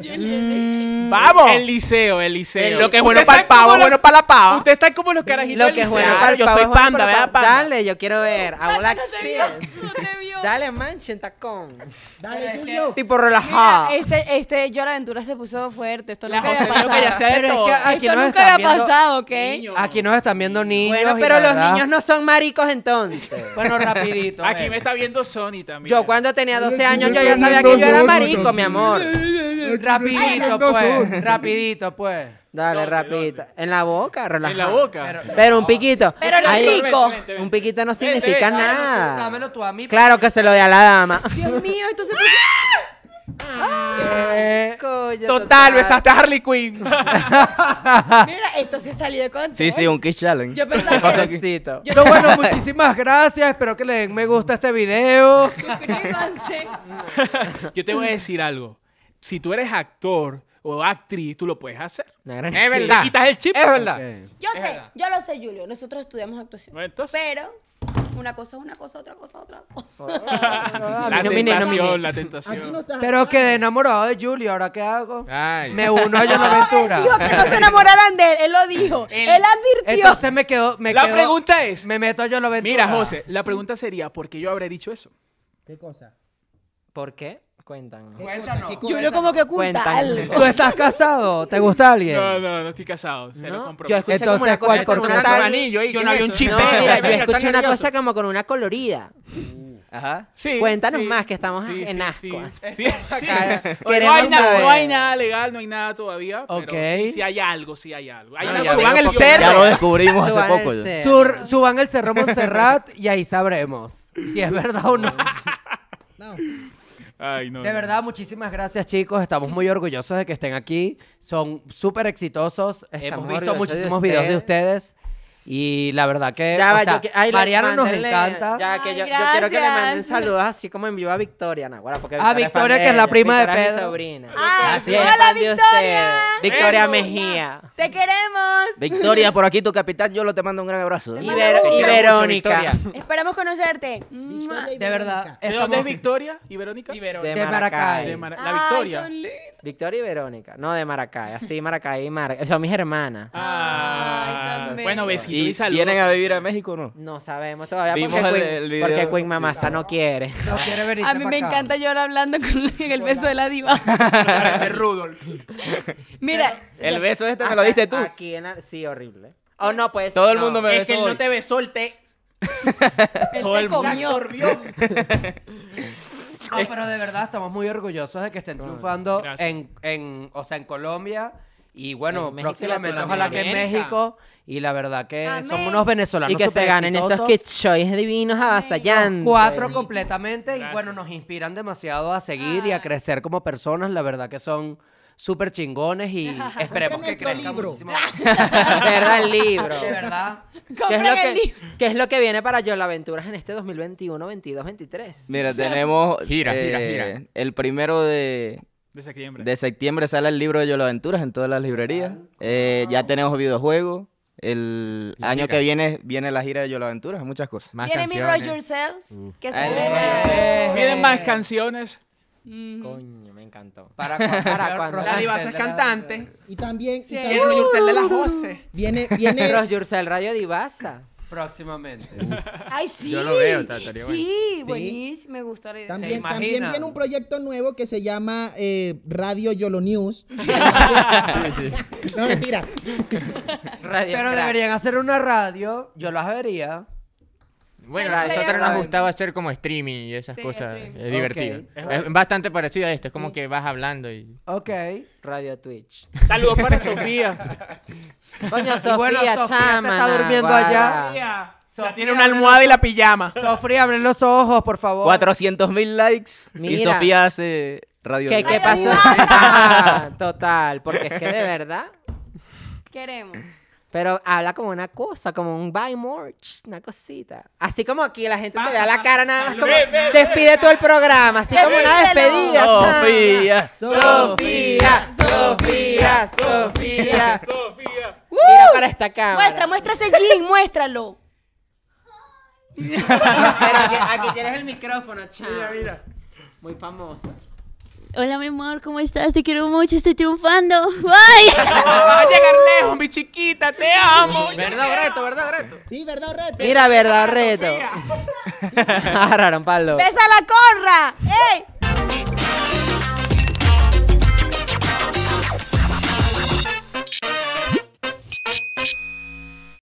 E: Mm,
J: Vamos. El liceo, el liceo.
E: Lo que es bueno
J: Usted
E: para el
J: está
E: pavo,
J: como
E: es bueno
J: los-
E: para la pava.
J: Usted está como los carajitos
A: Lo
J: del
A: que es
J: liceo.
A: bueno
E: Claro,
A: para el
E: yo
A: pavo
E: soy
A: es bueno
E: panda,
A: para el
E: ¿verdad,
A: pavo.
E: panda?
A: Dale, yo quiero ver. I would like to see it.
I: No te vio.
A: Dale, manchen, tacón.
K: Dale, Julio.
A: Tipo
I: Mira,
A: relajado.
I: este, este, yo la aventura se puso fuerte. Esto
E: La
I: nunca
E: José
I: había
E: dijo que ya
I: pasado.
E: sea de
B: Pero es
E: todo.
B: que aquí
I: Esto
B: nos
I: nunca
B: están
I: había
B: viendo-
I: pasado, ¿ok?
B: Aquí nos están viendo niños.
A: Bueno,
B: y
A: pero
B: la
A: los
B: verdad-
A: niños no son maricos entonces.
B: Bueno, rapidito.
J: Aquí
B: ven.
J: me está viendo Sony también.
A: Yo cuando tenía 12 años yo ya
K: Pero
A: sabía
K: no,
A: que yo era
K: no, no,
A: marico,
K: no.
A: mi amor.
B: Rapidito, pues. Rapidito, pues.
A: Dale,
J: ¿Dónde,
A: rapidito. En la boca, relajado.
J: En la boca.
A: Pero un piquito.
I: Pero lo
A: Ahí-
I: rico.
A: Un piquito no significa
J: ven,
A: nada.
B: Dámelo tú a mí.
A: Claro que se lo dé a la dama.
I: Dios mío, esto se puso.
E: Total, besaste a Harley Quinn.
I: Mira, esto se salió de control.
H: Sí, sí, un Kiss Challenge.
I: Yo pensaba que.
A: Besito.
I: Yo-
B: No, bueno, muchísimas gracias. Espero que le den me gusta a este video.
I: Suscríbanse.
J: Yo te voy a decir algo. Si tú eres actor o actriz, tú lo puedes hacer.
A: Una gran-
L: Es
J: Le
L: verdad.
J: quitas el chip.
L: Es verdad.
I: Yo sé, yo lo sé, Julio. Nosotros estudiamos actuación.
J: Bueno, entonces,
I: Pero Una cosa es una cosa, otra cosa, otra cosa.
J: La tentación, la
A: Ah,
J: tentación.
B: Pero quedé enamorado de Julio, ¿ahora qué hago? Me uno a John Aventura.
I: Dijo que no se enamoraran de él, él lo dijo. él advirtió.
B: Entonces me quedo. Me
J: La
B: quedo-
J: pregunta es.
B: Me meto a John Aventura.
J: Mira, José, la pregunta sería: ¿por qué yo habré dicho eso?
K: ¿Qué cosa?
A: ¿Por qué? Cuéntanos.
I: Cuéntanos. Julio como que oculta
A: Cuéntanos.
B: ¿Tú estás casado? ¿Te gusta alguien?
J: No, no, no estoy casado. Cero
A: Yo
J: compromiso.
A: escuché como una cosa
B: ¿cuál?
A: con
B: ¿Por
A: una
B: qué?
A: tal-
B: Anillo, ¿eh?
A: Yo
B: ¿Qué
A: no
B: es
A: había un
B: eso?
A: chipeo.
B: No,
A: Mira, yo
B: venga, está
A: escuché una
B: nervioso.
A: cosa como con una colorida.
H: Ajá.
A: Cuéntanos
J: sí,
A: más, que estamos
J: sí,
A: en
J: sí,
A: ascuas.
J: Sí, sí. No
A: Queremos
J: hay, nada, no
A: saber.
J: hay nada legal, no hay nada todavía. Pero
B: Ok.
J: sí, sí hay algo, sí hay algo. Hay
B: Ah,
J: una
B: ya
J: solución.
B: veo, porque ya lo descubrimos
H: hace poco, yo.
B: Sur- suban el cerro Montserrat y ahí sabremos si es verdad o no.
J: Ay, no,
B: De
J: no.
B: verdad, muchísimas gracias, chicos. Estamos muy orgullosos de que estén aquí. Son súper exitosos. Hemos visto
A: orgullosos
B: muchísimos
A: de
B: videos de ustedes. Y la verdad que,
A: Ya
B: o
A: va,
B: sea,
A: yo que- ay, la-
B: Mariano nos
A: mándenle-
B: encanta.
A: Ya que
I: Ay,
A: yo, yo quiero que le manden
I: gracias.
A: saludos así como en vivo a Ah, Victoria, Naguara, porque
B: A
A: es fan
B: Victoria,
A: de
B: que es la
A: ella.
B: prima de
A: Victoria es mi
B: Pedro.
A: sobrina.
I: Ah,
A: Así es,
I: hola,
A: fan de
I: Victoria.
A: ustedes. Victoria
I: Eso.
A: Mejía.
I: Te queremos.
H: Victoria, por aquí tu capitán, yo lo te mando un gran abrazo. ¿eh?
I: mando Ibero-
H: Te
I: un-
H: quiero mucho,
A: Iberónica.
H: Victoria.
I: Esperamos conocerte.
B: De verdad.
J: ¿De dónde es Victoria y Verónica?
A: De
B: De Maracay.
A: Maracay.
J: La Victoria.
A: Victoria y Verónica. No, de Maracay. Así, Maracay y Maracay. Son mis hermanas.
J: Ah, bueno, besito y,
H: ¿Y
J: saludos.
H: vienen a vivir a México o no?
A: No sabemos todavía
H: Vimos
A: porque,
H: el-
A: Queen,
H: el video.
A: porque Queen Mamasa no quiere.
B: No quiere venir.
I: A mí me encanta yo hablando con el beso de la diva.
L: Parece Rudolf.
I: Mira,
H: El beso este me lo diste tú.
A: Aquí en... Sí, horrible. Oh, no, pues.
H: Todo el
A: no.
H: mundo me
L: Es
H: besó
L: que él
H: hoy.
L: no te besó el té.
I: él
J: Todo
I: te
J: el mundo.
I: comió.
B: No, pero de verdad estamos muy orgullosos de que estén triunfando en, en, o sea, en Colombia y bueno,
A: En México y
B: próximamente ojalá que
A: Latinoamérica.
B: en México y la verdad que
I: Amén.
B: son unos venezolanos
A: Y que se
B: súper
A: ganen esos
B: exitosos,
A: kit shows divinos avasallantes.
B: cuatro completamente y
J: Gracias.
B: bueno, nos inspiran demasiado a seguir
I: Ah.
B: y a crecer como personas, la verdad que son súper chingones y esperemos que
K: nuestro
B: crezcan
K: libro.
B: muchísimo.
A: Verdad el libro.
B: De verdad.
A: ¿Qué es, lo
I: Compren el
A: que,
I: libro.
A: qué es lo que viene para Yo Aventuras en este 2021, 22, 23?
H: Mira, tenemos. eh,
L: Gira, gira, gira.
H: El primero de,
J: De septiembre.
H: de septiembre sale el libro de Yolo Aventuras en todas las librerías. Eh, ya tenemos videojuegos. El
L: La
H: año
L: gira.
H: que viene viene la gira de Yolo Aventuras, muchas cosas.
L: Más
I: Viene mi
L: canciones.
I: Rush Yourself, que se
H: Ay,
I: estrena.
J: Vienen más canciones.
A: Coño, me encantó.
B: Para cuando,
A: Para cuando.
L: La divasa es cantante.
K: Y también, y
I: Sí.
K: también
L: El Rush Yourself de las voces.
K: viene, viene,
A: Los Yursel Radio Divasa.
B: próximamente.
I: Ay, sí.
L: Yo lo veo, está- estaría
I: Sí, buenísimo. Me gustaría.
K: también,
B: Se
K: también
B: imaginan.
K: viene un proyecto nuevo que se llama eh, Radio Yolo News. no, mentira.
A: Radio
B: Pero
A: Crack.
B: deberían hacer una radio, yo las vería.
L: Bueno,
I: Sí,
L: a
I: sería
L: nosotros nos
I: bueno.
L: gustaba hacer como streaming y esas
I: Sí,
L: cosas.
I: streaming.
L: Es divertido.
B: Ok.
L: Es bastante parecido a esto. Es como que vas hablando y.
B: Ok.
A: Radio Twitch.
J: Saludos para Sofía.
A: Coño,
B: Y
A: Sofía,
B: bueno, Sofía se
A: chama.
B: está durmiendo
A: naguará.
B: allá. Sofía,
L: Tiene una almohada y la pijama.
B: Sofía, abre los ojos, por favor.
H: 400 mil likes. Y
A: Mira.
H: Sofía hace radio.
A: ¿Qué, qué
I: Ay,
A: pasó?
I: Divasa.
A: Ah, total, porque es que de verdad.
I: Queremos.
A: Pero habla como una cosa, como un buy more, ch, una cosita. Así como aquí la gente te vea la cara nada más como
J: Ve, ve, ve.
A: despide todo el programa, así como una despedida. chama.
H: Sofía.
A: Sofía, Sofía, Sofía.
J: Sofía.
A: Mira para esta cámara.
I: Muestra, muestra ese jean, muéstralo.
A: Pero aquí, aquí tienes el micrófono, chama. Mira, mira. Muy famosa.
E: Hola, mi amor, ¿cómo estás? Te quiero mucho, estoy triunfando. ¡Ay!
L: Vas a llegar lejos, mi chiquita, te amo. ¿Verdad, Breto? ¿Verdad, Breto?
K: Sí, verdad, Red.
A: Mira, verdad, reto. Agarraron palo.
I: ¡Besa la corra! ¡Ey!